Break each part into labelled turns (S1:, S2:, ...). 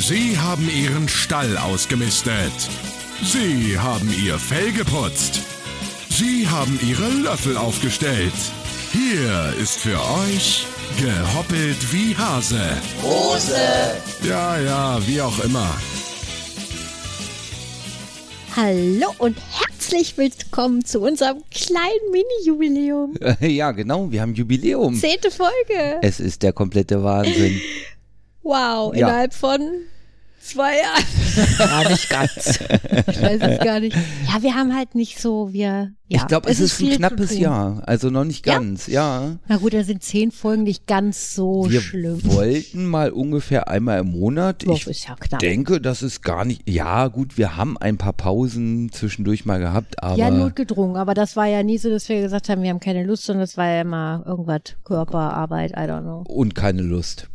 S1: Sie haben Ihren Stall ausgemistet. Sie haben Ihr Fell geputzt. Sie haben Ihre Löffel aufgestellt. Hier ist für euch gehoppelt wie Hase.
S2: Hose.
S1: Ja, ja, wie auch immer.
S3: Hallo und herzlich willkommen zu unserem kleinen Mini-Jubiläum.
S4: Ja, genau, wir haben Jubiläum.
S3: Zehnte Folge.
S4: Es ist der komplette Wahnsinn.
S3: Wow,
S4: Ja.
S3: innerhalb von zwei Jahren.
S5: War nicht ganz.
S3: Ich weiß es gar nicht. Ja, wir haben halt nicht so, wir. Ja,
S4: ich glaube, es, ist ein
S3: viel zu
S4: knappes
S3: tun.
S4: Jahr, also noch nicht ganz, ja.
S3: Na gut, dann sind zehn Folgen nicht ganz so
S4: Wir
S3: schlimm.
S4: wollten mal ungefähr einmal im Monat.
S5: Doch,
S4: Ich
S5: ist ja knapp.
S4: denke, das ist gar nicht. Ja, gut, wir haben ein paar Pausen zwischendurch mal gehabt, aber
S3: ja, notgedrungen, aber das war ja nie so, dass wir gesagt haben, wir haben keine Lust, sondern das war ja immer irgendwas Körperarbeit, I don't know.
S4: und keine Lust.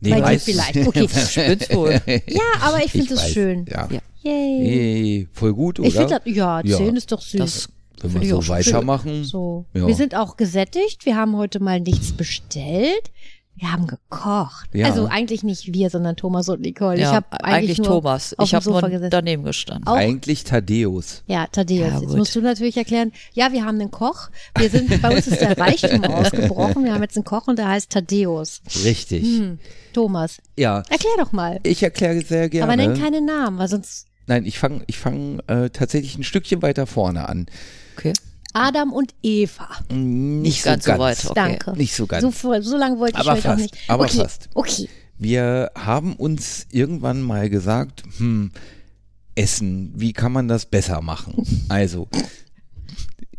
S4: Nee,
S3: Bei dir
S4: weiß-
S3: vielleicht. Okay.
S5: Spitz wohl.
S3: Ja, aber ich
S4: Ich
S3: finde es
S4: weiß,
S3: schön.
S4: Ja.
S5: Ja.
S3: Yay.
S4: Nee, voll gut, oder?
S3: Ich finde das, ja,
S4: Ja,
S3: zehn ist doch süß.
S4: das- wenn
S3: Find
S4: wir
S3: ich
S4: so
S3: auch schön.
S4: weitermachen.
S3: So.
S4: Ja.
S3: Wir sind auch gesättigt. Wir haben heute mal nichts bestellt. Wir haben gekocht.
S4: Ja.
S3: Also eigentlich nicht wir, sondern Thomas und Nicole.
S5: Ja,
S3: ich habe eigentlich, nur
S5: Thomas.
S3: Auf
S5: Ich habe
S3: dem Sofa
S5: nur
S3: gesessen.
S5: daneben gestanden.
S3: Auch-
S4: Eigentlich Thaddeus.
S3: ja, Thaddeus,
S5: Ja,
S3: jetzt
S5: gut.
S3: musst du natürlich erklären, ja, wir haben einen Koch, wir sind, bei uns ist der Reichtum ausgebrochen, wir haben jetzt einen Koch und der heißt Thaddeus.
S4: Richtig.
S3: Hm, Thomas,
S4: Ja.
S3: erklär doch mal.
S4: Ich erkläre sehr gerne.
S3: Aber nenn keine Namen, weil sonst
S4: Nein, ich fange ich fang, äh, tatsächlich ein Stückchen weiter vorne an.
S5: Okay.
S3: Adam und Eva.
S4: Nicht, so
S5: ganz so weit. Okay.
S3: Danke.
S4: Nicht so ganz.
S3: So, vor- so lange wollte ich
S4: Aber
S3: heute auch
S4: fast,
S3: nicht.
S4: aber
S3: okay,
S4: fast.
S3: Okay.
S4: Wir haben uns irgendwann mal gesagt, hm, Essen, wie kann man das besser machen? Also,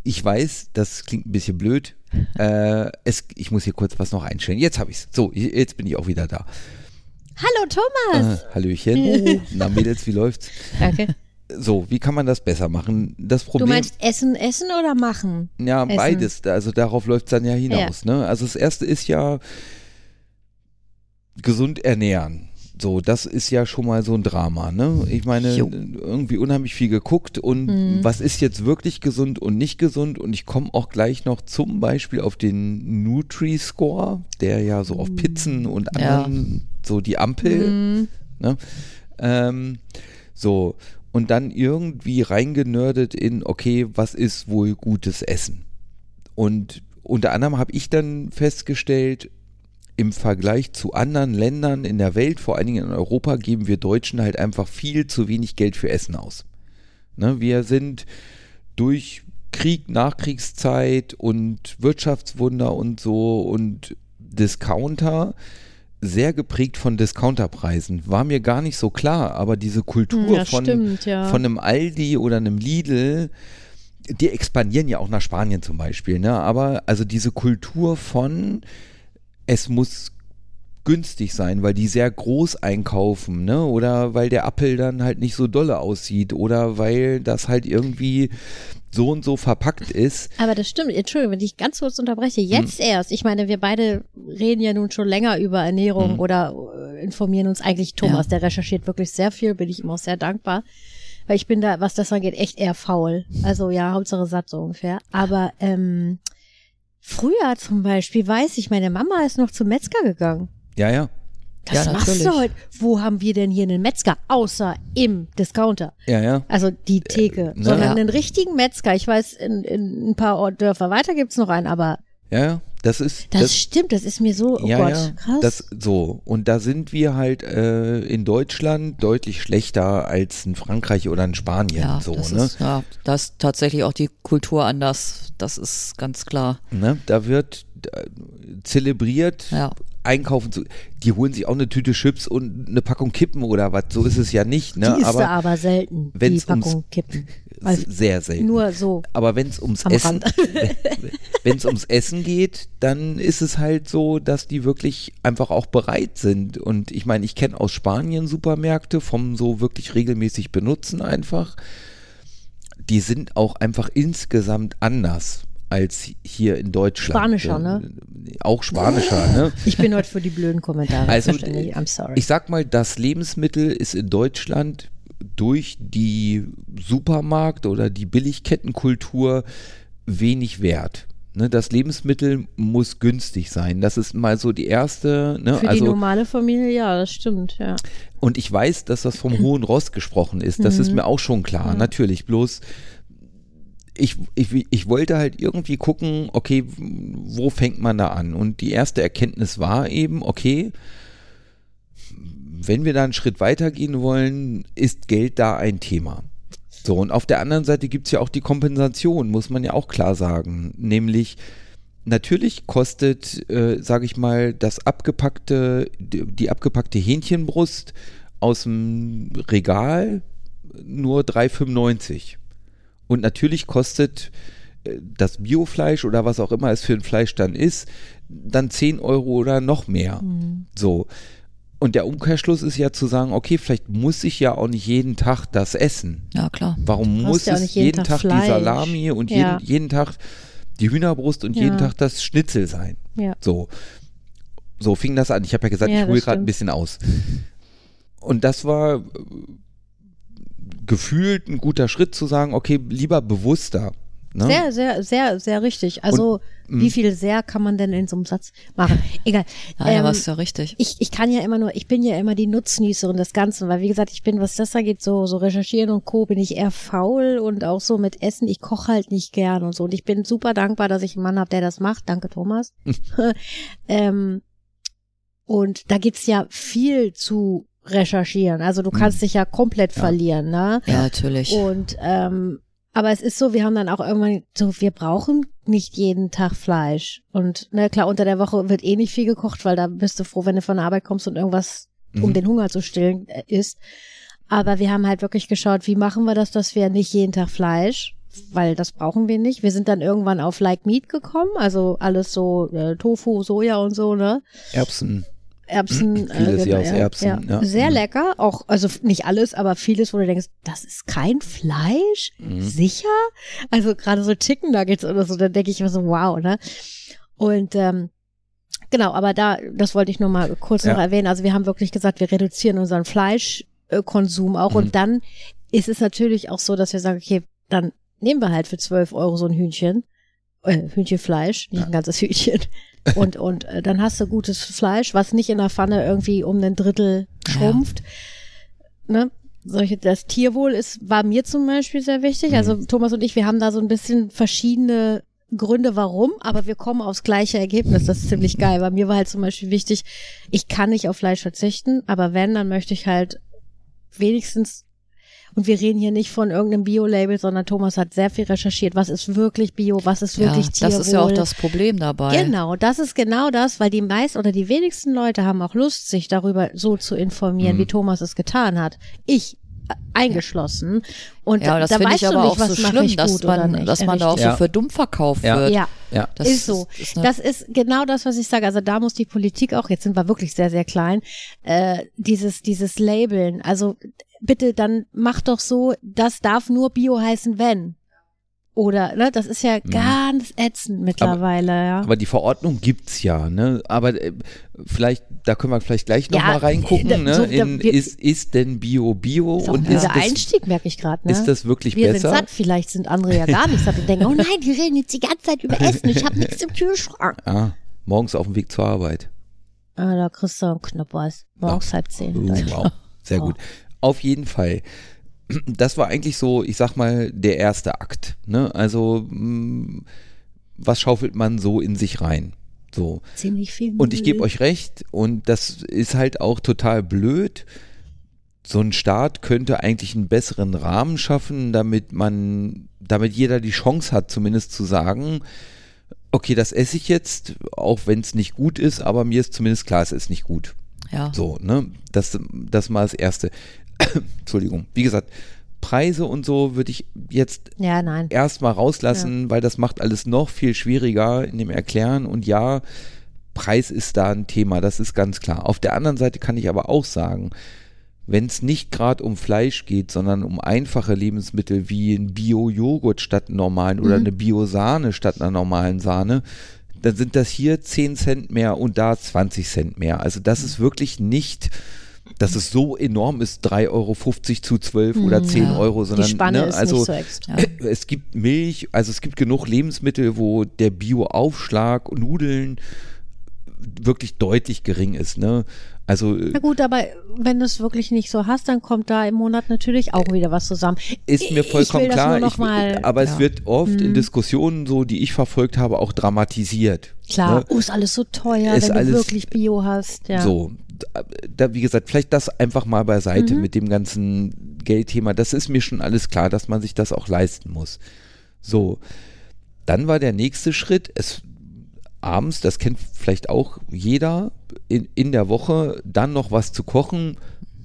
S4: ich weiß, das klingt ein bisschen blöd. Äh, es, ich muss hier kurz was noch einstellen. Jetzt habe ich's. So, jetzt bin ich auch wieder da.
S3: Hallo Thomas.
S4: Äh, Hallöchen. Na Mädels, wie läuft's?
S3: Danke.
S4: So, wie kann man das besser machen? Das
S3: Du
S4: Problem.
S3: meinst essen, essen oder machen?
S4: Ja,
S3: Essen.
S4: beides. Also darauf läuft's dann ja hinaus. Ne? Also das erste ist ja gesund ernähren. So, das ist ja schon mal so ein Drama, ne? Ich meine,
S5: Jo. Mhm.
S4: irgendwie unheimlich viel geguckt und was ist jetzt wirklich gesund und nicht gesund? Und ich komme auch gleich noch zum Beispiel auf den Nutri-Score, der ja so auf Pizzen und
S5: Mhm. Ja. Mhm.
S4: anderen, so die Ampel, ne? Ähm, so, und dann irgendwie reingenördet in, okay, was ist wohl gutes Essen? Und unter anderem habe ich dann festgestellt, im Vergleich zu anderen Ländern in der Welt, vor allen Dingen in Europa, geben wir Deutschen halt einfach viel zu wenig Geld für Essen aus. Ne, wir sind durch Krieg, Nachkriegszeit und Wirtschaftswunder und so und Discounter sehr geprägt von Discounterpreisen. War mir gar nicht so klar, aber diese Kultur
S3: Hm, Ja,
S4: von,
S3: stimmt, ja.
S4: von einem Aldi oder einem Lidl, die expandieren ja auch nach Spanien zum Beispiel. Ne? Aber also diese Kultur von, es muss günstig sein, weil die sehr groß einkaufen, ne? Oder weil der Apfel dann halt nicht so dolle aussieht oder weil das halt irgendwie so und so verpackt ist.
S3: Aber das stimmt. Entschuldigung, wenn ich ganz kurz unterbreche. Jetzt erst. Ich meine, wir beide reden ja nun schon länger über Ernährung oder äh, informieren uns eigentlich. Thomas, der recherchiert wirklich sehr viel, bin ich ihm auch sehr dankbar. Weil ich bin da, was das angeht, echt eher faul. Also ja, Hauptsache satt so ungefähr. Aber ähm, früher zum Beispiel weiß ich, meine Mama ist noch zum Metzger gegangen.
S4: Ja, ja.
S3: Das
S5: Ja,
S3: machst du
S5: natürlich.
S3: heute. Wo haben wir denn hier einen Metzger? Außer im Discounter.
S4: Ja, ja.
S3: Also die Theke,
S4: ne?
S3: sondern
S5: Ja.
S3: einen richtigen Metzger. Ich weiß, in, in ein paar Ort- Dörfer weiter gibt's noch einen, aber
S4: Ja, ja. Das ist.
S3: das, stimmt, das ist mir so, oh
S4: ja,
S3: Gott,
S4: ja.
S3: krass.
S4: Das, so. Und da sind wir halt äh, in Deutschland deutlich schlechter als in Frankreich oder in Spanien.
S5: Ja,
S4: so,
S5: das
S4: ne?
S5: ist, ja, das ist tatsächlich auch die Kultur anders. Das ist ganz klar.
S4: Ne? Da wird äh, zelebriert,
S5: Ja.
S4: einkaufen zu. Die holen sich auch eine Tüte Chips und eine Packung Kippen oder was. So ist es ja nicht. Ne?
S3: die ist da
S4: aber
S3: aber selten, die
S4: wenn's ums-
S3: Packung kippen. Weil
S4: s- sehr selten.
S3: nur so.
S4: aber wenn es ums
S3: am
S4: Essen,
S3: Rand.
S4: wenn es ums Essen geht, dann ist es halt so, dass die wirklich einfach auch bereit sind. Und ich meine, ich kenne aus Spanien Supermärkte vom so wirklich regelmäßig benutzen einfach. Die sind auch einfach insgesamt anders als hier in Deutschland.
S3: Spanischer, ne?
S4: Auch spanischer, ne?
S3: Ich bin heute für die blöden Kommentare
S4: Also,
S3: zuständig. I'm sorry.
S4: Ich sag mal, das Lebensmittel ist in Deutschland durch die Supermarkt- oder die Billigkettenkultur wenig wert. Ne, das Lebensmittel muss günstig sein. Das ist mal so die erste. Ne,
S3: Für
S4: also,
S3: die normale Familie, ja, das stimmt, ja.
S4: und ich weiß, dass das vom hohen Ross gesprochen ist. Das ist mir auch schon klar, natürlich. Bloß ich, ich, ich wollte halt irgendwie gucken, okay, wo fängt man da an? Und die erste Erkenntnis war eben, okay, wenn wir da einen Schritt weitergehen wollen, ist Geld da ein Thema. So, und auf der anderen Seite gibt's ja auch die Kompensation, muss man ja auch klar sagen. Nämlich, natürlich kostet, äh, sage ich mal, das abgepackte, die, die abgepackte Hähnchenbrust aus dem Regal nur 3,95. Und natürlich kostet äh, das Biofleisch oder was auch immer es für ein Fleisch dann ist, dann 10 Euro oder noch mehr. So. Und der Umkehrschluss ist ja zu sagen, okay, vielleicht muss ich ja auch nicht jeden Tag das essen.
S5: Ja, klar.
S4: Warum
S3: brauchst
S4: muss
S3: ja auch
S4: es
S3: nicht jeden
S4: jeden Tag,
S3: Tag
S4: die
S3: Fleisch.
S4: Salami und
S3: Ja.
S4: jeden, jeden Tag die Hühnerbrust und jeden
S3: Ja.
S4: Tag das Schnitzel sein?
S3: Ja.
S4: So. So fing das an. Ich habe ja gesagt,
S3: Ja,
S4: ich
S3: das
S4: hole gerade ein
S3: stimmt.
S4: bisschen aus. Und das war äh, gefühlt ein guter Schritt zu sagen, okay, lieber bewusster. Ne?
S3: Sehr, sehr, sehr, sehr richtig. Also,
S4: mm.
S3: wie viel sehr kann man denn in so einem Satz machen? Egal.
S5: Ja, ja,
S3: Ähm,
S5: was ja richtig.
S3: ich, ich kann ja immer nur, ich bin ja immer die Nutznießerin des Ganzen, weil wie gesagt, ich bin, was das angeht, so, so recherchieren und Co. bin ich eher faul und auch so mit Essen, ich koche halt nicht gern und so. Und ich bin super dankbar, dass ich einen Mann habe, der das macht. Danke, Thomas. ähm, und da gibt's ja viel zu recherchieren. Also du kannst dich ja komplett verlieren, ne?
S5: Ja, natürlich.
S3: Und ähm, aber es ist so, wir haben dann auch irgendwann so, wir brauchen nicht jeden Tag Fleisch. Und na klar, unter der Woche wird eh nicht viel gekocht, weil da bist du froh, wenn du von der Arbeit kommst und irgendwas, um
S4: Mhm.
S3: den Hunger zu stillen, äh, isst. Aber wir haben halt wirklich geschaut, wie machen wir das, dass wir nicht jeden Tag Fleisch, weil das brauchen wir nicht. Wir sind dann irgendwann auf Like Meat gekommen, also alles so äh, Tofu, Soja und so, ne?
S4: Erbsen. Hm?
S3: Erbsen. äh, genau,
S4: Vieles ja aus
S3: ja,
S4: Erbsen, ja.
S3: Sehr
S4: Mhm.
S3: lecker, auch, also f- nicht alles, aber vieles, wo du denkst, das ist kein Fleisch?
S4: Hm.
S3: Sicher? Also gerade so Chicken Nuggets oder so, da denke ich immer so, wow, ne? Und ähm, genau, aber da, das wollte ich nur mal kurz
S4: Ja.
S3: noch erwähnen. Also wir haben wirklich gesagt, wir reduzieren unseren Fleischkonsum auch
S4: Hm.
S3: und dann ist es natürlich auch so, dass wir sagen, okay, dann nehmen wir halt für 12 Euro so ein Hühnchen, äh, Hühnchenfleisch, nicht ein ganzes Hühnchen. Und, und äh, dann hast du gutes Fleisch, was nicht in der Pfanne irgendwie um ein Drittel schrumpft. Ne? Solche, das Tierwohl ist, war mir zum Beispiel sehr wichtig. Also
S5: Mhm.
S3: Thomas und ich, wir haben da so ein bisschen verschiedene Gründe, warum, aber wir kommen aufs gleiche Ergebnis. Das ist ziemlich geil. Bei mir war halt zum Beispiel wichtig, ich kann nicht auf Fleisch verzichten, aber wenn, dann möchte ich halt wenigstens und wir reden hier nicht von irgendeinem Bio-Label, sondern Thomas hat sehr viel recherchiert. Was ist wirklich Bio? Was ist
S5: Ja,
S3: wirklich Tierwohl?
S5: das ist ja auch das Problem dabei.
S3: Genau, das ist genau das, weil die meisten oder die wenigsten Leute haben auch Lust, sich darüber so zu informieren,
S5: Mhm.
S3: wie Thomas es getan hat. Ich äh, eingeschlossen. Und
S5: Ja,
S3: da,
S5: das
S3: da
S5: finde
S3: weißt
S5: ich
S3: du
S5: aber
S3: nicht,
S5: auch
S3: was
S5: so
S3: mache
S5: schlimm,
S3: ich
S5: dass
S3: gut oder
S5: man,
S3: nicht.
S5: dass man da auch
S3: Richtig.
S4: Ja.
S5: so für dumm verkauft
S4: Ja.
S5: wird. ne?
S3: ja.
S4: Ja.
S5: Das
S3: ist so.
S5: ist- ist eine-
S3: das ist genau das, was ich sage. Also da muss die Politik auch, jetzt sind wir wirklich sehr, sehr klein, äh, dieses, dieses Labeln. Also bitte, dann mach doch so, das darf nur Bio heißen, wenn. Oder, ne, das ist
S5: Mhm.
S3: ja ganz ätzend mittlerweile, ja.
S4: Aber die Verordnung gibt's ja, ne? Aber äh, vielleicht, da können wir vielleicht gleich
S3: Ja,
S4: nochmal mal reingucken,
S3: da-
S4: ne?
S3: so, da-
S4: In,
S3: wir-
S4: ist, ist denn Bio Bio
S3: Ist auch
S4: und
S3: ein
S4: ist
S3: guter
S4: das,
S3: Einstieg, merke ich gerade. Ne?
S4: ist das wirklich
S3: Wir
S4: besser?
S3: sind satt, vielleicht sind andere ja gar nicht satt und denken, oh nein, die reden jetzt die ganze Zeit über Essen, ich habe nichts im Kühlschrank.
S4: Ah, morgens auf dem Weg zur Arbeit.
S3: Ah, da kriegst du einen Knoppers, morgens halb zehn.
S4: Uh, wow, sehr gut. Auf jeden Fall. Das war eigentlich so, ich sag mal, der erste Akt. Ne? Also, mh, was schaufelt man so in sich rein? So.
S3: Ziemlich viel
S4: Und ich gebe
S3: Müll.
S4: euch recht, und das ist halt auch total blöd. So ein Staat könnte eigentlich einen besseren Rahmen schaffen, damit man, damit jeder die Chance hat, zumindest zu sagen, okay, das esse ich jetzt, auch wenn es nicht gut ist, aber mir ist zumindest klar, es ist nicht gut.
S5: Ja.
S4: So, ne? Das, das mal das Erste. Entschuldigung. Wie gesagt, Preise und so würde ich jetzt
S3: Ja, nein.
S4: erstmal rauslassen, weil das macht alles noch viel schwieriger in dem Erklären. Und ja, Preis ist da ein Thema, das ist ganz klar. Auf der anderen Seite kann ich aber auch sagen, wenn es nicht gerade um Fleisch geht, sondern um einfache Lebensmittel wie ein Bio-Joghurt statt einem normalen oder
S3: Mhm.
S4: eine Bio-Sahne statt einer normalen Sahne, dann sind das hier 10 Cent mehr und da 20 Cent mehr. Also das ist wirklich nicht dass es so enorm ist, 3,50 Euro zu 12 oder 10
S5: ja.
S4: Euro, sondern
S3: Mhm. Die Spanne
S4: ne,
S3: ist
S4: also
S3: nicht so extrem.
S4: es gibt Milch, also es gibt genug Lebensmittel, wo der Bio-Aufschlag, Nudeln wirklich deutlich gering ist. Ne? Also
S3: Na gut, aber wenn du es wirklich nicht so hast, dann kommt da im Monat natürlich auch wieder was zusammen.
S4: ist mir
S3: Ich-
S4: vollkommen
S3: ich will
S4: klar,
S3: Das nur noch
S4: ich,
S3: mal, Mhm.
S4: aber es
S5: ja.
S4: wird oft in Diskussionen so, die ich verfolgt habe, auch dramatisiert.
S3: klar,
S4: ne?
S3: oh, ist alles so teuer,
S4: Ist
S3: wenn
S4: alles-
S3: du wirklich Bio hast. Ja.
S4: So, da- da, wie gesagt, vielleicht das einfach mal beiseite
S3: Mhm.
S4: mit dem ganzen Geldthema. Das ist mir schon alles klar, dass man sich das auch leisten muss. So, dann war der nächste Schritt, es abends, das kennt vielleicht auch jeder, in, in der Woche dann noch was zu kochen.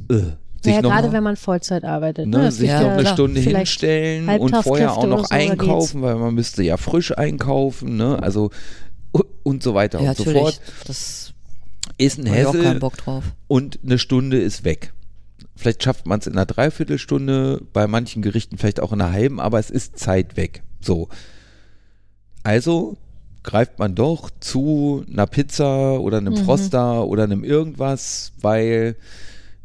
S4: Äh, sich
S3: ja,
S4: noch
S3: gerade
S4: mal-
S3: wenn man Vollzeit arbeitet. Ne?
S4: ne,
S3: Es
S4: sich
S3: gibt
S5: ja
S4: noch eine
S5: klar,
S4: Stunde
S3: vielleicht
S4: hinstellen und
S3: Halbtagskräfte
S4: vorher auch
S3: oder
S4: noch
S3: so, da geht's.
S4: einkaufen, weil man müsste ja frisch einkaufen, ne? Also u- und so weiter
S5: Ja,
S4: und so
S5: natürlich.
S4: fort.
S5: Das
S4: Ist ein
S5: habe ich auch
S4: Hassel
S5: keinen Bock drauf.
S4: und eine Stunde ist weg. Vielleicht schafft man es in einer Dreiviertelstunde, bei manchen Gerichten vielleicht auch in einer halben, aber es ist Zeit weg. So. Also greift man doch zu einer Pizza oder
S3: Mhm.
S4: einem Froster oder einem irgendwas, weil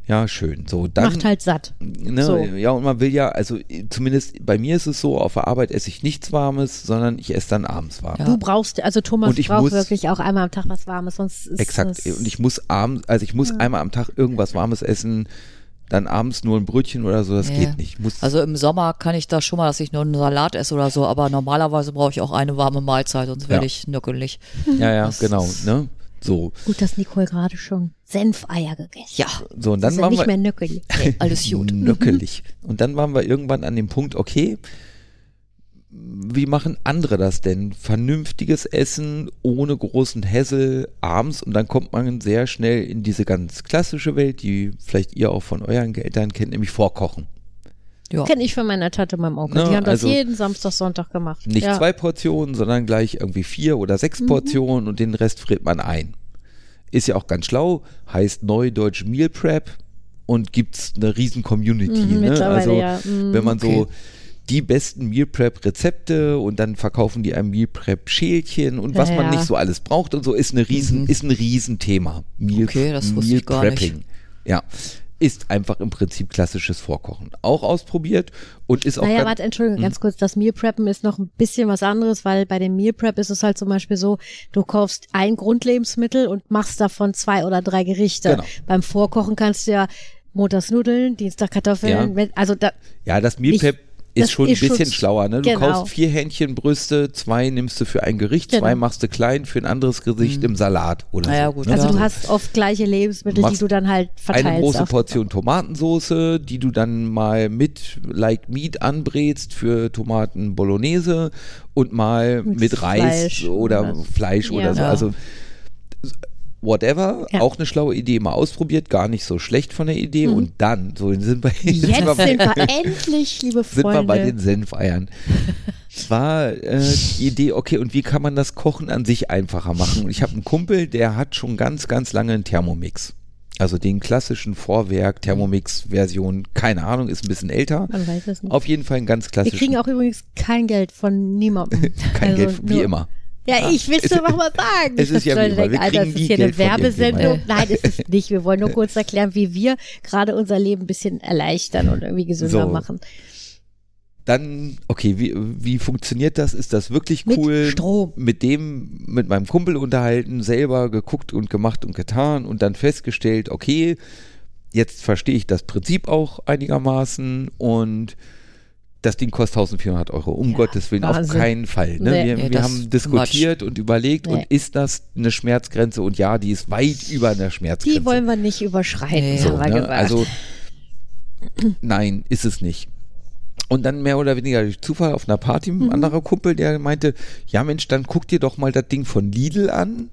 S4: ja, schön. So, dann
S3: macht halt satt.
S4: Ne,
S3: So.
S4: Ja, und man will ja, also äh, zumindest bei mir ist es so, auf der Arbeit esse ich nichts Warmes, sondern ich esse dann abends warm.
S5: Ja.
S3: Du brauchst, also Thomas
S4: Und ich
S3: braucht
S4: muss-
S3: wirklich auch einmal am Tag was Warmes, sonst ist
S4: Exakt.
S3: Das,
S4: Und ich muss abends, also ich muss einmal am Tag irgendwas Warmes essen, dann abends nur ein Brötchen oder so, das
S5: Ja.
S4: geht nicht. Ich Muss,
S5: Also im Sommer kann ich das schon mal, dass ich nur einen Salat esse oder so, aber normalerweise brauche ich auch eine warme Mahlzeit, sonst werde
S4: Ja.
S5: ich nöckelig.
S4: ja, ja,
S5: das
S4: genau.
S5: ist-
S4: Ne? So.
S3: gut, dass Nicole gerade schon Senfeier gegessen
S5: Ja,
S4: So, und dann
S3: ist ja
S4: waren
S3: nicht mehr
S4: wir
S3: nöckelig.
S5: alles gut.
S4: nöckelig. Und dann waren wir irgendwann an dem Punkt, okay, wie machen andere das denn? Vernünftiges Essen ohne großen Hässel abends und dann kommt man sehr schnell in diese ganz klassische Welt, die vielleicht ihr auch von euren Eltern kennt, nämlich Vorkochen.
S5: Ja.
S3: Kenne ich von meiner Tante und meinem Onkel.
S4: Na,
S3: Die haben das
S4: also-
S3: jeden Samstag, Sonntag gemacht.
S4: Nicht
S3: ja. Mhm.
S4: zwei Portionen, sondern gleich irgendwie vier oder sechs Portionen und den Rest friert man ein. Ist ja auch ganz schlau, heißt Neudeutsch Meal Prep und gibt's eine riesen Community.
S3: Mhm,
S4: ne?
S3: mittlerweile,
S4: Also
S3: ja. Mhm,
S4: wenn man so
S5: okay.
S4: die besten Meal Prep Rezepte und dann verkaufen die ein Meal Prep Schälchen und was
S3: Ja, Mhm.
S4: man
S3: ja.
S4: nicht so alles braucht und so ist eine riesen ist ein Riesenthema. Meal,
S5: Okay, das wusste
S4: Meal
S5: ich gar nicht.
S4: Prepping. Ja. Ist einfach im Prinzip klassisches Vorkochen. Auch ausprobiert und ist auch
S3: Naja,
S4: ganz, Hm.
S3: warte, Entschuldigung, ganz kurz. Das Meal Preppen ist noch ein bisschen was anderes, weil bei dem Meal Prep ist es halt zum Beispiel so, du kaufst ein Grundlebensmittel und machst davon zwei oder drei Gerichte.
S4: Genau.
S3: Beim Vorkochen kannst du ja montags Nudeln, Dienstag Kartoffeln,
S4: Ja.
S3: wenn- also da,
S4: Ja, das Meal
S3: Ich-
S4: Prep
S3: das
S4: ist schon ein
S3: ist schon-
S4: bisschen schlauer. Ne? Du
S3: Genau.
S4: kaufst vier Hähnchenbrüste, zwei nimmst du für ein Gericht, zwei
S3: Genau.
S4: machst du klein für ein anderes Gericht im Salat oder
S5: Na
S4: so.
S5: ja, gut,
S4: ne?
S3: also
S5: Ja.
S3: du hast oft gleiche Lebensmittel, die
S4: Machst
S3: du dann halt verteilst.
S4: eine große
S3: auf-
S4: Portion Tomatensoße, die du dann mal mit Like Meat anbrätst für Tomaten Bolognese und mal mit, Reis
S3: Fleisch
S4: oder
S3: oder so.
S4: Fleisch
S3: Ja.
S4: oder so.
S5: Ja.
S4: Also whatever,
S3: Ja. Mhm.
S4: auch eine schlaue Idee mal ausprobiert, gar nicht so schlecht von der Idee und dann so sind wir
S3: Jetzt
S4: sind wir bei-
S3: sind wir endlich, liebe
S4: sind
S3: Freunde.
S4: wir bei den Senfeiern. War äh, die Idee, okay, und wie kann man das Kochen an sich einfacher machen? Und ich habe einen Kumpel, der hat schon ganz, ganz lange einen Thermomix. Also den klassischen Vorwerk, Thermomix-Version, keine Ahnung, ist ein bisschen älter.
S3: Man weiß es nicht.
S4: Auf jeden Fall ein ganz
S3: wir
S4: klassischen.
S3: kriegen auch übrigens kein Geld von niemandem.
S4: kein
S3: Also
S4: Geld, wie
S3: nur-
S4: immer. Ah,
S3: Ja, ich will es nur nochmal sagen.
S4: Es ist ja
S3: Leute
S4: wie immer, wir
S3: denken, Alter,
S4: kriegen
S3: das ist
S4: nie
S3: hier
S4: Geld
S3: eine
S4: von
S3: Werbesendung.
S4: irgendjemandem.
S3: Nein, ist es nicht. Wir wollen nur kurz erklären, wie wir gerade unser Leben ein bisschen erleichtern und irgendwie gesünder
S4: So.
S3: machen.
S4: Dann, okay, wie, wie funktioniert das? Ist das wirklich
S3: Mit
S4: cool?
S3: Strom.
S4: mit dem, mit meinem Kumpel unterhalten, selber geguckt und gemacht und getan und dann festgestellt, okay, jetzt verstehe ich das Prinzip auch einigermaßen und das Ding kostet 1400 Euro. Um Gottes Willen,
S3: Wahnsinn.
S4: auf keinen Fall. Ne?
S3: Nee.
S4: wir
S5: Nee,
S4: wir
S5: das
S4: haben
S5: ist
S4: diskutiert und überlegt und
S3: Nee.
S4: ist das eine Schmerzgrenze? Und ja, die ist weit über einer Schmerzgrenze.
S3: Die wollen wir nicht überschreiten,
S5: Nee.
S4: So,
S3: haben wir
S4: ne?
S3: gesagt.
S4: Also nein, ist es nicht. Und dann mehr oder weniger durch Zufall auf einer Party
S3: Mhm.
S4: mit einem anderen Kumpel, der meinte, ja Mensch, dann guck dir doch mal das Ding von Lidl an.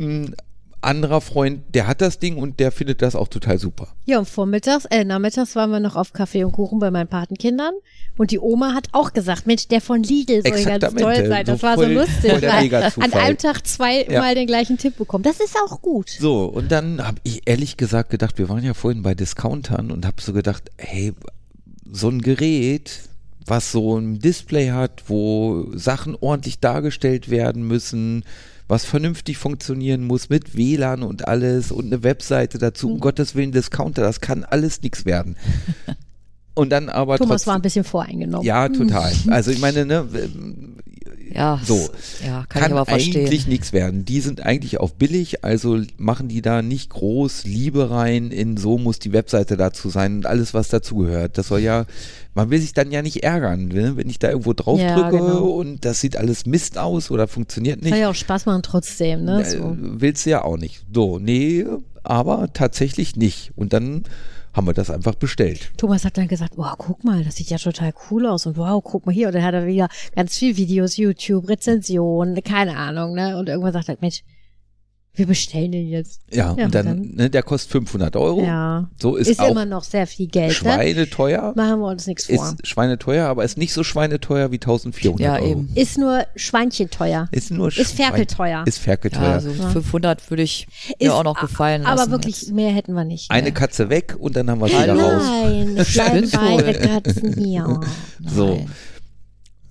S4: Ein anderer Freund, der hat das Ding und der findet das auch total super.
S3: ja, und vormittags, äh, nachmittags waren wir noch auf Kaffee und Kuchen bei meinen Patenkindern. Und die Oma hat auch gesagt, Mensch, der von Lidl soll ganz
S4: Exaktamente.
S3: toll sein. Das
S4: So
S3: war so
S4: voll-
S3: lustig.
S4: voll der
S3: weil
S4: Mega-Zufall.
S3: an einem Tag zweimal
S4: Ja.
S3: den gleichen Tipp bekommen. Das ist auch gut.
S4: So, und dann habe ich ehrlich gesagt gedacht, wir waren ja vorhin bei Discountern und habe so gedacht, hey, so ein Gerät, was so ein Display hat, wo Sachen ordentlich dargestellt werden müssen, was vernünftig funktionieren muss mit WLAN und alles und eine Webseite dazu.
S3: Hm.
S4: Um Gottes Willen, Discounter, das kann alles nichts werden. Und dann aber
S3: Thomas war
S4: trotzdem,
S3: ein bisschen voreingenommen.
S4: ja, total. Also ich meine, ne,
S5: Ja,
S4: So.
S5: s- ja kann,
S4: kann,
S5: ich aber verstehen.
S4: eigentlich nichts werden. Die sind eigentlich auch billig, also machen die da nicht groß Liebe rein in so muss die Webseite dazu sein und alles, was dazugehört. Das soll ja, man will sich dann ja nicht ärgern, ne? wenn ich da irgendwo drauf
S3: Ja,
S4: drücke
S3: genau.
S4: und das sieht alles Mist aus oder funktioniert nicht.
S3: Kann ja auch Spaß machen trotzdem, ne?
S4: Äh,
S3: So.
S4: Willst du ja auch nicht. So, nee, aber tatsächlich nicht. Und dann haben wir das einfach bestellt.
S3: Thomas hat dann gesagt, wow, guck mal, das sieht ja total cool aus und wow, guck mal hier. Und dann hat er wieder ganz viel Videos, YouTube, Rezensionen, keine Ahnung, ne? Und irgendwann sagt er, Mensch, wir bestellen den jetzt.
S4: Ja,
S3: Ja,
S4: und dann,
S3: dann-
S4: Ne, der kostet 500 Euro.
S3: Ja.
S4: So Oh, ist,
S3: Ist,
S4: auch
S3: immer noch sehr viel Geld, ne?
S4: schweineteuer.
S3: Machen wir uns nichts vor.
S4: Ist schweineteuer, aber ist nicht so schweineteuer wie 1400
S5: Ja,
S4: Euro.
S5: eben.
S3: Ist nur Schweinchen teuer.
S4: Ist nur
S3: Ist
S4: Schwein-
S3: ferkelteuer.
S4: Ist
S5: Ja,
S4: ferkelteuer.
S5: also 500 würde ich mir auch noch gefallen
S3: Aber
S5: lassen
S3: wirklich,
S5: jetzt.
S3: mehr hätten wir nicht.
S4: Eine
S3: ne?
S4: Katze weg und dann haben wir wieder
S5: Hallo.
S4: raus.
S3: Ah, Nein, es bleiben
S5: Spinnst du,
S3: beide
S5: ey?
S3: Katzen hier.
S4: So.
S5: Nein.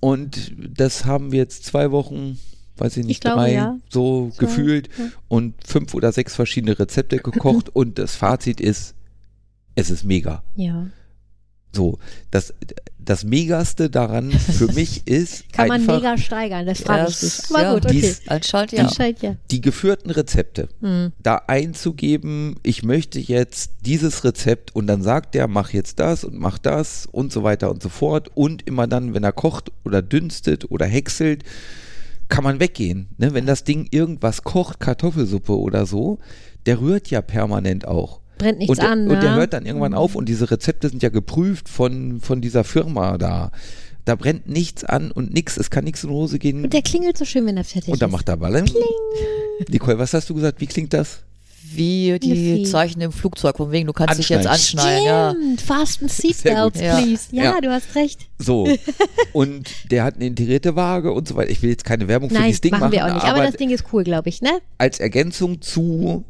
S4: Und das haben wir jetzt zwei Wochen, weiß ich nicht,
S3: glaube,
S4: drei,
S3: ja.
S4: so
S3: Zwei,
S4: gefühlt und fünf oder sechs verschiedene Rezepte gekocht und das Fazit ist, es ist mega.
S3: Ja.
S4: So, das, das Megaste daran für mich ist
S3: Kann man
S4: einfach
S3: mega steigern, das frage ich
S5: Das-
S3: dich. Aber
S5: ja,
S3: gut, okay.
S4: dies-
S5: Anscheinend ja.
S3: Anscheinend ja.
S4: die geführten Rezepte.
S3: Hm.
S4: da einzugeben, ich möchte jetzt dieses Rezept und dann sagt der, mach jetzt das und mach das und so weiter und so fort. Und immer dann, wenn er kocht oder dünstet oder häckselt, kann man weggehen. Ne? Wenn das Ding irgendwas kocht, Kartoffelsuppe oder so, der rührt ja permanent auch.
S3: Brennt nichts
S4: und, der-
S3: an,
S4: Und der
S3: ne?
S4: hört dann irgendwann auf und diese Rezepte sind ja geprüft von, von dieser Firma da. Da brennt nichts an und nichts, es kann nichts in die Hose gehen.
S3: Und der klingelt so schön, wenn er fertig
S4: Und dann
S3: ist.
S4: macht er Ballen. Nicole, was hast du gesagt? Wie klingt das?
S5: Wie die
S3: Fee.
S5: Zeichen im Flugzeug, von wegen, du kannst dich jetzt anschneiden. Ja.
S3: Stimmt, fasten
S4: Sehr gut.
S3: Seatbelts,
S5: Ja.
S3: please. Ja,
S4: Ja.
S3: du hast recht.
S4: So. Und der hat eine integrierte Waage und so weiter. Ich will jetzt keine Werbung für
S3: Nein,
S4: dieses Ding
S3: machen
S4: machen,
S3: wir auch nicht. Aber,
S4: aber
S3: das Ding ist cool, glaube ich, ne?
S4: als Ergänzung zu,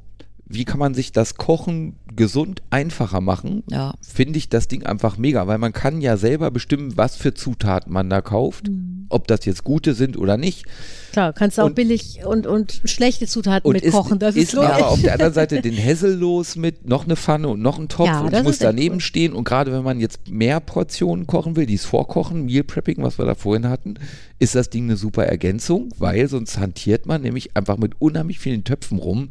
S4: wie kann man sich das Kochen gesund einfacher machen,
S5: Ja.
S4: finde ich das Ding einfach mega, weil man kann ja selber bestimmen, was für Zutaten man da kauft,
S3: Mhm.
S4: ob das jetzt gute sind oder nicht.
S3: Klar, kannst du auch
S4: Und-
S3: billig und, und schlechte Zutaten
S4: Und
S3: mit
S4: ist,
S3: kochen. Das ist, logisch.
S4: aber auf der anderen Seite den Hessel los mit noch eine Pfanne und noch ein Topf
S3: Ja,
S4: und
S3: das
S4: ich muss
S3: ist echt
S4: daneben
S3: cool.
S4: stehen und gerade wenn man jetzt mehr Portionen kochen will, dies Vorkochen, Meal Prepping, was wir da vorhin hatten, ist das Ding eine super Ergänzung, weil sonst hantiert man nämlich einfach mit unheimlich vielen Töpfen rum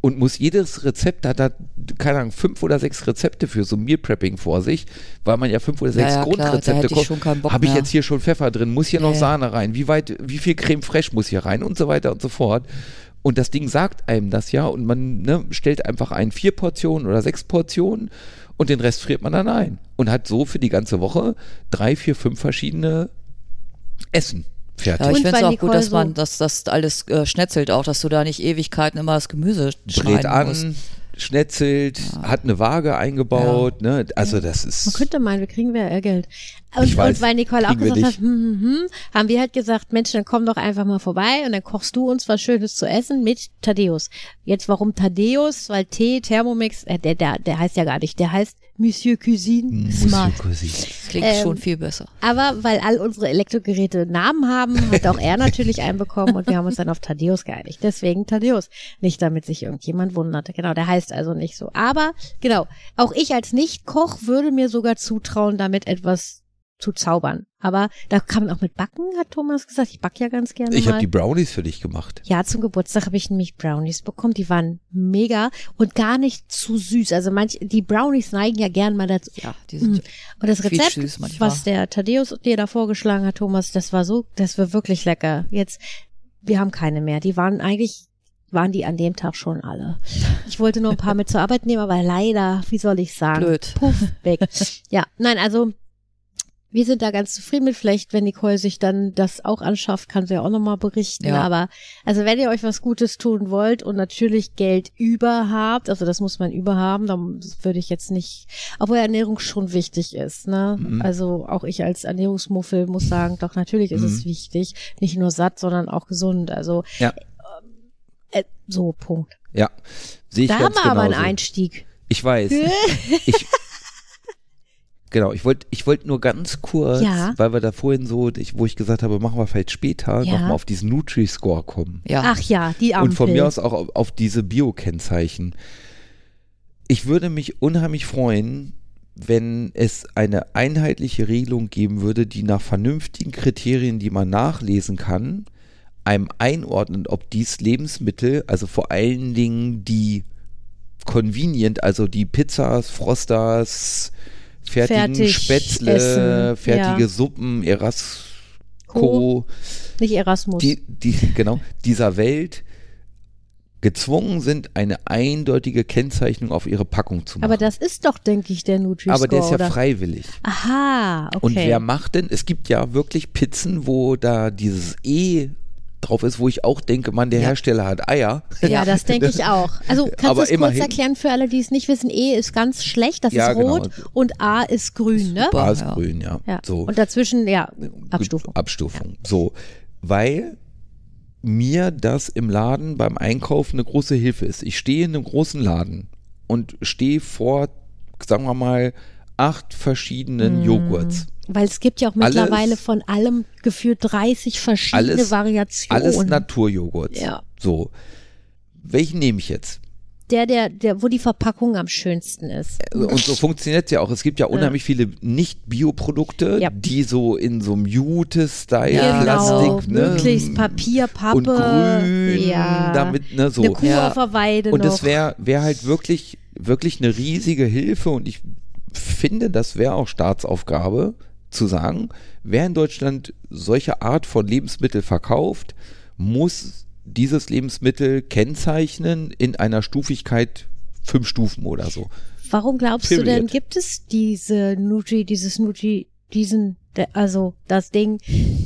S4: und muss jedes Rezept, da hat er, keine Ahnung, fünf oder sechs Rezepte für so Meal Prepping vor sich, weil man ja fünf oder sechs
S5: ja, klar, da hätte
S4: Grundrezepte
S5: ich schon keinen Bock
S4: Habe ich
S5: mehr.
S4: jetzt hier schon Pfeffer drin? Muss hier noch
S5: Nee.
S4: Sahne rein? Wie weit, wie viel Creme fraiche muss hier rein? Und so weiter und so fort. Und das Ding sagt einem das ja und man ne, stellt einfach ein vier Portionen oder sechs Portionen und den Rest friert man dann ein und hat so für die ganze Woche drei, vier, fünf verschiedene Essen fertig.
S5: Ja, ich
S3: Und
S5: finde es
S3: weil
S5: auch gut,
S3: Nicole
S5: dass man
S3: so-
S5: das, das alles äh, schnetzelt auch, dass du da nicht Ewigkeiten immer das Gemüse schneiden
S4: Brät
S5: musst.
S4: an, schnetzelt, hat eine Waage eingebaut. Ne? Also das ist
S3: Man könnte meinen, wir kriegen ja ihr Geld. Und,
S4: Ich weiß,
S3: und weil Nicole auch
S4: kriegen wir
S3: gesagt
S4: nicht.
S3: hat, hm, hm, hm, haben wir halt gesagt, Mensch, dann komm doch einfach mal vorbei und dann kochst du uns was Schönes zu essen mit Thaddeus. Jetzt warum Thaddeus? Weil Tee, Thermomix, äh, der, der, der heißt ja gar nicht, der heißt Monsieur Cuisine
S4: Muss
S3: Smart.
S4: hier Cuisine.
S5: Klingt
S3: Ähm,
S5: schon viel besser.
S3: Aber weil all unsere Elektrogeräte Namen haben, hat auch er natürlich einen bekommen und wir haben uns dann auf Thaddeus geeinigt. Deswegen Thaddeus. Nicht damit sich irgendjemand wundert. Genau, der heißt also nicht so. Aber genau, auch ich als Nicht-Koch würde mir sogar zutrauen, damit etwas zu zaubern. Aber da kann man auch mit backen, hat Thomas gesagt. Ich backe ja ganz gerne
S4: Ich habe
S3: mal.
S4: die Brownies für dich gemacht.
S3: Ja, zum Geburtstag habe ich nämlich Brownies bekommen. Die waren mega und gar nicht zu süß. Also manch, die Brownies neigen ja gern mal dazu.
S5: Ja, die sind
S3: Und das
S5: Viel
S3: Rezept,
S5: Tschüss manchmal.
S3: was der Thaddeus dir da vorgeschlagen hat, Thomas, das war so, das war wirklich lecker. Jetzt, wir haben keine mehr. Die waren eigentlich, waren die an dem Tag schon alle. Ich wollte nur ein paar mit zur Arbeit nehmen, aber leider, wie soll ich sagen?
S5: blöd.
S3: Puff, weg. ja, nein, also, wir sind da ganz zufrieden mit. Vielleicht, wenn Nicole sich dann das auch anschafft, kann sie ja auch nochmal berichten.
S5: Ja.
S3: Aber, also, wenn ihr euch was Gutes tun wollt und natürlich Geld über habt, also, das muss man über haben, dann würde ich jetzt nicht, obwohl Ernährung schon wichtig ist, ne?
S4: Mhm.
S3: Also, auch ich als Ernährungsmuffel muss sagen, doch, natürlich ist es
S4: Mhm.
S3: wichtig. Nicht nur satt, sondern auch gesund. Also,
S4: Ja.
S3: äh, so, Punkt.
S4: Ja, sehe ich
S3: Da haben
S4: ganz
S3: wir aber einen
S4: genauso.
S3: Einstieg.
S4: Ich weiß. ich, Genau, ich wollte ich wollt nur ganz kurz,
S3: Ja.
S4: weil wir da vorhin so, ich, wo ich gesagt habe, machen wir vielleicht später,
S3: Ja.
S4: nochmal auf diesen Nutri-Score kommen.
S5: Ja.
S3: Ach ja, die Ampel.
S4: Und von mir aus auch auf, auf diese Bio-Kennzeichen. Ich würde mich unheimlich freuen, wenn es eine einheitliche Regelung geben würde, die nach vernünftigen Kriterien, die man nachlesen kann, einem einordnet, ob dies Lebensmittel, also vor allen Dingen die convenient, also die Pizzas, Frosters, fertigen
S3: Fertig
S4: Spätzle,
S3: essen,
S4: fertige
S3: ja.
S4: Suppen, Erasco,
S3: Co. Nicht Erasmus.
S4: die, die, genau, dieser Welt gezwungen sind, eine eindeutige Kennzeichnung auf ihre Packung zu machen.
S3: Aber das ist doch, denke ich, der Nutri-Score.
S4: Aber der ist ja
S3: oder?
S4: freiwillig.
S3: Aha, okay.
S4: Und wer macht denn? Es gibt ja wirklich Pizzen, wo da dieses E drauf ist, wo ich auch denke, Mann, der
S5: Ja.
S4: Hersteller hat Eier.
S3: Ja, das denke ich auch. Also kannst
S4: Aber
S3: du es kurz
S4: immerhin-
S3: erklären für alle, die es nicht wissen? E ist ganz schlecht, das
S4: Ja,
S3: ist rot
S4: genau.
S3: und A ist grün, ne?
S5: super.
S4: A ist
S5: ja.
S4: grün, ja.
S3: Ja.
S4: So.
S3: Und dazwischen, ja, Abstufung.
S4: Abstufung. So, weil mir das im Laden beim Einkaufen eine große Hilfe ist. Ich stehe in einem großen Laden und stehe vor, sagen wir mal, acht
S3: Mm,
S4: verschiedenen Joghurts.
S3: Weil es gibt ja auch
S4: Alles-
S3: mittlerweile von allem gefühlt 30 verschiedene
S4: Alles-
S3: Variationen.
S4: Alles Naturjoghurts.
S3: Ja.
S4: So. Welchen nehme ich jetzt?
S3: der, der, der, wo die Verpackung am schönsten ist.
S4: Äh, Und so funktioniert es ja auch. Es gibt ja unheimlich viele Nicht-Bio-Produkte,
S3: Ja.
S4: die so in so einem Jute-Style,
S5: Ja,
S3: genau,
S4: Plastik, ne?
S3: möglichst Papier, Pappe.
S4: und grün,
S3: ja.
S4: damit, ne, so.
S3: Eine Kuh
S5: Ja.
S3: auf der Weide
S4: Und
S3: noch.
S4: das wäre wär halt wirklich, wirklich eine riesige Hilfe und ich finde, das wäre auch Staatsaufgabe zu sagen, wer in Deutschland solche Art von Lebensmittel verkauft, muss dieses Lebensmittel kennzeichnen in einer Stufigkeit fünf Stufen oder so.
S3: Warum glaubst du
S4: Period.
S3: denn, gibt es diese Nutri, dieses Nutri, diesen, der- also das Ding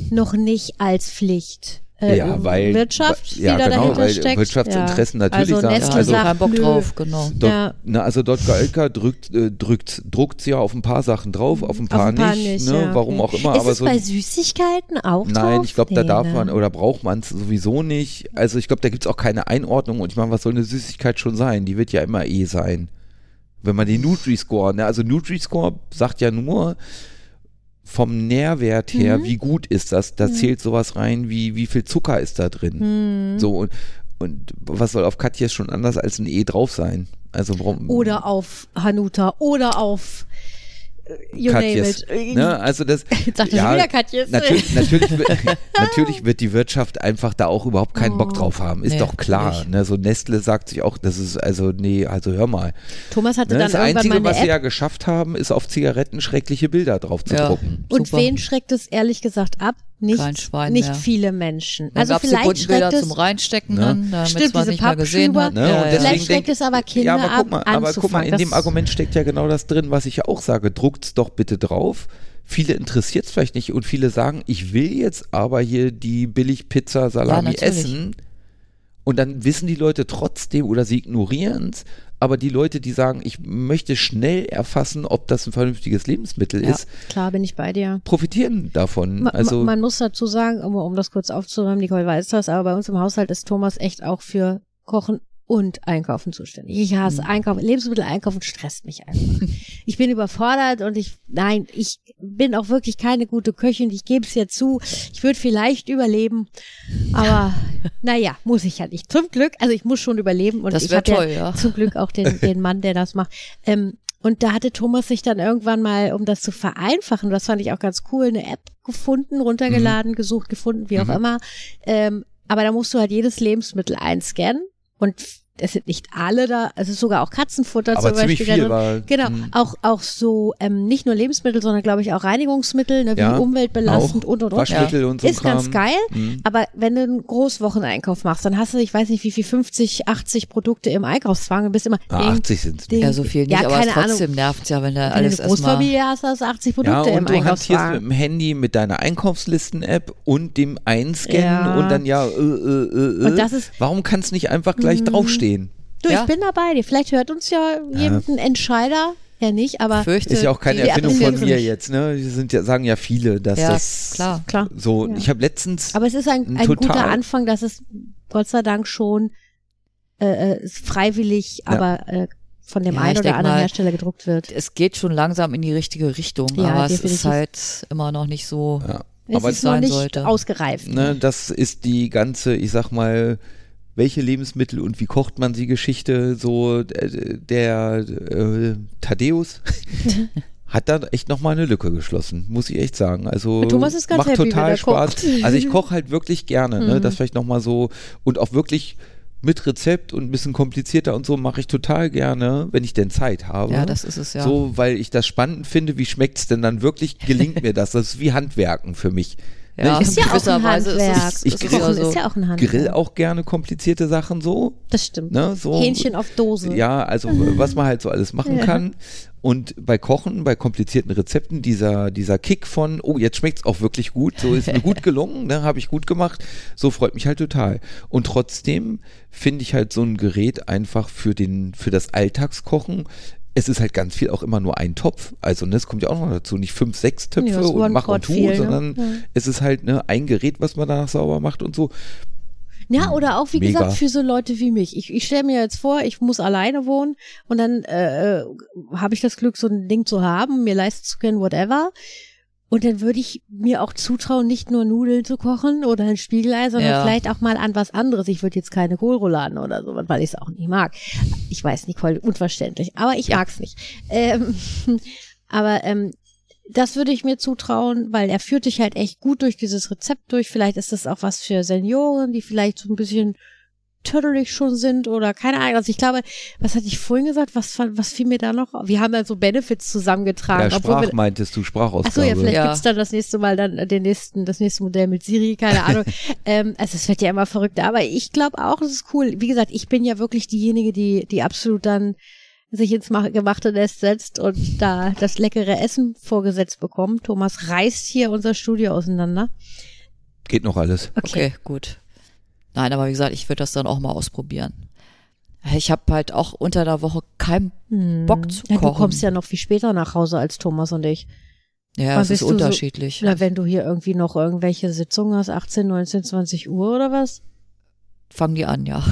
S3: noch nicht als Pflicht? Äh,
S4: Ja, weil-
S3: Wirtschaft,
S4: ja,
S3: die da
S4: genau,
S3: dahinter
S4: weil
S3: steckt.
S4: Wirtschaftsinteressen
S3: ja.
S4: natürlich
S3: also
S4: sagen,
S3: Nestle
S5: Ja, also
S3: sagt,
S5: kein Bock
S3: nö.
S5: drauf, genau.
S4: Dort,
S3: Ja.
S4: na, also dort Galka drückt äh, drückt drückt's ja auf ein paar Sachen drauf, auf ein paar,
S3: auf ein paar
S4: nicht,
S3: nicht,
S4: ne?
S3: ja,
S4: warum auch
S3: okay.
S4: immer,
S3: Ist
S4: aber
S3: es
S4: so
S3: bei Süßigkeiten auch
S4: Nein,
S3: drauf?
S4: ich glaube, da
S3: Nee,
S4: darf
S3: ne?
S4: man oder braucht man es sowieso nicht. Also ich glaube, da gibt es auch keine Einordnung. Und ich meine, was soll eine Süßigkeit schon sein? Die wird ja immer eh sein. Wenn man die Nutri-Score, ne? also Nutri-Score sagt ja nur vom Nährwert her,
S3: Mhm.
S4: wie gut ist das? Da zählt sowas rein, wie, wie viel Zucker ist da
S3: Mhm.
S4: drin. So und, und was soll auf Katjes schon anders als ein E drauf sein? Also warum?
S3: Oder auf Hanuta oder auf äh, You
S4: Katjes.
S3: name it.
S4: Ne? Also das,
S3: Jetzt sagt er schon wieder Katjes.
S4: Natürlich, natürlich, wird, natürlich wird die Wirtschaft einfach da auch überhaupt keinen
S3: Oh,
S4: Bock drauf haben. Ist
S5: Nee,
S4: doch klar.
S5: nicht.
S4: Ne? So Nestle sagt sich auch, das ist also, nee, also hör mal.
S3: Thomas hatte
S4: Ne?
S3: dann
S4: Das
S3: irgendwann mal
S4: Einzige,
S3: eine
S4: was
S3: App
S4: sie ja geschafft haben, ist auf Zigaretten schreckliche Bilder drauf zu
S5: Ja.
S4: drucken.
S3: Und
S5: Super.
S3: wen schreckt es ehrlich gesagt ab? Nicht,
S5: Kein Schwein
S3: nicht
S5: mehr.
S3: viele Menschen.
S5: Dann
S3: also
S5: gab's die
S3: vielleicht
S5: bunten
S3: schreckt
S5: Bilder
S3: es,
S5: zum Reinstecken,
S4: Ne?
S5: dann, damit
S3: Stimmt,
S5: man
S3: diese
S5: nicht mal gesehen
S3: Pappschüber.
S5: hat.
S4: Ne? Und
S5: Ja, ja.
S4: deswegen
S3: Vielleicht schreckt
S4: denk-
S3: es aber Kinder
S4: ja, aber
S3: ab,
S4: guck mal, aber guck mal, in
S3: anzufangen.
S4: dem
S3: Das-
S4: Argument steckt ja genau das drin, was ich ja auch sage. Druckt's doch bitte drauf. Viele interessiert es vielleicht nicht und viele sagen, ich will jetzt aber hier die Billigpizza Salami
S5: Ja, natürlich.
S4: essen. Und dann wissen die Leute trotzdem oder sie ignorieren es. Aber die Leute, die sagen, ich möchte schnell erfassen, ob das ein vernünftiges Lebensmittel
S5: Ja.
S4: ist,
S3: klar bin ich bei dir.
S4: profitieren davon.
S3: Ma-
S4: also
S3: ma- man muss dazu sagen, um, um das kurz aufzuräumen, Nicole weiß das, aber bei uns im Haushalt ist Thomas echt auch für Kochen und Einkaufen zuständig. Ich hasse
S5: Hm.
S3: Einkaufen, Lebensmittel einkaufen stresst mich einfach. ich bin überfordert und ich, nein, ich bin auch wirklich keine gute Köchin, ich gebe es ja zu. Ich würde vielleicht überleben, aber naja, muss ich ja nicht. Zum Glück, also ich muss schon überleben und
S5: Das
S3: ich
S5: wär
S3: habe
S5: toll,
S3: ja
S5: ja.
S3: zum Glück auch den, den Mann, der das macht. Ähm, und da hatte Thomas sich dann irgendwann mal, um das zu vereinfachen, das fand ich auch ganz cool, eine App gefunden, runtergeladen,
S4: Mhm.
S3: gesucht, gefunden, wie auch immer. Ähm, aber da musst du halt jedes Lebensmittel einscannen und es sind nicht alle da, es ist sogar auch Katzenfutter
S4: aber
S3: zum
S4: ziemlich viel
S3: Beispiel. da drin.
S4: war. Mhm. hm,
S3: Genau,
S4: mh,
S3: auch, auch so ähm, nicht nur Lebensmittel, sondern glaube ich auch Reinigungsmittel, ne, wie
S4: Ja,
S3: umweltbelastend
S4: auch
S3: und und und.
S4: Waschmittel und so. ein
S3: Ist
S4: Kram.
S3: ganz
S4: Hm.
S3: geil,
S4: Mh.
S3: aber wenn du einen Großwocheneinkauf machst, dann hast du, ich weiß nicht, wie viel, 50, 80 Produkte im Einkaufswagen und bist immer.
S4: Ah,
S3: ding,
S4: 80 sind
S3: ding.
S5: ja, so viel nicht,
S3: Ja,
S5: aber
S3: keine
S5: trotzdem
S3: Ahnung.
S5: nervt's ja, wenn da
S3: Wenn
S5: alles
S3: du eine
S5: erstmal.
S3: Großfamilie hast, hast du 80 Produkte
S4: ja, und
S3: im
S4: du hantierst mit
S3: Einkaufswagen.
S4: dem Handy, mit deiner Einkaufslisten-App und dem Einscannen
S3: Ja.
S4: und dann ja, äh, äh, äh, äh.
S3: Und das ist- Mhm.
S4: warum kann es nicht einfach gleich draufstehen?
S3: Du,
S5: Ja.
S3: ich bin dabei. Vielleicht hört uns ja jemand ein Entscheider. Ja, nicht, aber
S5: Fürchte,
S4: Ist ja auch keine
S5: die-
S4: Erfindung
S3: die-
S4: von
S3: die-
S4: mir jetzt, ne? Die sind ja, sagen ja viele, dass
S5: Ja,
S4: das
S5: klar.
S3: klar.
S4: so,
S3: Ja.
S4: ich habe letztens,
S3: Aber es ist ein, ein
S4: Total.
S3: guter Anfang, dass es Gott sei Dank schon äh, äh, ist freiwillig,
S4: Ja.
S3: aber äh, von dem
S5: Ja,
S3: einen
S5: ich
S3: oder
S5: denk
S3: anderen
S5: mal,
S3: Hersteller gedruckt wird.
S5: Es geht schon langsam in die richtige Richtung,
S3: Ja,
S5: aber es
S3: definitiv.
S5: ist halt immer noch nicht so.
S4: Ja.
S3: Es
S4: Aber
S3: ist noch
S5: sein
S3: nicht
S5: sollte.
S3: ausgereift.
S4: ne, das ist die ganze, ich sag mal, welche Lebensmittel und wie kocht man sie Geschichte, so äh, der äh, Thaddeus hat da echt nochmal eine Lücke geschlossen, muss ich echt sagen. Also
S3: Der Thomas ist ganz
S4: macht
S3: happy, wenn
S4: total
S3: er
S4: Spaß.
S3: kocht. Mhm.
S4: Also ich koche halt wirklich gerne, ne? das vielleicht nochmal so und auch wirklich mit Rezept und ein bisschen komplizierter und so mache ich total gerne, wenn ich denn Zeit habe.
S5: Ja, das ist es ja.
S4: So, weil ich das spannend finde, wie schmeckt's denn dann wirklich, gelingt mir das? Das ist wie Handwerken für mich. Ne, ich
S3: Ist ja auch ein Handwerk.
S4: ich-
S5: ist
S4: ich
S5: es
S4: grill-
S5: eher
S3: Kochen
S5: so.
S3: ist ja auch ein Handwerk.
S4: grill auch gerne komplizierte Sachen so.
S3: Das stimmt.
S4: Ne, so.
S3: Hähnchen auf Mhm. Dose.
S4: Ja, also was man halt so alles machen kann. Und bei Kochen, bei komplizierten Rezepten, dieser, dieser Kick von, oh, jetzt schmeckt's auch wirklich gut, so ist mir gut gelungen, ne, habe ich gut gemacht, so freut mich halt total. Und trotzdem finde ich halt so ein Gerät einfach für, den, für das Alltagskochen. Es ist halt ganz viel auch immer nur ein Topf. Also, ne, es kommt ja auch noch dazu. Nicht fünf, sechs Töpfe
S3: Ja, ist
S4: und mach und tu,
S3: One-Pot viel, ne?
S4: sondern
S3: Ja.
S4: es ist halt ne, ein Gerät, was man danach sauber macht und so.
S3: Ja, oder auch, wie
S4: Mega.
S3: gesagt, für so Leute wie mich. Ich, ich stelle mir jetzt vor, ich muss alleine wohnen und dann äh, äh, habe ich das Glück, so ein Ding zu haben, mir leisten zu können, whatever. Und dann würde ich mir auch zutrauen, nicht nur Nudeln zu kochen oder ein Spiegelei, sondern
S5: Ja.
S3: vielleicht auch mal an was anderes. Ich würde jetzt keine Kohlrouladen oder so, weil ich es auch nicht mag. Ich weiß, Nicole, unverständlich, aber ich mag's nicht. Ähm, aber ähm, das würde ich mir zutrauen, weil er führt dich halt echt gut durch dieses Rezept durch. Vielleicht ist das auch was für Senioren, die vielleicht so ein bisschen törtelig schon sind oder keine Ahnung. Also ich glaube, was hatte ich vorhin gesagt? Was, fa- was fiel mir da noch? Wir haben ja so Benefits zusammengetragen.
S4: Ja,
S3: obwohl
S4: Sprach
S3: wir,
S4: meintest du,
S3: Achso,
S4: Sprachausgabe.
S3: ja, vielleicht
S5: Ja.
S3: gibt's dann das nächste Mal dann äh, den nächsten, das nächste Modell mit Siri, keine Ahnung. ähm, also es wird ja immer verrückter. Aber ich glaube auch, es ist cool. Wie gesagt, ich bin ja wirklich diejenige, die, die absolut dann sich ins Mach- gemachte Nest setzt und da das leckere Essen vorgesetzt bekommt. Thomas reißt hier unser Studio auseinander.
S4: Geht noch alles.
S5: Okay, gut. Nein, aber wie gesagt, ich würde das dann auch mal ausprobieren. Ich habe halt auch unter der Woche keinen Bock zu
S3: Hm. Ja,
S5: kochen.
S3: du kommst ja noch viel später nach Hause als Thomas und ich.
S5: ja
S3: Wann
S5: es ist
S3: bist du so-
S5: unterschiedlich.
S3: Na, wenn du hier irgendwie noch irgendwelche Sitzungen hast, 18, 19, 20 Uhr oder was?
S5: Fangen die an, ja.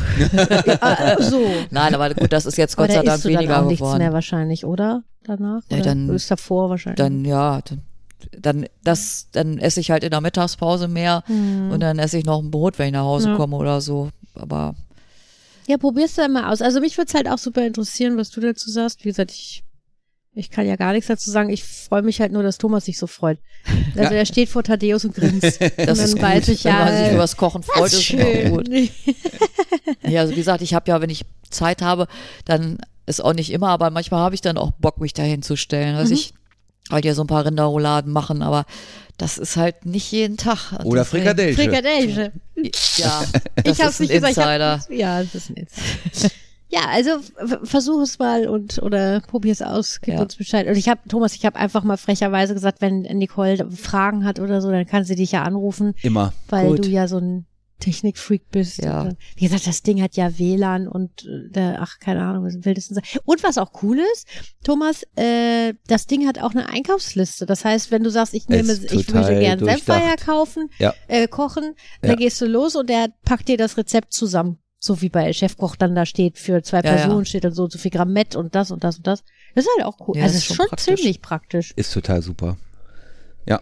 S3: ah, so.
S5: Nein, aber gut, das ist jetzt
S3: Aber
S5: Gott sei
S3: da
S5: Dank
S3: isst du dann
S5: weniger
S3: auch nichts mehr
S5: geworden.
S3: wahrscheinlich, oder? Danach?
S5: Ja,
S3: oder?
S5: dann-
S3: du bist davor wahrscheinlich.
S5: Dann ja, dann, dann das, dann esse ich halt in der Mittagspause mehr
S3: Hm.
S5: und dann esse ich noch ein Brot, wenn ich nach Hause
S3: Mhm. Ja.
S5: komme oder so. Aber
S3: ja, probier's dann mal aus. Also mich würde es halt auch super interessieren, was du dazu sagst. Wie gesagt, ich, ich kann ja gar nichts dazu sagen. Ich freue mich halt nur, dass Thomas sich so freut. Also er steht vor Thaddeus und grinst.
S5: das
S3: und
S5: ist
S3: dann
S5: gut,
S3: weiß ich
S5: wenn
S3: ja. äh,
S5: man sich über das Kochen freut,
S3: das ist
S5: ist es
S3: schön.
S5: auch gut. Ja, also wie gesagt, ich habe ja, wenn ich Zeit habe, dann ist auch nicht immer, aber manchmal habe ich dann auch Bock, mich dahin zu stellen.
S3: Mhm.
S5: Also ich halt ja so ein paar Rinderrouladen machen, aber das ist halt nicht jeden Tag. Und
S4: Oder
S5: deswegen-
S4: Frikadellchen.
S3: Frikadelle.
S5: Ja,
S3: ich
S5: das ist
S3: hab's
S5: ein
S3: nicht gesagt. Ich
S5: Insider.
S3: hab's- ja, das ist ein Insider. Ja, also v- versuch es mal und oder probier es aus, gib
S5: Ja.
S3: uns Bescheid. Und ich habe, Thomas, ich habe einfach mal frecherweise gesagt, wenn Nicole Fragen hat oder so, dann kann sie dich ja anrufen,
S4: Immer.
S3: weil
S5: Gut.
S3: du ja so ein Technikfreak bist.
S5: Ja.
S3: Und dann- Wie gesagt, das Ding hat ja WLAN und äh, da, ach, keine Ahnung, was wildesten Sa- Und was auch cool ist, Thomas, äh, das Ding hat auch eine Einkaufsliste. Das heißt, wenn du sagst, ich nehme,
S4: Ist
S3: ich
S4: total
S3: würde gerne Senfeier
S4: durchdacht.
S3: kaufen,
S4: Ja.
S3: äh, kochen,
S4: Ja.
S3: dann gehst du los und der packt dir das Rezept zusammen. So wie bei Chefkoch dann da steht, für zwei
S5: Ja, ja.
S3: Personen steht dann so und so viel Gramm Met und das und das und das. Das ist halt auch cool.
S5: Ja,
S3: also
S5: ist
S3: ist schon,
S5: schon praktisch.
S3: ziemlich praktisch.
S4: Ist total super. Ja,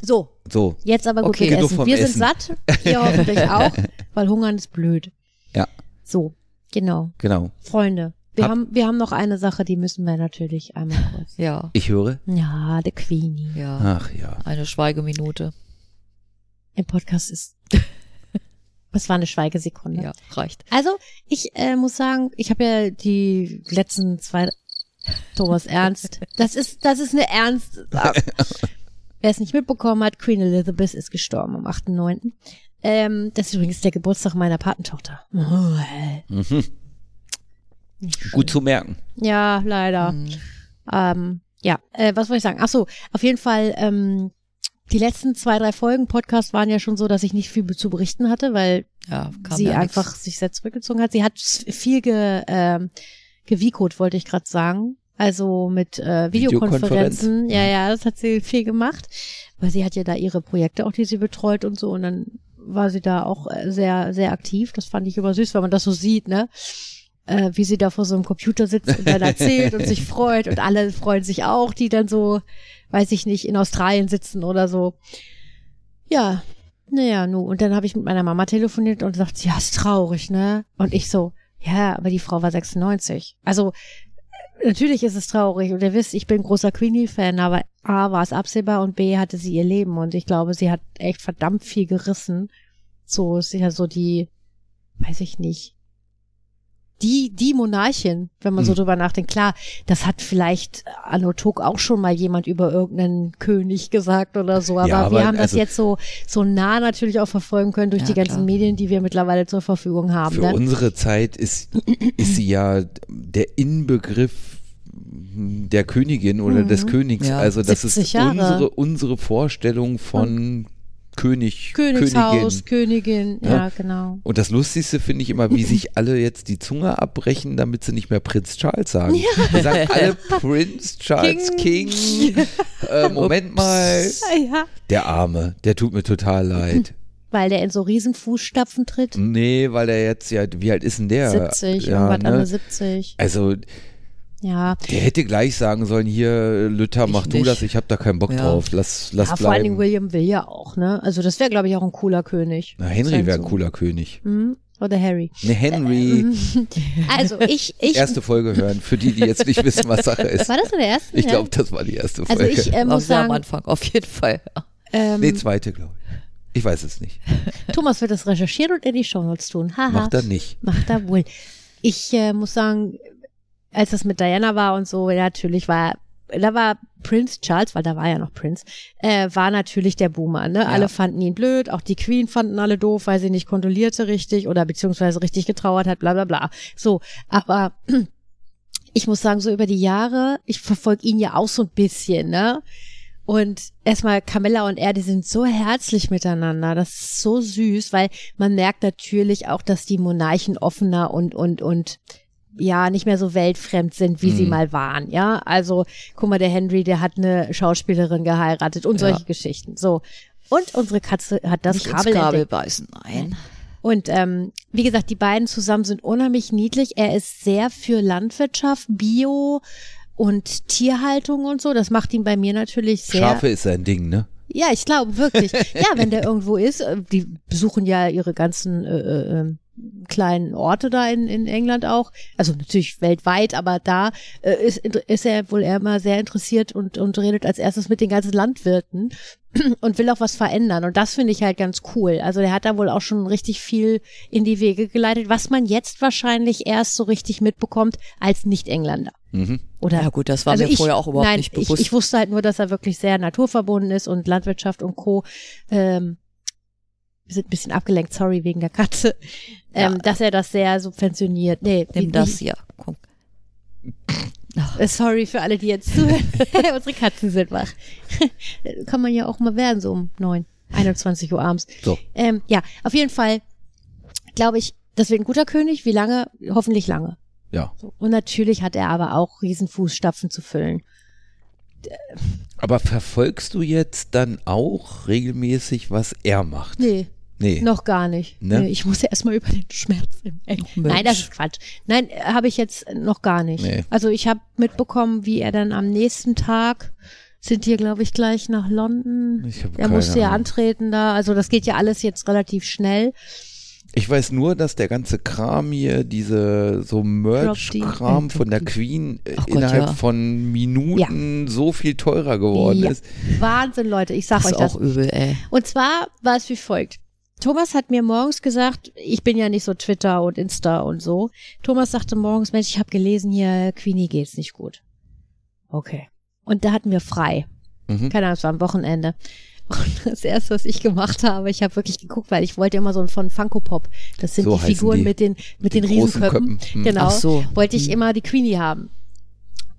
S3: So,
S4: so.
S3: jetzt aber gut
S5: Okay.
S3: mit
S4: Genug
S3: Essen.
S4: vom
S3: Wir
S4: Essen.
S3: sind satt, ihr hoffentlich auch, weil hungern ist blöd.
S4: Ja,
S3: So, genau.
S4: genau.
S3: Freunde, wir,
S4: Hab-
S3: haben, wir haben noch eine Sache, die müssen wir natürlich einmal kurz.
S5: Ja,
S4: Ich höre.
S3: Ja, The Queenie.
S5: ja.
S4: Ach ja.
S5: Eine Schweigeminute.
S3: Im Podcast ist. Das war eine Schweigesekunde.
S5: Ja, reicht.
S3: Also, ich äh, muss sagen, ich habe ja die letzten zwei. Thomas Ernst. Das ist, das ist eine Ernst. ah. Wer es nicht mitbekommen hat, Queen Elizabeth ist gestorben am 8.9. Ähm, das ist übrigens der Geburtstag meiner Patentochter. Oh, ey. Nicht schön.
S4: Gut zu merken.
S3: Ja, leider. Ähm, ja, äh, was wollte ich sagen? Ach so, auf jeden Fall, ähm, die letzten zwei, drei Folgen Podcast waren ja schon so, dass ich nicht viel zu berichten hatte, weil
S5: Ja, kam
S3: sie
S5: ja nix.
S3: einfach sich sehr zurückgezogen hat. Sie hat s- viel ge, ähm, gewiekot, wollte ich gerade sagen. Also mit äh, Videokonferenzen.
S4: Videokonferenz.
S3: Ja, ja, das hat sie viel gemacht. Weil sie hat ja da ihre Projekte auch, die sie betreut und so. Und dann war sie da auch äh, sehr, sehr aktiv. Das fand ich immer süß, wenn man das so sieht, ne? äh, wie sie da vor so einem Computer sitzt und dann erzählt und sich freut und alle freuen sich auch, die dann so, weiß ich nicht, in Australien sitzen oder so. Ja, naja, nu. Und dann habe ich mit meiner Mama telefoniert und sagt, ja, ist traurig, ne? Und ich so, ja, aber die Frau war 96. Also natürlich ist es traurig und ihr wisst, ich bin großer Queenie-Fan, aber A war es absehbar und B hatte sie ihr Leben und ich glaube, sie hat echt verdammt viel gerissen. So ist ja so die, weiß ich nicht, die, die Monarchin, wenn
S4: Mhm.
S3: man so drüber nachdenkt. Klar, das hat vielleicht Anno Tok auch schon mal jemand über irgendeinen König gesagt oder so, aber,
S4: Ja,
S3: wir
S4: aber
S3: haben das
S4: also-
S3: jetzt so, so nah natürlich auch verfolgen können durch
S5: Ja,
S3: die ganzen
S5: klar.
S3: Medien, die wir mittlerweile zur Verfügung haben.
S4: Für
S3: ne?
S4: unsere Zeit ist, ist sie ja der Inbegriff der Königin oder des Königs.
S5: Ja.
S4: Also das ist
S3: 70 Mhm. Jahre.
S4: unsere, unsere Vorstellung von König,
S3: Königshaus,
S4: Königin.
S3: Königin, ja,
S4: Ja.
S3: genau.
S4: Und das Lustigste finde ich immer, wie sich alle jetzt die Zunge abbrechen, damit sie nicht mehr Prinz Charles sagen. Die sagen alle Prinz Charles King. Äh, Moment mal.
S3: Ja,
S4: Der Arme, der tut mir total leid.
S3: weil der in so riesen Fußstapfen tritt.
S4: Nee, weil der jetzt ja, wie alt ist denn der?
S3: 70,
S4: ja,
S3: irgendwas
S4: ne?
S3: Anne 70.
S4: Also
S3: Ja.
S4: Der hätte gleich sagen sollen, hier, Lütter,
S5: Ich
S4: mach du
S5: nicht.
S4: das, ich hab da keinen Bock
S5: Ja.
S4: drauf, lass, lass
S3: ja, vor allen Dingen
S4: bleiben.
S3: William will ja auch, ne? Also das wäre, glaube ich, auch ein cooler König.
S4: Na, Henry wäre
S3: Sein
S4: ein
S3: Sohn.
S4: cooler König.
S3: Hm? Oder Harry.
S4: Ne, Henry,
S3: Also ich, ich,
S4: erste Folge hören, für die, die jetzt nicht wissen, was Sache ist.
S3: war das in der ersten?
S4: Ich
S3: ja?
S4: glaube, das war die erste
S3: Also
S4: Folge.
S3: ich äh,
S5: Auch
S3: muss
S5: sehr am
S3: sagen,
S5: Anfang, auf jeden Fall. Ja.
S3: ähm,
S4: nee, zweite, glaube ich. Ich weiß es nicht.
S3: Thomas wird das recherchieren und in die Shownotes tun. Haha.
S4: Macht er nicht.
S3: Macht er wohl. Ich äh, muss sagen, als das mit Diana war und so, ja, natürlich war, da war Prince Charles, weil da war ja noch Prince, äh, war natürlich der Boomer. Ne? Alle fanden ihn blöd, auch die Queen fanden alle doof, weil sie nicht kontrollierte richtig oder beziehungsweise richtig getrauert hat, bla bla bla. So, aber ich muss sagen, so über die Jahre, ich verfolge ihn ja auch so ein bisschen, ne? Und erstmal Camilla und er, die sind so herzlich miteinander. Das ist so süß, weil man merkt natürlich auch, dass die Monarchen offener und, und, und ja, nicht mehr so weltfremd sind, wie sie
S4: Mhm.
S3: mal waren. Ja, also guck mal, der Henry, der hat eine Schauspielerin geheiratet und
S5: Ja.
S3: solche Geschichten. So. Und unsere Katze hat das
S5: nicht
S3: Kabel,
S5: ins Kabel
S3: entdeckt.
S5: beißen, nein.
S3: Und ähm, wie gesagt, die beiden zusammen sind unheimlich niedlich. Er ist sehr für Landwirtschaft, Bio und Tierhaltung und so. Das macht ihn bei mir natürlich sehr.
S4: Schafe ist sein Ding, ne?
S3: Ja, ich glaube wirklich. ja, wenn der irgendwo ist, äh, die besuchen ja ihre ganzen äh, äh, ähm, kleinen Orte da in, in England auch. Also natürlich weltweit, aber da äh, ist, ist er wohl immer sehr interessiert und, und redet als erstes mit den ganzen Landwirten und will auch was verändern. Und das finde ich halt ganz cool. Also der hat da wohl auch schon richtig viel in die Wege geleitet, was man jetzt wahrscheinlich erst so richtig mitbekommt als Nicht-Engländer.
S4: Mhm.
S3: Oder
S5: Ja gut, das war mir vorher auch überhaupt
S3: Also nein,
S5: nicht bewusst.
S3: Ich, ich wusste halt nur, dass er wirklich sehr naturverbunden ist und Landwirtschaft und Co. Ähm, wir sind ein bisschen abgelenkt, sorry, wegen der Katze. Ähm,
S5: Ja.
S3: Dass er das sehr subventioniert. Nee, wie-
S5: Nimm das
S3: wie-
S5: hier. Guck.
S3: äh, Sorry für alle, die jetzt zuhören. Unsere Katzen sind wach. Kann man ja auch mal werden, so um neun, 21 Uhr abends.
S4: So.
S3: Ähm, ja, auf jeden Fall glaube ich, deswegen guter König. Wie lange? Hoffentlich lange.
S4: Ja.
S3: So. Und natürlich hat er aber auch riesen Fußstapfen zu füllen.
S4: Aber verfolgst du jetzt dann auch regelmäßig, was er macht?
S3: Nee,
S4: Nee.
S3: Noch gar nicht.
S4: Ne?
S3: Nee, ich muss ja erstmal über den Schmerz hinweg.
S5: Mensch.
S3: Nein, das ist Quatsch. Nein, äh, habe ich jetzt noch gar nicht.
S4: Nee.
S3: Also ich habe mitbekommen, wie er dann am nächsten Tag sind hier, glaube ich, gleich nach London.
S4: Ich hab
S3: er
S4: keine
S3: musste ja
S4: Ahnung.
S3: antreten da. Also das geht ja alles jetzt relativ schnell.
S4: Ich weiß nur, dass der ganze Kram hier, diese so Merch-Kram von der Queen äh,
S5: Ach Gott,
S4: innerhalb
S5: ja.
S4: von Minuten so viel teurer geworden
S3: Ja.
S4: ist.
S3: Wahnsinn, Leute. Ich sag
S5: Das ist
S3: euch das.
S5: auch übel, ey.
S3: Und zwar war es wie folgt. Thomas hat mir morgens gesagt, ich bin ja nicht so Twitter und Insta und so. Thomas sagte morgens, Mensch, ich habe gelesen hier, Queenie geht's nicht gut. Okay. Und da hatten wir frei.
S4: Mhm.
S3: Keine Ahnung, es war am Wochenende. Und das erste, was ich gemacht habe, ich habe wirklich geguckt, weil ich wollte immer so ein von Funko Pop. Das sind
S4: So
S3: die
S4: heißen
S3: Figuren
S4: die.
S3: mit den mit
S4: Die
S3: den
S4: großen
S3: Riesenköpfen.
S4: Köppen. Hm.
S3: Genau.
S5: Ach so.
S3: Wollte ich immer die Queenie haben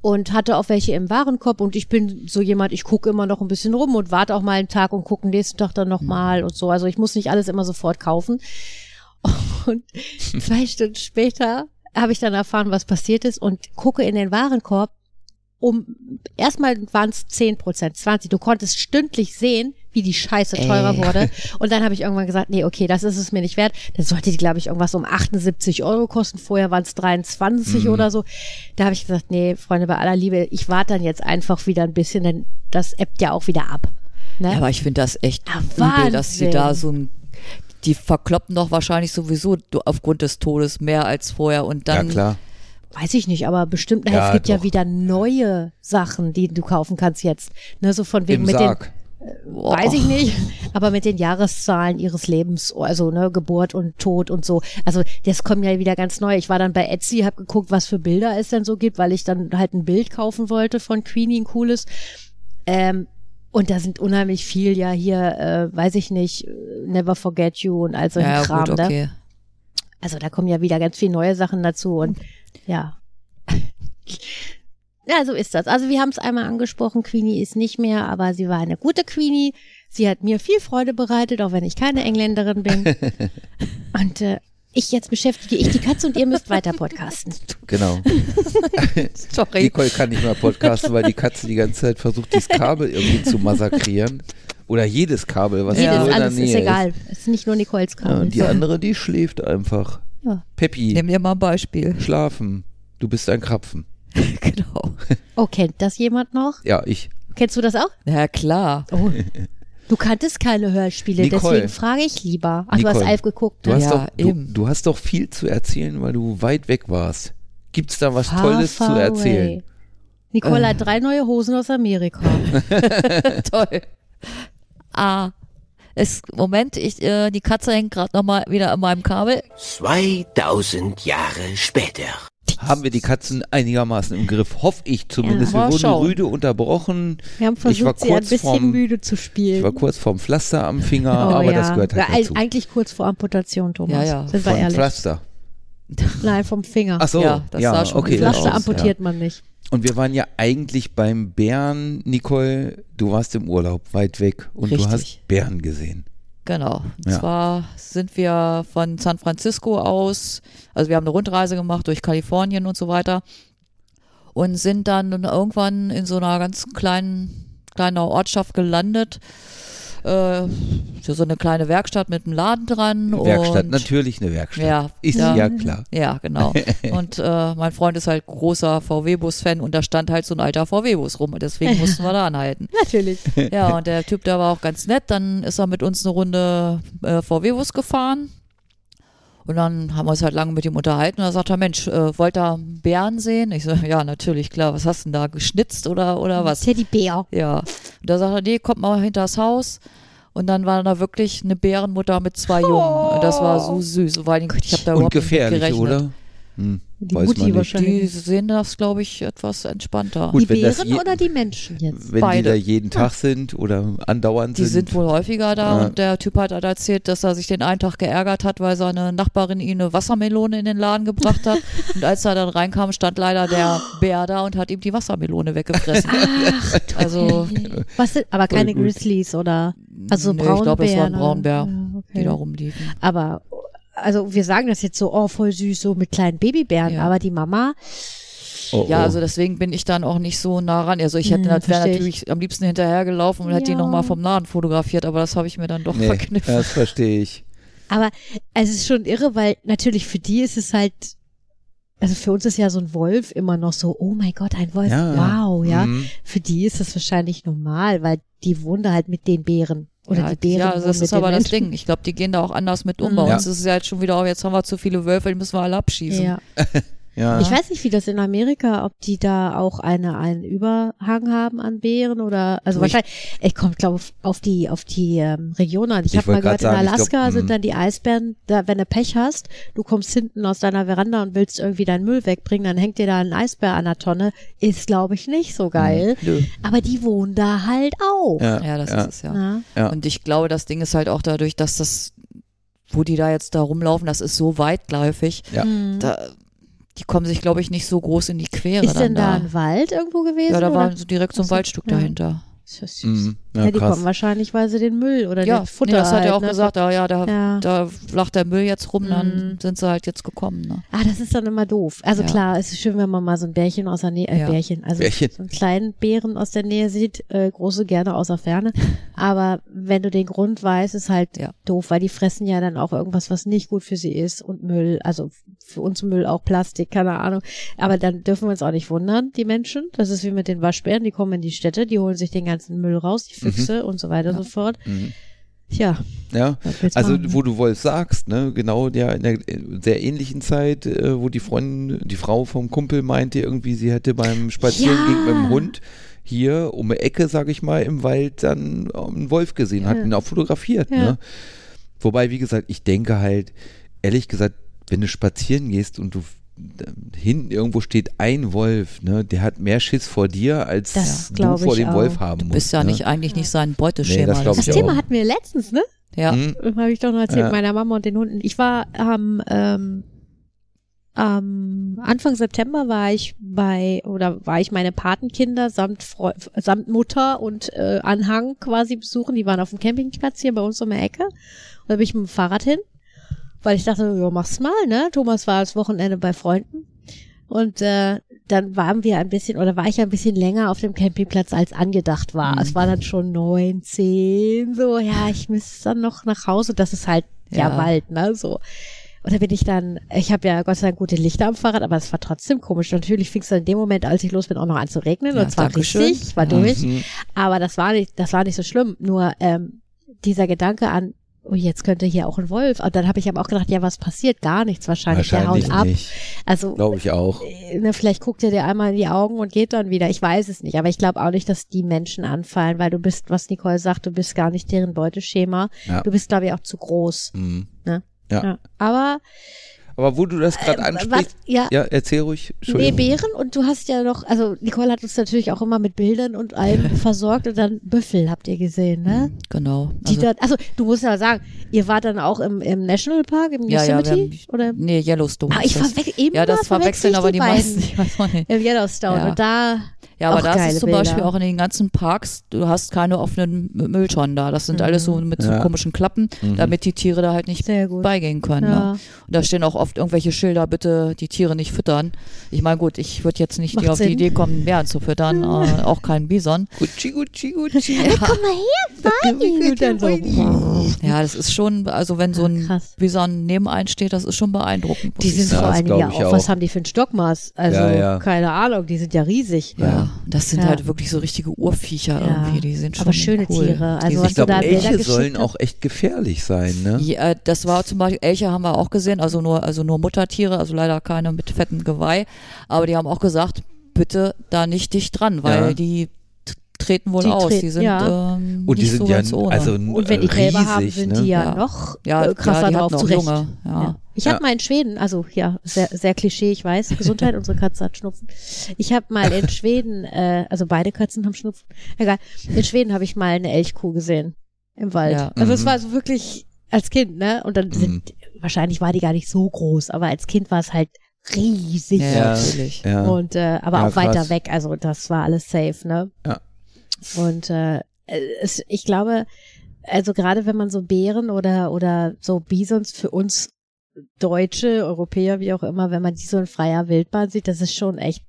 S3: und hatte auch welche im Warenkorb und ich bin so jemand, ich gucke immer noch ein bisschen rum und warte auch mal einen Tag und gucke nächsten Tag dann nochmal mal und so. Also ich muss nicht alles immer sofort kaufen. Und zwei Stunden später habe ich dann erfahren, was passiert ist und gucke in den Warenkorb. Um erstmal waren es 10 Prozent, 20. Du konntest stündlich sehen, wie die Scheiße teurer
S5: Ey.
S3: wurde. Und dann habe ich irgendwann gesagt, nee, okay, das ist es mir nicht wert. Dann sollte die, glaube ich, irgendwas um 78 Euro kosten. Vorher waren es
S4: Mhm.
S3: 23 oder so. Da habe ich gesagt, nee, Freunde, bei aller Liebe, ich warte dann jetzt einfach wieder ein bisschen, denn das ebbt ja auch wieder ab. Ne?
S5: Ja, aber ich finde das echt
S3: Ah,
S5: übel, dass sie
S3: Wahnsinn.
S5: da so ein. Die verkloppen doch wahrscheinlich sowieso do- aufgrund des Todes mehr als vorher und dann.
S4: ja, klar.
S3: Weiß ich nicht, aber bestimmt, na,
S4: Ja,
S3: es gibt ja
S4: doch.
S3: wieder neue Sachen, die du kaufen kannst jetzt. Ne, so von wegen
S4: Im
S3: mit den,
S4: Sarg.
S5: Boah.
S3: weiß ich nicht, aber mit den Jahreszahlen ihres Lebens, also ne, Geburt und Tod und so. Also das kommen ja wieder ganz neu. Ich war dann bei Etsy, habe geguckt, was für Bilder es denn so gibt, weil ich dann halt ein Bild kaufen wollte von Queenie, ein cooles. Ähm, und da sind unheimlich viel ja hier, äh, weiß ich nicht, Never Forget You und all solchen
S5: Ja,
S3: Kram.
S5: gut,
S3: ne?
S5: okay.
S3: Also da kommen ja wieder ganz viele neue Sachen dazu und ja. Ja, so ist das. Also wir haben es einmal angesprochen, Queenie ist nicht mehr, aber sie war eine gute Queenie. Sie hat mir viel Freude bereitet, auch wenn ich keine Engländerin bin. Und äh, ich jetzt beschäftige ich die Katze und ihr müsst weiter podcasten.
S4: Genau.
S5: Sorry.
S4: Nicole kann nicht mehr podcasten, weil die Katze die ganze Zeit versucht, dieses Kabel irgendwie zu massakrieren. Oder jedes Kabel, was
S5: Jedes,
S4: irgendwo in
S3: Jedes,
S4: der
S3: alles
S4: Nähe
S3: ist
S4: ist.
S3: egal. Es ist nicht nur Nicole's
S4: Ja,
S3: Kabel.
S4: und die andere, die schläft einfach.
S3: Ja.
S4: Peppi,
S5: Nimm dir mal ein Beispiel.
S4: schlafen. Du bist ein Krapfen.
S5: genau.
S3: oh, kennt das jemand noch?
S4: Ja, ich.
S3: Kennst du das auch?
S5: Ja, klar.
S3: Oh. Du kanntest keine Hörspiele,
S4: Nicole.
S3: deswegen frage ich lieber. Ach, du hast
S4: Nicole,
S3: Alf geguckt.
S4: Du
S3: ne?
S4: hast,
S5: Ja,
S4: doch, du,
S5: eben.
S4: du hast doch viel zu erzählen, weil du weit weg warst. Gibt's da was
S3: Far,
S4: Tolles
S3: far
S4: zu erzählen?
S3: away. Nicole hat drei neue Hosen aus Amerika.
S5: Toll. Ah. Es, Moment, ich, äh, die Katze hängt gerade nochmal wieder an meinem Kabel.
S2: 2000 Jahre später.
S4: Haben wir die Katzen einigermaßen im Griff? Hoffe ich zumindest.
S5: mal
S4: wir wurden
S5: schauen.
S4: rüde unterbrochen.
S3: Wir haben
S4: ich war
S3: versucht, sie ein
S4: kurz
S3: bisschen
S4: vorm,
S3: müde zu
S4: Ich war
S3: spielen. Oh,
S4: kurz vorm Pflaster am Finger,
S5: Oh
S4: aber das gehört halt
S3: Oder eig-
S4: dazu.
S3: Eigentlich kurz vor Amputation, Thomas.
S5: Ja, ja.
S3: Sind wir
S4: Von
S3: ehrlich.
S4: Pflaster.
S3: Nein, vom Finger.
S4: Ach so,
S5: Ja, das sah schon
S4: okay,
S5: übel
S4: das
S5: aus,
S3: Pflaster
S4: aus,
S3: amputiert man
S4: Ja.
S3: nicht.
S4: Und wir waren ja eigentlich beim Bären, Nicole. Du warst im Urlaub weit weg und du
S5: Richtig.
S4: hast Bären gesehen.
S5: Genau. Und
S4: Ja.
S5: zwar sind wir von San Francisco aus, also wir haben eine Rundreise gemacht durch Kalifornien und so weiter und sind dann irgendwann in so einer ganz kleinen, kleiner Ortschaft gelandet. Äh, so eine kleine Werkstatt mit einem Laden dran.
S4: Werkstatt,
S5: und
S4: natürlich eine Werkstatt.
S5: Ja,
S4: Ist
S5: ja.
S4: ja, klar.
S5: Ja, genau. Und äh, mein Freund ist halt großer VW-Bus-Fan und da stand halt so ein alter VW-Bus rum. Deswegen mussten wir da anhalten.
S3: Natürlich.
S5: Ja, und der Typ, der war auch ganz nett. Dann ist er mit uns eine Runde äh, VW-Bus gefahren. Und dann haben wir uns halt lange mit ihm unterhalten. Und er sagt er, Mensch, äh, wollt ihr einen Bären sehen? Ich so, ja, natürlich, klar. Was hast du denn da geschnitzt oder, oder was?
S3: Teddybär.
S5: Ja. Und da sagt er, nee, kommt mal hinter das Haus. Und dann war da wirklich eine Bärenmutter mit zwei Jungen. Und Das war so süß. Vor allen Dingen, ich habe da
S4: Und
S5: überhaupt nicht mit
S4: gefährlich,
S5: gerechnet.
S4: oder? Hm, weiß
S3: Die
S4: man
S3: Mutti
S4: nicht.
S5: Die
S3: wahrscheinlich.
S5: sehen das, glaube ich, etwas entspannter.
S4: Gut,
S3: die
S4: wenn das
S3: Bären
S4: je-
S3: oder die Menschen jetzt?
S4: Wenn die
S5: Beide.
S4: da jeden Tag sind oder andauernd
S5: Die sind wohl häufiger da
S4: Ja.
S5: und der Typ hat halt erzählt, dass er sich den einen Tag geärgert hat, weil seine Nachbarin ihm eine Wassermelone in den Laden gebracht hat. und als er dann reinkam, stand leider der Bär da und hat ihm die Wassermelone weggefressen. also,
S3: Was sind, aber keine
S4: gut.
S3: Grizzlies oder also so
S5: nee,
S3: Braunbären.
S5: ich glaube, es war ein
S3: oder-
S5: Braunbär,
S3: Ja, okay.
S5: die da rumliefen.
S3: Aber, also wir sagen das jetzt so, oh, voll süß, so mit kleinen Babybären,
S5: Ja.
S3: aber die Mama,
S4: oh,
S5: Ja,
S4: oh.
S5: also deswegen bin ich dann auch nicht so nah ran. Also ich hätte
S3: Hm,
S5: das wäre
S3: versteh ich.
S5: natürlich am liebsten hinterhergelaufen und hätte die
S3: Ja.
S5: nochmal vom Laden fotografiert, aber das habe ich mir dann doch
S4: nee,
S5: verkniffen.
S4: das verstehe ich.
S3: Aber es ist schon irre, weil natürlich für die ist es halt, also für uns ist ja so ein Wolf immer noch so, oh mein Gott, ein Wolf,
S4: Ja.
S3: wow, ja.
S5: Mhm.
S4: Hm.
S3: Für die ist das wahrscheinlich normal, weil die wohnen da halt mit den Bären. Oder
S5: ja,
S3: die Bären.
S5: ja,
S3: wohnen
S5: das
S3: mit
S5: ist
S3: den
S5: aber das
S3: Menschen. Mhm.
S5: Ding. Ich glaube, die gehen da auch anders mit um. Bei
S4: Ja.
S5: uns ist es ja jetzt schon wieder, oh, jetzt haben wir zu viele Wölfe, die müssen wir alle abschießen.
S3: Ja.
S4: Ja. Hm,
S3: Ich weiß nicht, wie das in Amerika, ob die da auch eine, einen Überhang haben an Bären oder also
S5: Du, ich-
S3: wahrscheinlich, ich komme glaube auf die auf die ähm, Region an. Ich,
S4: Ich
S3: hab habe mal
S4: wollt grad
S3: gehört,
S4: sagen,
S3: in
S4: ich glaub,
S3: Alaska
S4: mm.
S3: sind dann die Eisbären, da, wenn du Pech hast, du kommst hinten aus deiner Veranda und willst irgendwie deinen Müll wegbringen, dann hängt dir da ein Eisbär an der Tonne. Ist glaube ich nicht so geil.
S4: Nö.
S3: Aber die wohnen da halt auch.
S4: Mhm.
S3: ne?
S4: Ja,
S5: Ja, das ist es ja.
S3: Na?
S4: Ja.
S5: Und ich glaube, das Ding ist halt auch dadurch, dass das, wo die da jetzt da rumlaufen, das ist so weitläufig.
S4: Ja.
S5: Da, die kommen sich, glaube ich, nicht so groß in die Quere
S3: Mhm. Ist
S5: dann
S3: denn da
S5: da.
S3: ein Wald irgendwo gewesen?
S5: ja, da
S3: oder?
S5: war so direkt so ein
S3: Ach so,
S5: Waldstück
S3: ja.
S5: dahinter.
S3: Ist ja süß.
S4: Mhm.
S3: Ja,
S4: Ja,
S3: die
S4: krass.
S3: kommen wahrscheinlich, weil sie den Müll oder
S5: Ja,
S3: den Futter.
S5: nee, das hat
S3: halt,
S5: er auch
S3: ne?
S5: gesagt. Ah, ja, da,
S3: Ja. Mhm.
S5: da lag der Müll jetzt rum, dann sind sie halt jetzt gekommen. Ne?
S3: Ah, das ist dann immer doof. Also
S5: Ja.
S3: klar, es ist schön, wenn man mal so ein Bärchen aus der Nähe, äh,
S5: Ja.
S3: Bärchen, also
S4: Bärchen.
S3: so einen kleinen Bären aus der Nähe sieht, äh, große gerne aus der Ferne. Aber wenn du den Grund weißt, ist halt
S5: Ja.
S3: doof, weil die fressen ja dann auch irgendwas, was nicht gut für sie ist und Müll, also für uns Müll auch Plastik, keine Ahnung. Aber dann dürfen wir uns auch nicht wundern, die Menschen. Das ist wie mit den Waschbären, die kommen in die Städte, die holen sich den ganzen Müll raus, die Füchse und so weiter und so fort. Tja,
S4: Ja,
S3: Was willst du
S4: also
S3: machen, ne?
S4: wo du Wolf sagst, ne, genau ja, in der in sehr ähnlichen Zeit, äh, wo die Freundin, die Frau vom Kumpel meinte irgendwie, sie hätte beim Spazierengehen
S3: Ja.
S4: mit dem Hund hier um die Ecke, sag ich mal, im Wald dann ähm, einen Wolf gesehen, hat ihn auch fotografiert.
S3: Ja.
S4: Ne? Wobei, wie gesagt, ich denke halt, ehrlich gesagt, wenn du spazieren gehst und du f- da hinten irgendwo steht ein Wolf, ne, der hat mehr Schiss vor dir, als
S3: Das
S4: du
S3: glaub
S4: vor
S3: ich
S4: dem
S3: auch.
S4: Wolf haben
S5: Du
S4: musst.
S5: bist ja
S4: ne?
S5: nicht eigentlich nicht sein Beuteschema.
S4: Nee, das glaub
S3: das
S4: ich
S3: Thema
S4: auch.
S3: hatten wir letztens, ne?
S5: ja.
S4: Mhm.
S3: habe ich doch noch erzählt,
S4: Ja.
S3: meiner Mama und den Hunden. Ich war am, ähm, am Anfang September war ich bei oder war ich meine Patenkinder samt Freu samt Mutter und äh, Anhang quasi besuchen. Die waren auf dem Campingplatz hier bei uns um die Ecke. Und da bin ich mit dem Fahrrad hin, weil ich dachte, jo, mach's mal, ne? Thomas war das Wochenende bei Freunden. Und äh, dann waren wir ein bisschen, oder war ich ein bisschen länger auf dem Campingplatz, als angedacht
S5: Mhm.
S3: war. Es war dann schon neun, zehn, so, ja, ich müsste dann noch nach Hause. Das ist halt ja,
S5: Ja.
S3: Wald, ne? So. Und da bin ich dann, ich habe ja Gott sei Dank gute Lichter am Fahrrad, aber es war trotzdem komisch. Natürlich fing es dann in dem Moment, als ich los bin, auch noch an zu regnen.
S5: Ja,
S3: und zwar
S5: Dankeschön.
S3: richtig, ich war
S5: Ja. Mhm.
S3: durch. Aber das war nicht, das war nicht so schlimm. Nur ähm, dieser Gedanke an, oh, jetzt könnte hier auch ein Wolf. Und dann habe ich aber auch gedacht, ja, was passiert? Gar nichts wahrscheinlich.
S4: Wahrscheinlich
S3: der haut
S4: nicht.
S3: ab. Also
S4: Glaube ich auch.
S3: äh, ne, vielleicht guckt er dir einmal in die Augen und geht dann wieder. Ich weiß es nicht, aber ich glaube auch nicht, dass die Menschen anfallen, weil du bist, was Nicole sagt, du bist gar nicht deren Beuteschema.
S4: Ja.
S3: Du bist, glaube ich, auch zu groß.
S4: Mhm.
S3: Ne?
S4: Ja.
S3: Ja. Aber
S4: Aber wo du das gerade
S3: was,
S4: ansprichst,
S3: ja,
S4: ja, erzähl ruhig.
S3: Nee,
S4: Entschuldigung.
S3: Bären und du hast ja noch, also Nicole hat uns natürlich auch immer mit Bildern und allem versorgt und dann Büffel habt ihr gesehen, ne?
S4: Mhm.
S5: Genau.
S3: Die dann, also du musst ja sagen, ihr wart dann auch im, im Nationalpark, im
S5: ja, ja, wir
S3: Yosemite?
S5: haben,
S3: oder?
S5: Nee, Yellowstone.
S3: Ah, ich
S5: ist das.
S3: verwechsel eben
S5: Ja,
S3: mal
S5: das
S3: verwechsel
S5: verwechseln
S3: ich
S5: aber
S3: die
S5: die
S3: beiden.
S5: meisten. Ich weiß auch nicht.
S3: Im Yellowstone.
S5: Ja.
S3: Und da.
S5: Ja, aber
S3: auch
S5: das
S3: geile
S5: ist zum
S3: Bilder.
S5: Beispiel auch in den ganzen Parks, du hast keine offenen M- Mülltonnen da. Das sind alles so mit so
S4: Ja.
S5: komischen Klappen, damit die Tiere da halt nicht
S3: Mhm. Sehr gut.
S5: beigehen können.
S3: Ja.
S5: Ne? Und da stehen auch oft irgendwelche Schilder, bitte die Tiere nicht füttern. Ich meine, gut, ich würde jetzt nicht
S3: Macht
S5: auf
S3: Sinn.
S5: die Idee kommen, Bären zu füttern, äh, auch keinen Bison.
S4: Gucci, Gucci, Gucci.
S3: Komm mal her, Barney. Und dann so,
S5: Ja, das ist schon, also wenn so ein
S3: Ah, Krass.
S5: Bison nebenein steht, das ist schon beeindruckend. muss
S3: die
S5: ich
S3: sind
S5: sagen.
S3: vor
S4: das
S3: allen Dingen
S4: glaub
S3: ja
S4: ich
S3: auch,
S4: auch.
S3: was haben die für ein Stockmaß? Also,
S4: Ja, ja.
S3: keine Ahnung, die sind ja riesig.
S5: ja, das sind
S3: Ja.
S5: halt wirklich so richtige Urviecher irgendwie, die sind schon
S3: aber schöne
S5: cool.
S3: Tiere.
S5: Die
S3: Also,
S5: sind
S3: was
S4: Ich
S3: du
S4: glaube,
S3: da Bilder
S4: Elche
S3: geschickt
S4: sollen
S3: hast.
S4: auch echt gefährlich sein, ne?
S5: Ja, äh, das war zum Beispiel, Elche haben wir auch gesehen, also nur, also nur Muttertiere, also leider keine mit fettem Geweih. Aber die haben auch gesagt, bitte da nicht dicht dran, weil
S4: Ja.
S5: die t- treten wohl
S3: Die
S5: aus.
S3: treten,
S5: die sind,
S3: ja.
S5: ähm,
S4: Und die
S5: nicht
S4: sind
S5: so
S4: ja,
S5: ganz ohne.
S4: also
S3: Und wenn die
S4: riesig,
S3: Gräber haben, sind
S4: ne?
S3: die ja,
S5: Ja.
S3: noch
S5: ja,
S3: äh, krasser
S5: ja, die hatten
S3: drauf
S5: auch
S3: zurecht.
S5: Junge, ja.
S3: Ja. Ich habe
S4: Ja.
S3: mal in Schweden, also ja, sehr, sehr Klischee, ich weiß, Gesundheit, unsere Katze hat Schnupfen. Ich habe mal in Schweden, äh, also beide Katzen haben Schnupfen, egal, in Schweden habe ich mal eine Elchkuh gesehen im Wald.
S5: Ja.
S3: Also es
S4: Mhm.
S3: war so wirklich als Kind, ne? Und dann sind, wahrscheinlich war die gar nicht so groß, aber als Kind war es halt riesig.
S5: Ja,
S4: Ja.
S5: natürlich.
S4: Ja.
S3: Und äh, aber
S4: Ja,
S3: auch weiter
S4: krass.
S3: weg, also das war alles safe, ne?
S4: Ja.
S3: Und äh, es, ich glaube, also gerade wenn man so Bären oder oder so Bisons für uns Deutsche, Europäer, wie auch immer, wenn man die so in freier Wildbahn sieht, das ist schon echt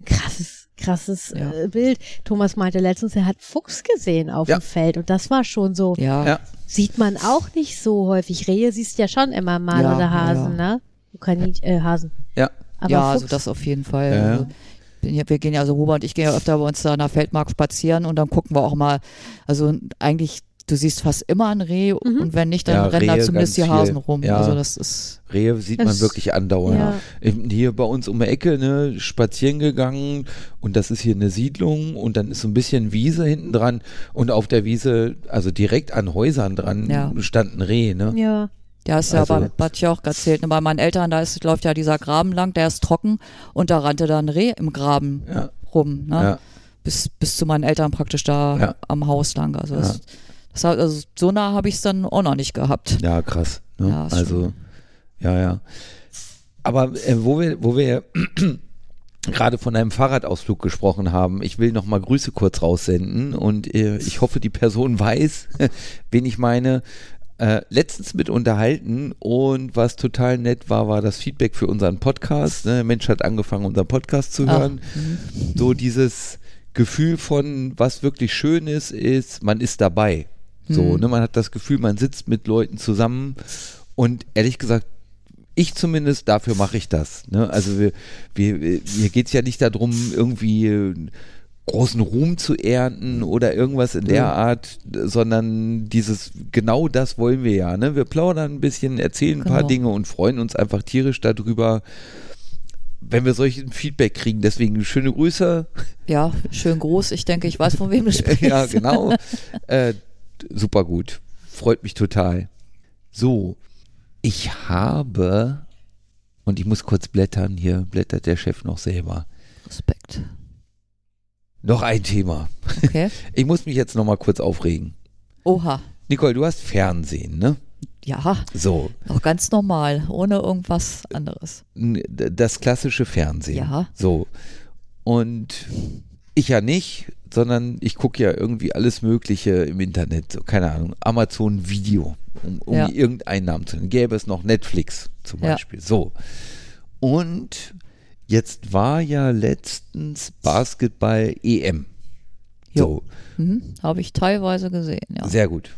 S3: ein krasses, krasses
S5: Ja.
S3: äh, Bild. Thomas meinte letztens, er hat Fuchs gesehen auf
S4: Ja.
S3: dem Feld und das war schon so,
S5: Ja,
S4: Ja.
S3: sieht man auch nicht so häufig. Rehe siehst du ja schon immer mal
S5: Ja,
S3: oder
S5: ja,
S3: Hasen, ne? Kanin, äh, Hasen.
S4: ja.
S3: Aber
S5: ja
S3: Fuchs,
S5: also das auf jeden Fall.
S4: Ja, ja.
S5: Also, bin ja- wir gehen ja, also Huber und ich gehen ja öfter bei uns da an der Feldmark spazieren und dann gucken wir auch mal, also eigentlich, du siehst fast immer ein Reh
S3: Mhm.
S5: und wenn nicht, dann
S4: Ja,
S5: rennen da
S4: Rehe
S5: zumindest die
S4: ganz viel.
S5: Hasen rum.
S4: Ja.
S5: Also das ist
S4: Rehe sieht
S3: Das-
S4: man wirklich andauernd.
S3: ja.
S4: Ähm, Hier bei uns um die Ecke, ne, spazieren gegangen und das ist hier eine Siedlung und dann ist so ein bisschen Wiese hinten dran und auf der Wiese, also direkt an Häusern dran,
S5: Ja.
S4: stand ein Reh, ne?
S3: ja.
S5: Ja, ist ja
S4: Also-
S5: bei Bad Joch erzählt. ne? Bei meinen Eltern, da ist, läuft ja dieser Graben lang, der ist trocken und da rannte dann ein Reh im Graben
S4: Ja.
S5: rum. Ne?
S4: Ja.
S5: Bis, bis zu meinen Eltern praktisch da
S4: Ja.
S5: am Haus lang. Also, das, das, hat- also so nah habe ich es dann auch noch nicht gehabt.
S4: Ja, krass. Ne?
S5: Ja, ist
S4: also, ja, ja. Aber äh, wo wir, wo wir gerade von einem Fahrradausflug gesprochen haben. Ich will noch mal Grüße kurz raussenden und äh, ich hoffe, die Person weiß, wen ich meine. Äh, letztens mit unterhalten und was total nett war, war das Feedback für unseren Podcast. Ne? Der Mensch hat angefangen, unseren Podcast zu
S5: Ah.
S4: hören. So dieses Gefühl von, was wirklich schön ist, ist, man ist dabei.
S5: Mhm.
S4: So, ne? Man hat das Gefühl, man sitzt mit Leuten zusammen und ehrlich gesagt, ich zumindest, dafür mache ich das. Ne? Also wir, wir, wir- mir geht es ja nicht darum, irgendwie äh, großen Ruhm zu ernten oder irgendwas in der Art, äh, sondern dieses, genau das wollen wir ja. Ne? Wir plaudern ein bisschen, erzählen ein paar
S5: Genau.
S4: Dinge und freuen uns einfach tierisch darüber, wenn wir solchen Feedback kriegen. Deswegen schöne Grüße.
S5: Ja, schön groß. Ich denke, ich weiß, von wem du sprichst.
S4: ja, genau. Äh, super gut. Freut mich total. So, ich habe, und ich muss kurz blättern, hier blättert der Chef noch selber.
S5: Respekt.
S4: Noch ein Thema.
S5: Okay.
S4: Ich muss mich jetzt nochmal kurz aufregen.
S5: Oha.
S4: Nicole, du hast Fernsehen, ne?
S5: Ja,
S4: So,
S5: auch ganz normal, ohne irgendwas anderes.
S4: n- d- das klassische Fernsehen.
S5: Ja.
S4: So. Und ich ja nicht, sondern ich gucke ja irgendwie alles Mögliche im Internet. So, keine Ahnung, Amazon Video, um, um
S5: Ja.
S4: irgendeinen Namen zu nennen. Gäbe es noch Netflix zum
S5: Ja.
S4: Beispiel. So. Und jetzt war ja letztens Basketball EM. So.
S5: Jo. Mhm. Habe ich teilweise gesehen, ja.
S4: Sehr gut.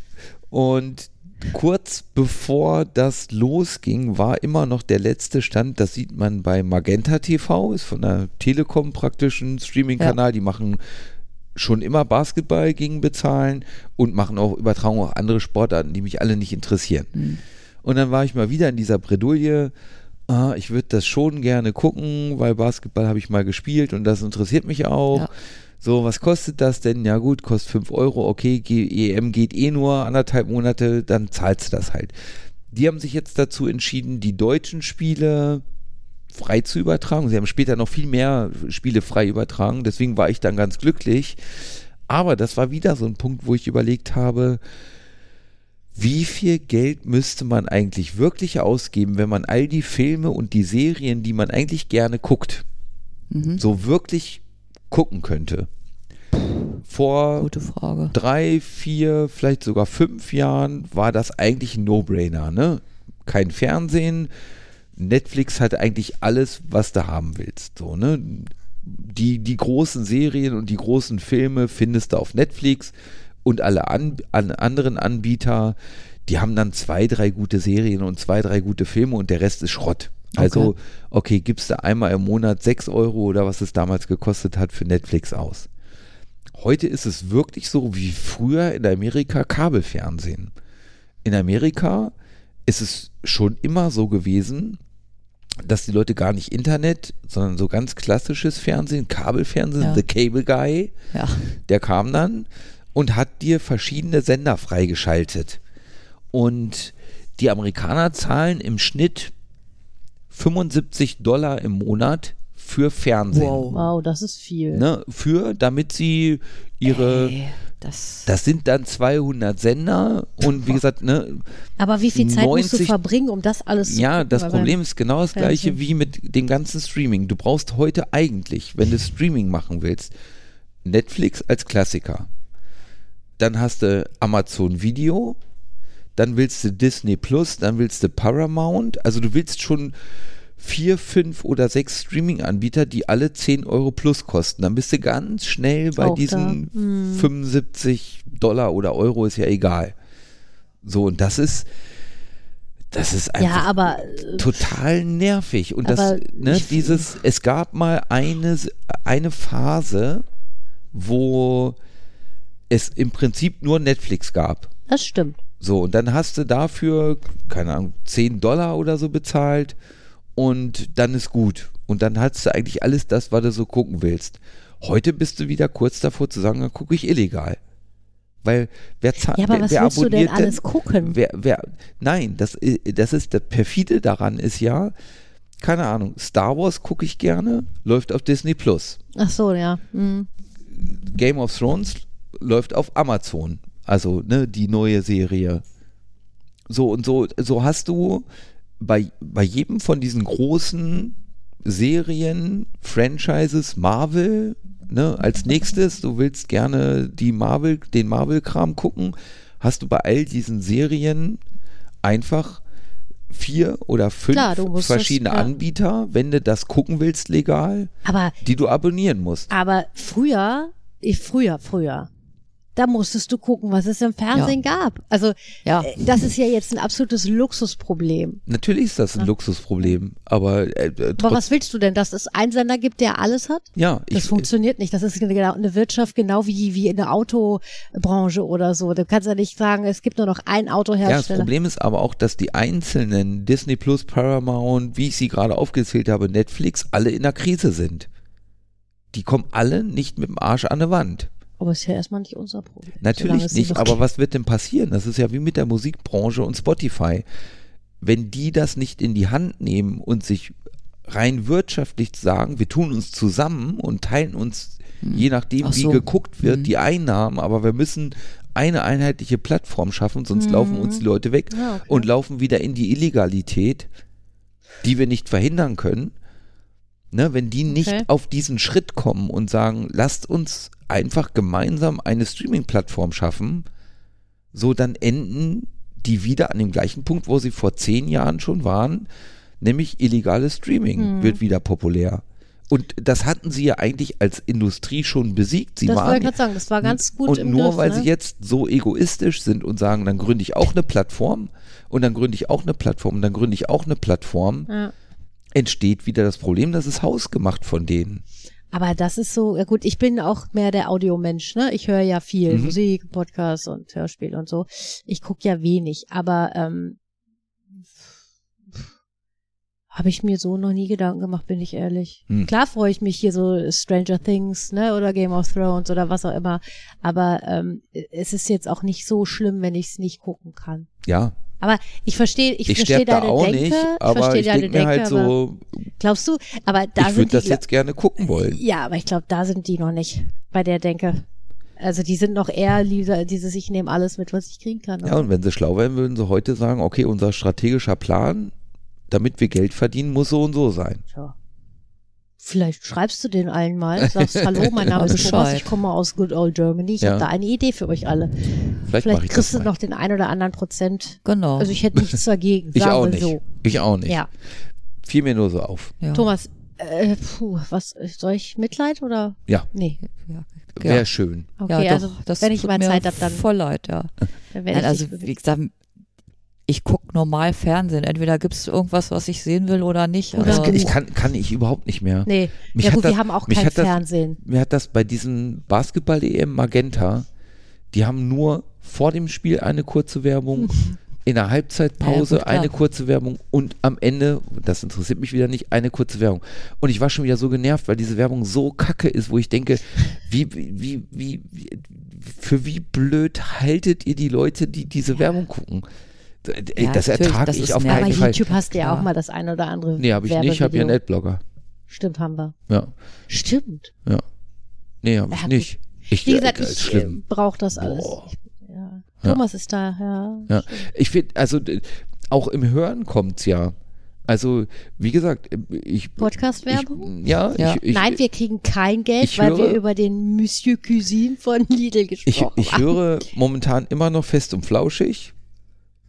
S4: Und kurz bevor das losging, war immer noch der letzte Stand, das sieht man bei Magenta TV, ist von der Telekom praktisch ein Streaming-Kanal, die machen schon immer Basketball gegen bezahlen und machen auch Übertragung auf andere Sportarten, die mich alle nicht interessieren.
S5: Hm.
S4: Und dann war ich mal wieder in dieser Bredouille, ah, ich würde das schon gerne gucken, weil Basketball habe ich mal gespielt und das interessiert mich auch.
S5: Ja.
S4: So, was kostet das denn? Ja gut, kostet 5 Euro, okay, G- EM geht eh nur anderthalb Monate, dann zahlst du das halt. Die haben sich jetzt dazu entschieden, die deutschen Spiele frei zu übertragen. Sie haben später noch viel mehr Spiele frei übertragen, deswegen war ich dann ganz glücklich. Aber das war wieder so ein Punkt, wo ich überlegt habe, wie viel Geld müsste man eigentlich wirklich ausgeben, wenn man all die Filme und die Serien, die man eigentlich gerne guckt, so wirklich gucken könnte? Vor
S5: Gute Frage.
S4: drei, vier, vielleicht sogar fünf Jahren war das eigentlich ein No-Brainer. Ne? Kein Fernsehen. Netflix hatte eigentlich alles, was du haben willst. So, ne? die, die großen Serien und die großen Filme findest du auf Netflix und alle an, an anderen Anbieter, die haben dann zwei, drei gute Serien und zwei, drei gute Filme und der Rest ist Schrott. Also, okay, gibst du einmal im Monat sechs Euro oder was es damals gekostet hat für Netflix aus. Heute ist es wirklich so wie früher in Amerika Kabelfernsehen. In Amerika ist es schon immer so gewesen, dass die Leute gar nicht Internet, sondern so ganz klassisches Fernsehen, Kabelfernsehen,
S5: Ja.
S4: The Cable Guy,
S5: Ja.
S4: der kam dann und hat dir verschiedene Sender freigeschaltet. Und die Amerikaner zahlen im Schnitt 75 Dollar im Monat für Fernsehen.
S5: Wow.
S3: Wow, das ist viel.
S4: Ne, für, damit sie ihre.
S5: Ey, das,
S4: Das sind dann 200 Sender und wie gesagt, ne,
S3: Aber wie viel Zeit musst du
S4: 90
S3: verbringen, um das alles zu
S4: ja,
S3: gucken?
S4: das
S3: Weil
S4: Problem ist genau das gleiche
S3: Fernsehen.
S4: wie mit dem ganzen Streaming. Du brauchst heute eigentlich, wenn du Streaming machen willst, Netflix als Klassiker. Dann hast du Amazon Video, dann willst du Disney Plus, dann willst du Paramount. Also du willst schon vier, fünf oder sechs Streaming-Anbieter, die alle 10 Euro plus kosten. Dann bist du ganz schnell bei
S3: Auch Hm.
S4: diesen 75 Dollar oder Euro, ist ja egal. So, und das ist, das ist
S3: Ja,
S4: einfach
S3: aber äh,
S4: total nervig. Und das,
S3: Aber
S4: ne,
S3: ich-
S4: dieses, es gab mal eine, eine Phase, wo es im Prinzip nur Netflix gab.
S3: das stimmt.
S4: So, und dann hast du dafür, keine Ahnung, 10 Dollar oder so bezahlt und dann ist gut. Und dann hast du eigentlich alles das, was du so gucken willst. Heute bist du wieder kurz davor zu sagen, dann gucke ich illegal. Weil wer zahlt,
S3: Ja, aber
S4: wer,
S3: was
S4: wer
S3: willst du denn
S4: abonniert
S3: alles gucken?
S4: Wer, wer, nein, das, i- das ist das perfide daran ist ja, keine Ahnung, Star Wars gucke ich gerne, läuft auf Disney Plus.
S3: Ach so, ja. Hm.
S4: Game of Thrones läuft auf Amazon, also ne, die neue Serie. So und so, so hast du bei, bei jedem von diesen großen Serien, Franchises, Marvel, ne, als nächstes, du willst gerne die Marvel, den Marvel-Kram gucken, hast du bei all diesen Serien einfach vier oder fünf
S3: Klar, du musst das,
S4: verschiedene
S3: ja.
S4: Anbieter, wenn du das gucken willst, legal,
S3: Aber,
S4: die du abonnieren musst.
S3: aber früher, eh, früher, früher, da musstest du gucken, was es im Fernsehen gab. Also,
S5: Ja.
S3: äh, das ist ja jetzt ein absolutes Luxusproblem.
S4: Natürlich ist das ein Luxusproblem, aber, äh, äh,
S3: Aber
S4: trotz,
S3: was willst du denn, dass es einen Sender gibt, der alles hat?
S4: ja,
S3: Das
S4: ich, äh,
S3: funktioniert nicht. Das ist genau eine Wirtschaft, genau wie, wie in der Autobranche oder so. Du kannst ja nicht sagen, es gibt nur noch einen
S4: Ja, das
S3: Autohersteller.
S4: Problem ist aber auch, dass die einzelnen Disney Plus, Paramount, wie ich sie gerade aufgezählt habe, Netflix, alle in der Krise sind. Die kommen alle nicht mit dem Arsch an der Wand.
S3: aber ist ja erstmal nicht unser Problem. solange
S4: Natürlich
S3: es
S4: nicht,
S3: noch
S4: aber
S3: gibt.
S4: was wird denn passieren? Das ist ja wie mit der Musikbranche und Spotify. Wenn die das nicht in die Hand nehmen und sich rein wirtschaftlich sagen, wir tun uns zusammen und teilen uns, je nachdem,
S5: Ach
S4: wie
S5: so.
S4: geguckt wird, die Einnahmen, aber wir müssen eine einheitliche Plattform schaffen, sonst laufen uns die Leute weg
S3: Ja, okay.
S4: und laufen wieder in die Illegalität, die wir nicht verhindern können. Ne, wenn die nicht
S3: Okay.
S4: auf diesen Schritt kommen und sagen, lasst uns einfach gemeinsam eine Streaming-Plattform schaffen, so dann enden die wieder an dem gleichen Punkt, wo sie vor zehn Jahren schon waren, nämlich illegales
S3: Hm.
S4: Streaming wird wieder populär. Und das hatten sie ja eigentlich als Industrie schon besiegt. Sie
S3: Das wollte
S4: waren
S3: ich gerade sagen, das war ganz gut
S4: und
S3: im
S4: nur
S3: Griff,
S4: weil
S3: ne?
S4: sie jetzt so egoistisch sind und sagen, dann gründe ich auch eine Plattform und dann gründe ich auch eine Plattform und dann gründe ich auch eine Plattform,
S3: Ja.
S4: entsteht wieder das Problem, das ist hausgemacht von denen.
S3: Aber das ist so, ja gut, ich bin auch mehr der Audiomensch, ne? Ich höre ja viel
S4: Mhm.
S3: Musik, Podcasts und Hörspiel und so. Ich gucke ja wenig, aber ähm, habe ich mir so noch nie Gedanken gemacht, bin ich ehrlich.
S4: Hm.
S3: Klar freue ich mich hier so Stranger Things, ne, oder Game of Thrones oder was auch immer. Aber ähm, es ist jetzt auch nicht so schlimm, wenn ich es nicht gucken kann.
S4: Ja,
S3: Aber ich verstehe, ich,
S4: ich,
S3: verstehe
S4: sterbe da
S3: deine
S4: auch
S3: Denke,
S4: nicht, aber
S3: verstehe
S4: ich
S3: deine
S4: denke mir halt
S3: Denke, aber-
S4: so,
S3: Glaubst du? Aber da
S4: ich würde
S3: sind die,
S4: das jetzt gerne gucken wollen.
S3: ja, aber ich glaube, da sind die noch nicht bei der Denke. Also die sind noch eher lieber dieses, ich nehme alles mit, was ich kriegen kann.
S4: Ja, und wenn sie schlau wären, würden sie heute sagen, okay, unser strategischer Plan, damit wir Geld verdienen, muss so und so sein.
S3: Tja. Vielleicht schreibst du den allen mal, sagst, hallo, mein Name ist Thomas,
S5: Bescheid.
S3: ich komme aus Good Old Germany, ich
S4: Ja.
S3: habe da eine Idee für euch alle.
S4: Vielleicht, mache
S3: Vielleicht
S4: ich
S3: kriegst
S4: das
S3: du
S4: mal.
S3: noch den ein oder anderen Prozent.
S5: Genau.
S3: Also ich hätte nichts dagegen,
S4: ich
S3: sagen
S4: auch
S3: wir
S4: nicht.
S3: so.
S4: Ich auch nicht.
S3: Ja.
S4: Fiel mir nur so auf.
S5: ja.
S3: Thomas, äh, puh, was, soll ich Mitleid oder?
S4: Ja,
S3: Nee.
S5: Ja,
S4: wäre schön.
S3: Okay,
S5: ja,
S3: also
S5: doch, das
S3: wenn ich
S5: tut
S3: mal
S5: mir
S3: Zeit habe, dann,
S5: Voll leid, ja.
S3: dann
S5: Nein,
S3: werde ich
S5: also,
S3: dich
S5: wie gesagt, ich gucke normal Fernsehen. Entweder gibt es irgendwas, was ich sehen will oder nicht.
S3: Oder-
S5: aber-
S3: Buch.
S4: Also, Ich kann, kann ich überhaupt nicht mehr.
S3: Nee,
S4: Mich
S3: ja
S4: hat
S3: gut,
S4: das-
S3: wir haben auch
S4: mich
S3: kein
S4: hat das-
S3: Fernsehen.
S4: Mir hat das bei diesem Basketball-EM Magenta, die haben nur vor dem Spiel eine kurze Werbung, in der Halbzeitpause
S5: Ja, gut, klar.
S4: eine kurze Werbung und am Ende, das interessiert mich wieder nicht, eine kurze Werbung. Und ich war schon wieder so genervt, weil diese Werbung so kacke ist, wo ich denke, wie, wie, wie, wie für wie blöd haltet ihr die Leute, die diese Werbung gucken? Ey,
S5: Ja,
S4: das
S5: natürlich,
S4: ertrage
S5: das
S4: ich
S5: ist
S4: auf
S5: nervig.
S3: Aber
S4: keinen Fall.
S3: YouTube hast du ja
S5: Klar.
S3: auch mal das ein oder andere.
S4: Nee, habe ich nicht, habe ja
S3: Werbevideo.
S4: Netblogger.
S3: Stimmt, haben wir.
S4: Ja,
S3: Stimmt.
S4: ja. Nee, habe
S3: Ja,
S4: ich
S3: gut.
S4: nicht. Ich,
S3: Wie gesagt,
S4: äh, ist
S3: ich
S4: schlimm.
S3: brauche das alles.
S4: Boah.
S3: Ich, ja. Thomas ist da, ja.
S4: Ja, ich finde, also d- auch im Hören kommt's ja. Also, wie gesagt, ich.
S3: Podcast-Werbung?
S4: Ich, ja,
S5: Ja.
S4: Ich, ich,
S3: Nein, wir kriegen kein Geld,
S4: ich
S3: weil wir
S4: höre-
S3: über den Monsieur Cuisine von Lidl
S4: ich,
S3: gesprochen
S4: ich
S3: haben.
S4: höre momentan immer noch fest und flauschig.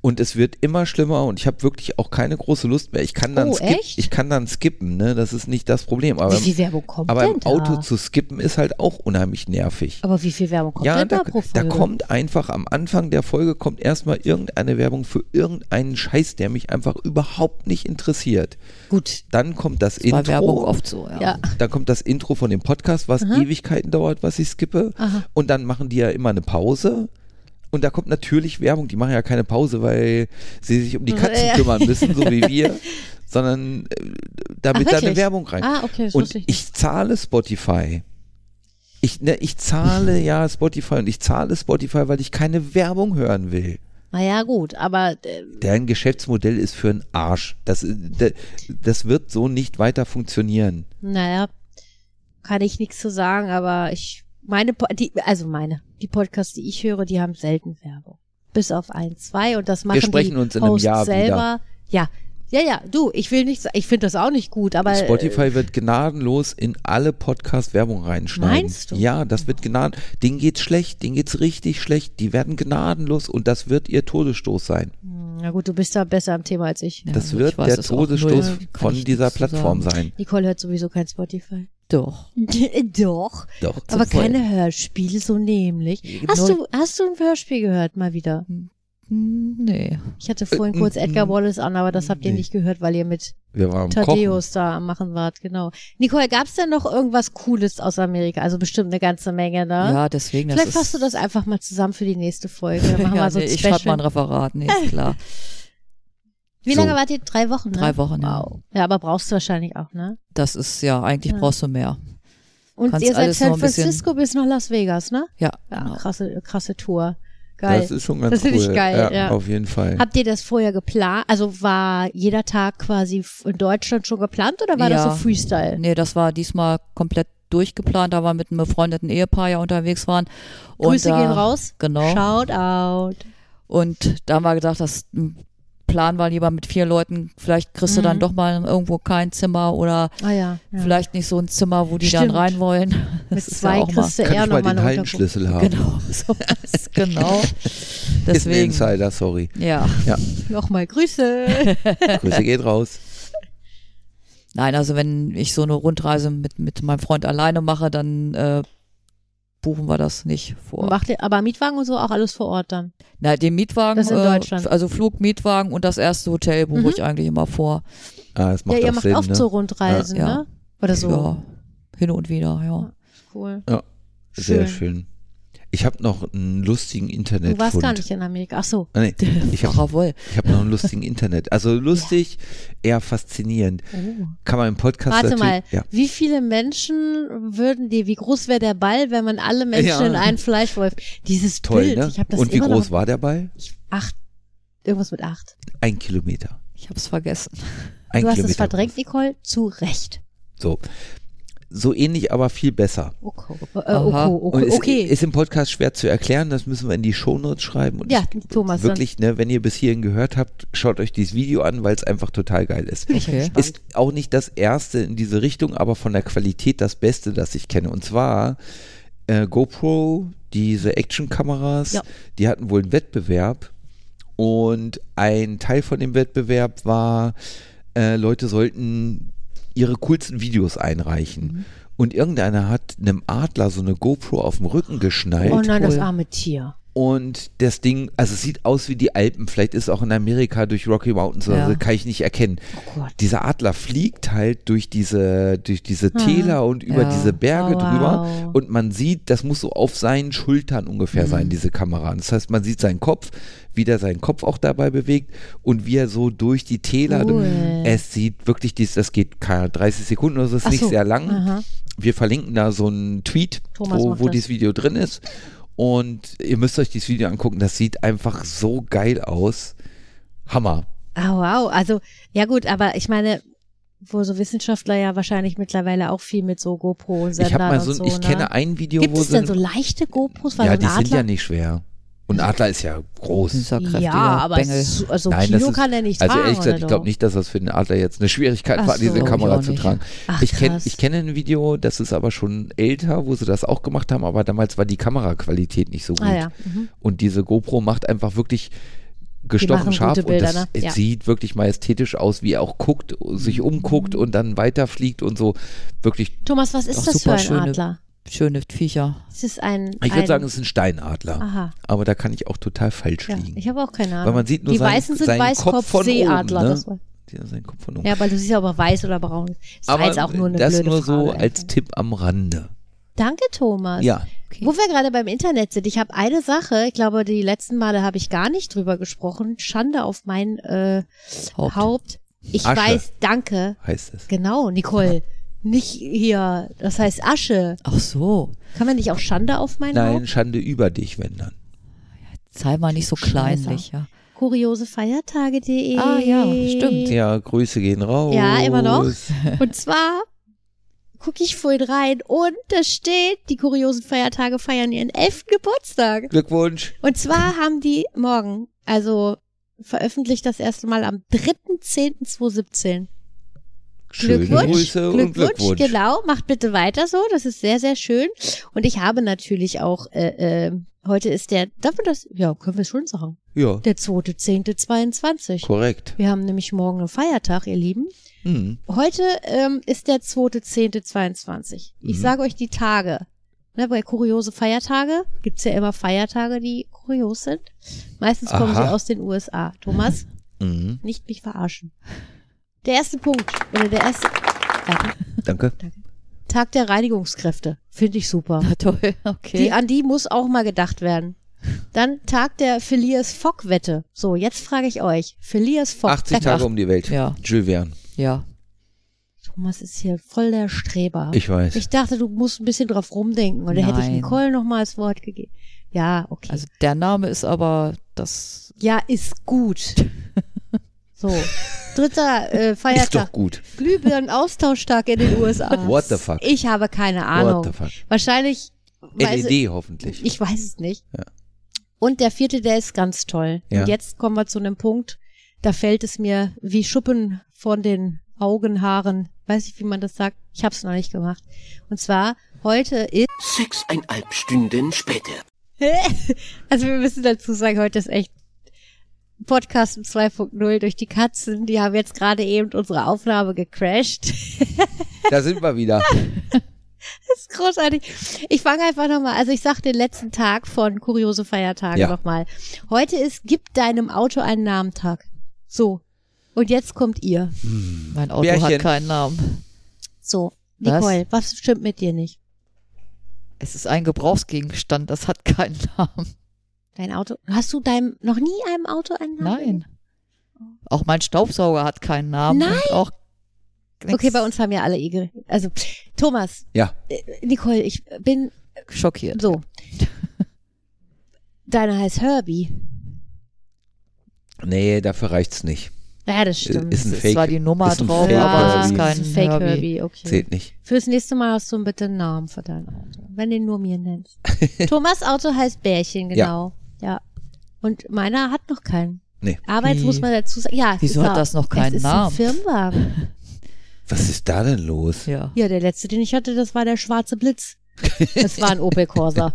S4: Und es wird immer schlimmer und ich habe wirklich auch keine große Lust mehr. Ich kann dann,
S3: Oh,
S4: skip,
S3: echt?
S4: ich kann dann skippen, ne? Das ist nicht das Problem. Aber,
S3: Wie viel Werbung kommt
S4: aber
S3: denn
S4: im Auto
S3: da?
S4: zu skippen ist halt auch unheimlich nervig.
S3: aber wie viel Werbung kommt
S4: ja,
S3: denn
S4: da,
S3: da, pro
S4: da
S3: Folge?
S4: kommt einfach am Anfang der Folge kommt erstmal irgendeine Werbung für irgendeinen Scheiß, der mich einfach überhaupt nicht interessiert.
S3: Gut.
S4: Dann kommt das,
S5: bei
S4: Intro.
S5: Werbung oft so, ja.
S3: Ja.
S4: Dann kommt das Intro von dem Podcast, was Ewigkeiten dauert, was ich skippe.
S3: Aha.
S4: Und dann machen die ja immer eine Pause. Und da kommt natürlich Werbung. Die machen ja keine Pause, weil sie sich um die Katzen
S3: Äh, Ja.
S4: kümmern müssen, so wie wir, sondern äh, damit
S3: Ach,
S4: da eine
S3: wirklich?
S4: Werbung rein.
S3: Ah, okay, das
S4: und
S3: wusste ich
S4: ich zahle Spotify. Ich, ne, ich zahle ja Spotify und ich zahle Spotify, weil ich keine Werbung hören will.
S3: Naja, gut, aber äh,
S4: Deren Geschäftsmodell ist für einen Arsch. Das, das, das wird so nicht weiter funktionieren.
S3: Naja, kann ich nichts zu sagen, aber ich meine, Po- die, also meine, die Podcasts, die ich höre, die haben selten Werbung. Bis auf ein, zwei und das machen
S4: sprechen
S3: die
S4: uns in einem
S3: Hosts
S4: Jahr wieder.
S3: selber. Ja, Ja, ja, du, ich will nicht, ich finde das auch nicht gut,
S5: Äh,
S3: aber. äh,
S4: Spotify wird gnadenlos in alle Podcast Werbung reinschneiden.
S3: Meinst du?
S4: Ja, das wird gnaden. Denen geht's schlecht, denen geht's richtig schlecht. Die werden gnadenlos und das wird ihr Todesstoß sein.
S3: Na gut, du bist da besser am Thema als ich.
S4: das
S5: ich
S4: wird
S5: weiß
S4: der
S5: es auch
S4: Todesstoß
S5: null, kann
S4: von
S5: ich
S4: dieser
S5: nichts zu
S4: Plattform
S5: sagen.
S4: sein.
S3: Nicole hört sowieso kein Spotify.
S5: Doch.
S3: Doch.
S4: Doch.
S3: Aber
S5: voll.
S3: keine Hörspiele so nämlich. Hast du, hast du ein Hörspiel gehört mal wieder?
S5: Hm, Nee.
S3: Ich hatte vorhin kurz Edgar Wallace an, aber das habt ihr
S4: Äh, nee.
S3: nicht gehört, weil ihr mit
S4: Wir waren am Kochen.
S3: Tadeus da am Machen wart, genau. Nicole, gab's denn noch irgendwas Cooles aus Amerika? Also bestimmt eine ganze Menge, ne?
S5: Ja, deswegen.
S3: Vielleicht
S5: das
S3: fasst du
S5: ist,
S3: das einfach mal zusammen für die nächste Folge. Dann machen wir
S5: ja,
S3: so ein
S5: nee, ich
S3: Special. Ne?
S5: schreibe mal ein Referat. Nee, ist klar.
S3: Wie lange
S4: So.
S3: wart ihr? Drei Wochen, ne?
S5: Drei Wochen, ja.
S3: Wow. Ja, aber brauchst du wahrscheinlich auch, ne?
S5: Das ist ja, eigentlich brauchst du mehr.
S3: Und
S5: Kannst
S3: ihr seid
S5: alles noch
S3: San
S5: ein bisschen-
S3: Francisco bis nach Las Vegas, ne?
S5: Ja,
S3: Ja,
S5: genau.
S3: krasse, krasse Tour. Geil.
S4: Das ist schon ganz
S3: Das
S4: cool.
S3: finde ich geil, ja.
S4: Auf jeden Fall.
S3: Habt ihr das vorher geplant? Also war jeder Tag quasi f- in Deutschland schon geplant oder war das
S5: Ja.
S3: so Freestyle?
S5: Nee, das war diesmal komplett durchgeplant, da wir mit einem befreundeten Ehepaar ja unterwegs waren. Und
S3: Grüße
S5: da-
S3: gehen raus.
S5: Genau.
S3: Shout out.
S5: Und da haben wir gedacht, das hm, Plan war lieber mit vier Leuten, vielleicht kriegst du dann doch mal irgendwo kein Zimmer oder
S3: Ah ja. Mhm. ja.
S5: vielleicht nicht so ein Zimmer, wo die
S3: Stimmt.
S5: dann rein wollen.
S3: mit
S5: Das ist
S3: zwei
S5: ja auch mal.
S3: kriegst du
S4: Kann
S3: eher
S4: ich mal
S3: nochmal
S4: den
S3: eine Unterkunft.
S4: Hallenschlüssel haben?
S5: Genau, sowas. genau.
S4: Ist ein
S5: Deswegen.
S4: Insider, sorry.
S5: Ja.
S3: Nochmal Grüße.
S4: Grüße geht raus.
S5: Nein, also wenn ich so eine Rundreise mit, mit meinem Freund alleine mache, dann äh, buchen wir das nicht vor.
S3: Macht ihr, aber Mietwagen und so auch alles vor Ort dann.
S5: Na, den Mietwagen,
S3: Das in
S5: äh,
S3: Deutschland. Mhm.
S5: also Flug, Mietwagen und das erste Hotel buche ich eigentlich immer vor.
S4: Ah, das macht
S3: ja, ihr
S4: auch
S3: macht
S4: Sinn,
S3: oft
S4: ne?
S3: so Rundreisen,
S5: Ja, ja.
S3: ne? Oder so.
S5: Ja, hin und wieder, ja.
S3: Cool.
S4: Ja, sehr
S3: Schön.
S4: schön. Ich habe noch einen lustigen Internet.
S3: Du warst gar nicht in Amerika. Ach so.
S4: Ah, nee, ich habe
S5: Jawohl.
S4: ich hab noch einen lustigen Internet. Also lustig, eher faszinierend. Kann man im Podcast
S3: Warte mal,
S4: natürlich. Ja.
S3: wie viele Menschen würden dir, wie groß wäre der Ball, wenn man alle Menschen
S4: Ja.
S3: in einen Fleisch wirft? Dieses
S4: Toll,
S3: Bild,
S4: ne?
S3: ich habe das
S4: Und wie
S3: immer
S4: groß
S3: noch,
S4: war der Ball?
S3: acht, irgendwas mit acht.
S4: Ein Kilometer.
S5: Ich hab's vergessen.
S4: Ein
S3: du hast
S4: Kilometer.
S3: es verdrängt, Nicole, zu Recht.
S4: So. so ähnlich, aber viel besser.
S3: Okay, äh,
S5: Aha.
S3: okay,
S4: Und
S3: okay.
S4: ist,
S3: okay.
S4: ist im Podcast schwer zu erklären, das müssen wir in die Shownotes schreiben. Und
S3: Ja,
S4: ich,
S3: Thomas, dann-
S4: Wirklich, ne, wenn ihr bis hierhin gehört habt, schaut euch dieses Video an, weil es einfach total geil ist.
S5: Okay.
S4: Ist auch nicht das erste in diese Richtung, aber von der Qualität das Beste, das ich kenne. Und zwar äh, GoPro, diese Actionkameras,
S3: Ja.
S4: die hatten wohl einen Wettbewerb. Und ein Teil von dem Wettbewerb war, äh, Leute sollten ihre coolsten Videos einreichen.
S3: Mhm.
S4: Und irgendeiner hat einem Adler so eine GoPro auf dem Rücken geschnallt.
S3: oh nein, das
S5: Toll.
S3: arme Tier.
S4: Und das Ding, also es sieht aus wie die Alpen. Vielleicht ist es auch in Amerika durch Rocky Mountains oder
S5: Ja.
S4: so, kann ich nicht erkennen.
S3: Oh Gott.
S4: Dieser Adler fliegt halt durch diese, durch diese Täler und über
S5: Ja.
S4: diese Berge
S3: Hm. Oh, wow. Mhm.
S4: drüber. Und man sieht, das muss so auf seinen Schultern ungefähr sein, diese Kamera. Das heißt, man sieht seinen Kopf, wie der seinen Kopf auch dabei bewegt und wie er so durch die Täler.
S3: Cool.
S4: Es sieht wirklich, dies- das geht keine 30 Sekunden oder so, ist
S3: Ach
S4: nicht
S3: so.
S4: sehr lang.
S3: Aha.
S4: Wir verlinken da so einen Tweet,
S3: Thomas
S4: wo,
S3: macht
S4: wo
S3: das.
S4: dieses Video drin ist. Und ihr müsst euch dieses Video angucken. Das sieht einfach so geil aus. Hammer.
S3: Ah, wow. Also, ja gut, aber ich meine, wo so Wissenschaftler ja wahrscheinlich mittlerweile auch viel mit
S4: Ich
S3: so
S4: habe
S3: GoPro-Sendern
S4: mal so,
S3: und so,
S4: ein, ich
S3: ne?
S4: kenne ein Video,
S3: Gibt
S4: wo
S3: es denn
S4: sie-
S3: so leichte GoPros? Weil
S4: ja,
S3: so ein
S4: die sind
S3: Adler
S4: ja nicht schwer. Und Adler ist ja groß.
S5: Dieser kräftiger
S3: Ja, aber
S5: Bengel.
S3: es ist- also
S4: Nein, das
S3: Kilo
S4: ist-
S3: kann er nicht
S4: Also
S3: tragen.
S4: ehrlich gesagt,
S3: oder
S4: ich glaube
S3: doch?
S4: nicht, dass das für den Adler jetzt eine Schwierigkeit
S3: Ach
S4: war,
S3: so.
S4: diese
S3: Glaub ich
S4: Kamera
S5: auch
S4: zu
S5: nicht.
S4: tragen.
S3: Ach,
S4: ich kenne
S3: krass.
S4: ich kenn ein Video, das ist aber schon älter, wo sie das auch gemacht haben, aber damals war die Kameraqualität nicht so gut.
S3: Ah ja. Mhm.
S4: Und diese GoPro macht einfach wirklich
S3: machen
S4: gestochen
S3: gute
S4: scharf
S3: Bilder,
S4: und das
S3: ne?
S4: es
S3: Ja. Mhm.
S4: sieht wirklich majestätisch aus, wie er auch guckt, sich umguckt und dann weiterfliegt und so. Wirklich,
S3: Thomas, was ist
S5: Doch,
S3: das für
S5: super
S3: ein
S5: schöne-
S3: Adler?
S5: Schöne Viecher.
S3: Es ist ein.
S4: ich
S3: ein,
S4: würde sagen, es ist ein Steinadler.
S3: Aha.
S4: Aber da kann ich auch total falsch
S3: Ja,
S4: liegen.
S3: ich habe auch keine Ahnung.
S4: Weil man sieht nur
S3: Die
S4: seinen,
S3: Weißen sind
S4: seinen Kopf von
S3: Weißkopf-Seeadler.
S4: oben, ne?
S3: das war-
S4: Die- Seinen Kopf von oben.
S3: Ja, weil du siehst ja, ob er weiß oder braun ist. Das war jetzt auch nur eine
S4: das
S3: blöde
S4: nur so
S3: Frage.
S4: als Tipp am Rande.
S3: Danke, Thomas.
S4: Ja.
S3: Wo wir gerade beim Internet sind, ich habe eine Sache, ich glaube, die letzten Male habe ich gar nicht drüber gesprochen. Schande auf mein äh, Haupt.
S5: Haupt.
S3: Ich
S4: Asche.
S3: weiß, danke.
S4: heißt es.
S3: Genau, Nicole. Nicht hier, das heißt Asche.
S5: Ach so.
S3: Kann man nicht auch Schande auf mein
S4: Nein,
S3: Haupt?
S4: Schande über dich, wenn dann.
S5: Sei mal nicht so kleinlich, ja.
S3: Kuriosefeiertage.de.
S5: Ah, ja, stimmt.
S4: Ja, Grüße gehen raus.
S3: Ja, immer noch. Und zwar gucke ich vorhin rein und da steht, die kuriosen Feiertage feiern ihren elften Geburtstag.
S4: Glückwunsch.
S3: Und zwar haben die morgen, also veröffentlicht das erste Mal am 3.10.2017.
S4: Schöne
S3: Glückwunsch.
S4: Grüße und Glückwunsch.
S3: genau. Macht bitte weiter so. Das ist sehr, sehr schön. Und ich habe natürlich auch, äh, äh, heute ist der, darf man das, ja, können wir es schon sagen,
S4: Ja,
S3: der 2.10.22.
S4: korrekt.
S3: Wir haben nämlich morgen einen Feiertag, ihr Lieben.
S4: Mhm.
S3: Heute ähm, ist der 2.10.22. Ich
S4: Mhm.
S3: sage euch die Tage. Ne, bei kuriose Feiertage gibt's ja immer Feiertage, die kurios sind. Meistens kommen
S4: Aha.
S3: sie aus den USA. Thomas,
S4: Mhm.
S3: nicht mich verarschen. Der erste Punkt oder der erste ja,
S4: Danke.
S3: Tag der Reinigungskräfte. Finde ich super.
S5: Na toll,
S3: Die,
S5: okay.
S3: an die muss auch mal gedacht werden. Dann Tag der Phileas Fogg-Wette. So, jetzt frage ich euch. Phileas Fogg.
S4: 80 Tage um die Welt.
S5: Ja.
S4: Jules Verne.
S5: ja.
S3: Thomas ist hier voll der Streber.
S4: Ich weiß.
S3: Ich dachte, du musst ein bisschen drauf rumdenken. Und da hätte ich
S5: Nein.
S3: Nicole nochmal das Wort gegeben. Ja, okay.
S5: Also der Name ist aber das.
S3: ja, ist gut. so. Dritter äh,
S4: Ist doch
S3: Feiertag.
S4: gut.
S3: Glühbirnen-Austauschtag in den USA.
S4: What the fuck?
S3: Ich habe keine Ahnung.
S4: What the fuck?
S3: Wahrscheinlich. weiß-
S4: LED hoffentlich.
S3: Ich weiß es nicht.
S4: Ja.
S3: Und der vierte, der ist ganz toll.
S4: Ja.
S3: Und jetzt kommen wir zu einem Punkt, da fällt es mir wie Schuppen von den Augenhaaren. Weiß ich, wie man das sagt. Ich habe es noch nicht gemacht. Und zwar heute ist,
S2: Sechseinhalb Stunden später.
S3: also wir müssen dazu sagen, heute ist echt Podcast um 2.0 durch die Katzen. Die haben jetzt gerade eben unsere Aufnahme gecrashed.
S4: Da sind wir wieder.
S3: Das ist großartig. Ich fange einfach nochmal, also ich sag den letzten Tag von Kuriose Feiertage
S4: Ja.
S3: nochmal. Heute ist Gib deinem Auto einen Namentag. So. Und jetzt kommt ihr.
S5: Mein Auto
S4: Bärchen.
S5: hat keinen Namen.
S3: So.
S5: Was?
S3: Nicole, was, stimmt mit dir nicht?
S5: Es ist ein Gebrauchsgegenstand, das hat keinen Namen.
S3: Dein Auto, hast du deinem, noch nie einem Auto einen Namen?
S5: Nein. Auch mein Staubsauger hat keinen Namen.
S3: Nein.
S5: Und auch
S3: Okay, bei uns haben ja alle Igel. Also, Thomas,
S4: Ja.
S3: äh, Nicole, ich bin
S5: Schockiert.
S3: so. Deiner heißt Herbie.
S4: Nee, dafür reicht's nicht.
S3: Ja, das
S4: Äh, Ist
S3: stimmt.
S4: ist ein
S5: Es ist zwar
S4: Fake.
S5: die Nummer
S4: Ist ein
S5: drauf,
S4: Fake
S5: Oh, aber es ist
S4: Herbie.
S5: kein
S3: ein Fake Herbie.
S5: Herbie.
S3: okay.
S4: Zählt nicht.
S3: Fürs nächste Mal hast du bitte einen Namen für dein Auto, wenn du ihn nur mir nennst. Thomas Auto heißt Bärchen, genau. Ja. Und meiner hat noch keinen.
S4: Nee.
S3: Aber jetzt
S5: Wie?
S3: muss man dazu sagen, ja, es
S5: Wieso
S3: ist
S5: hat
S3: auch-
S5: das noch keinen
S3: es ist
S5: Namen?
S3: Ein Firmenwagen.
S4: Was ist da denn los?
S5: Ja.
S3: Ja, der letzte, den ich hatte, das war der schwarze Blitz. Das war ein Opel Corsa.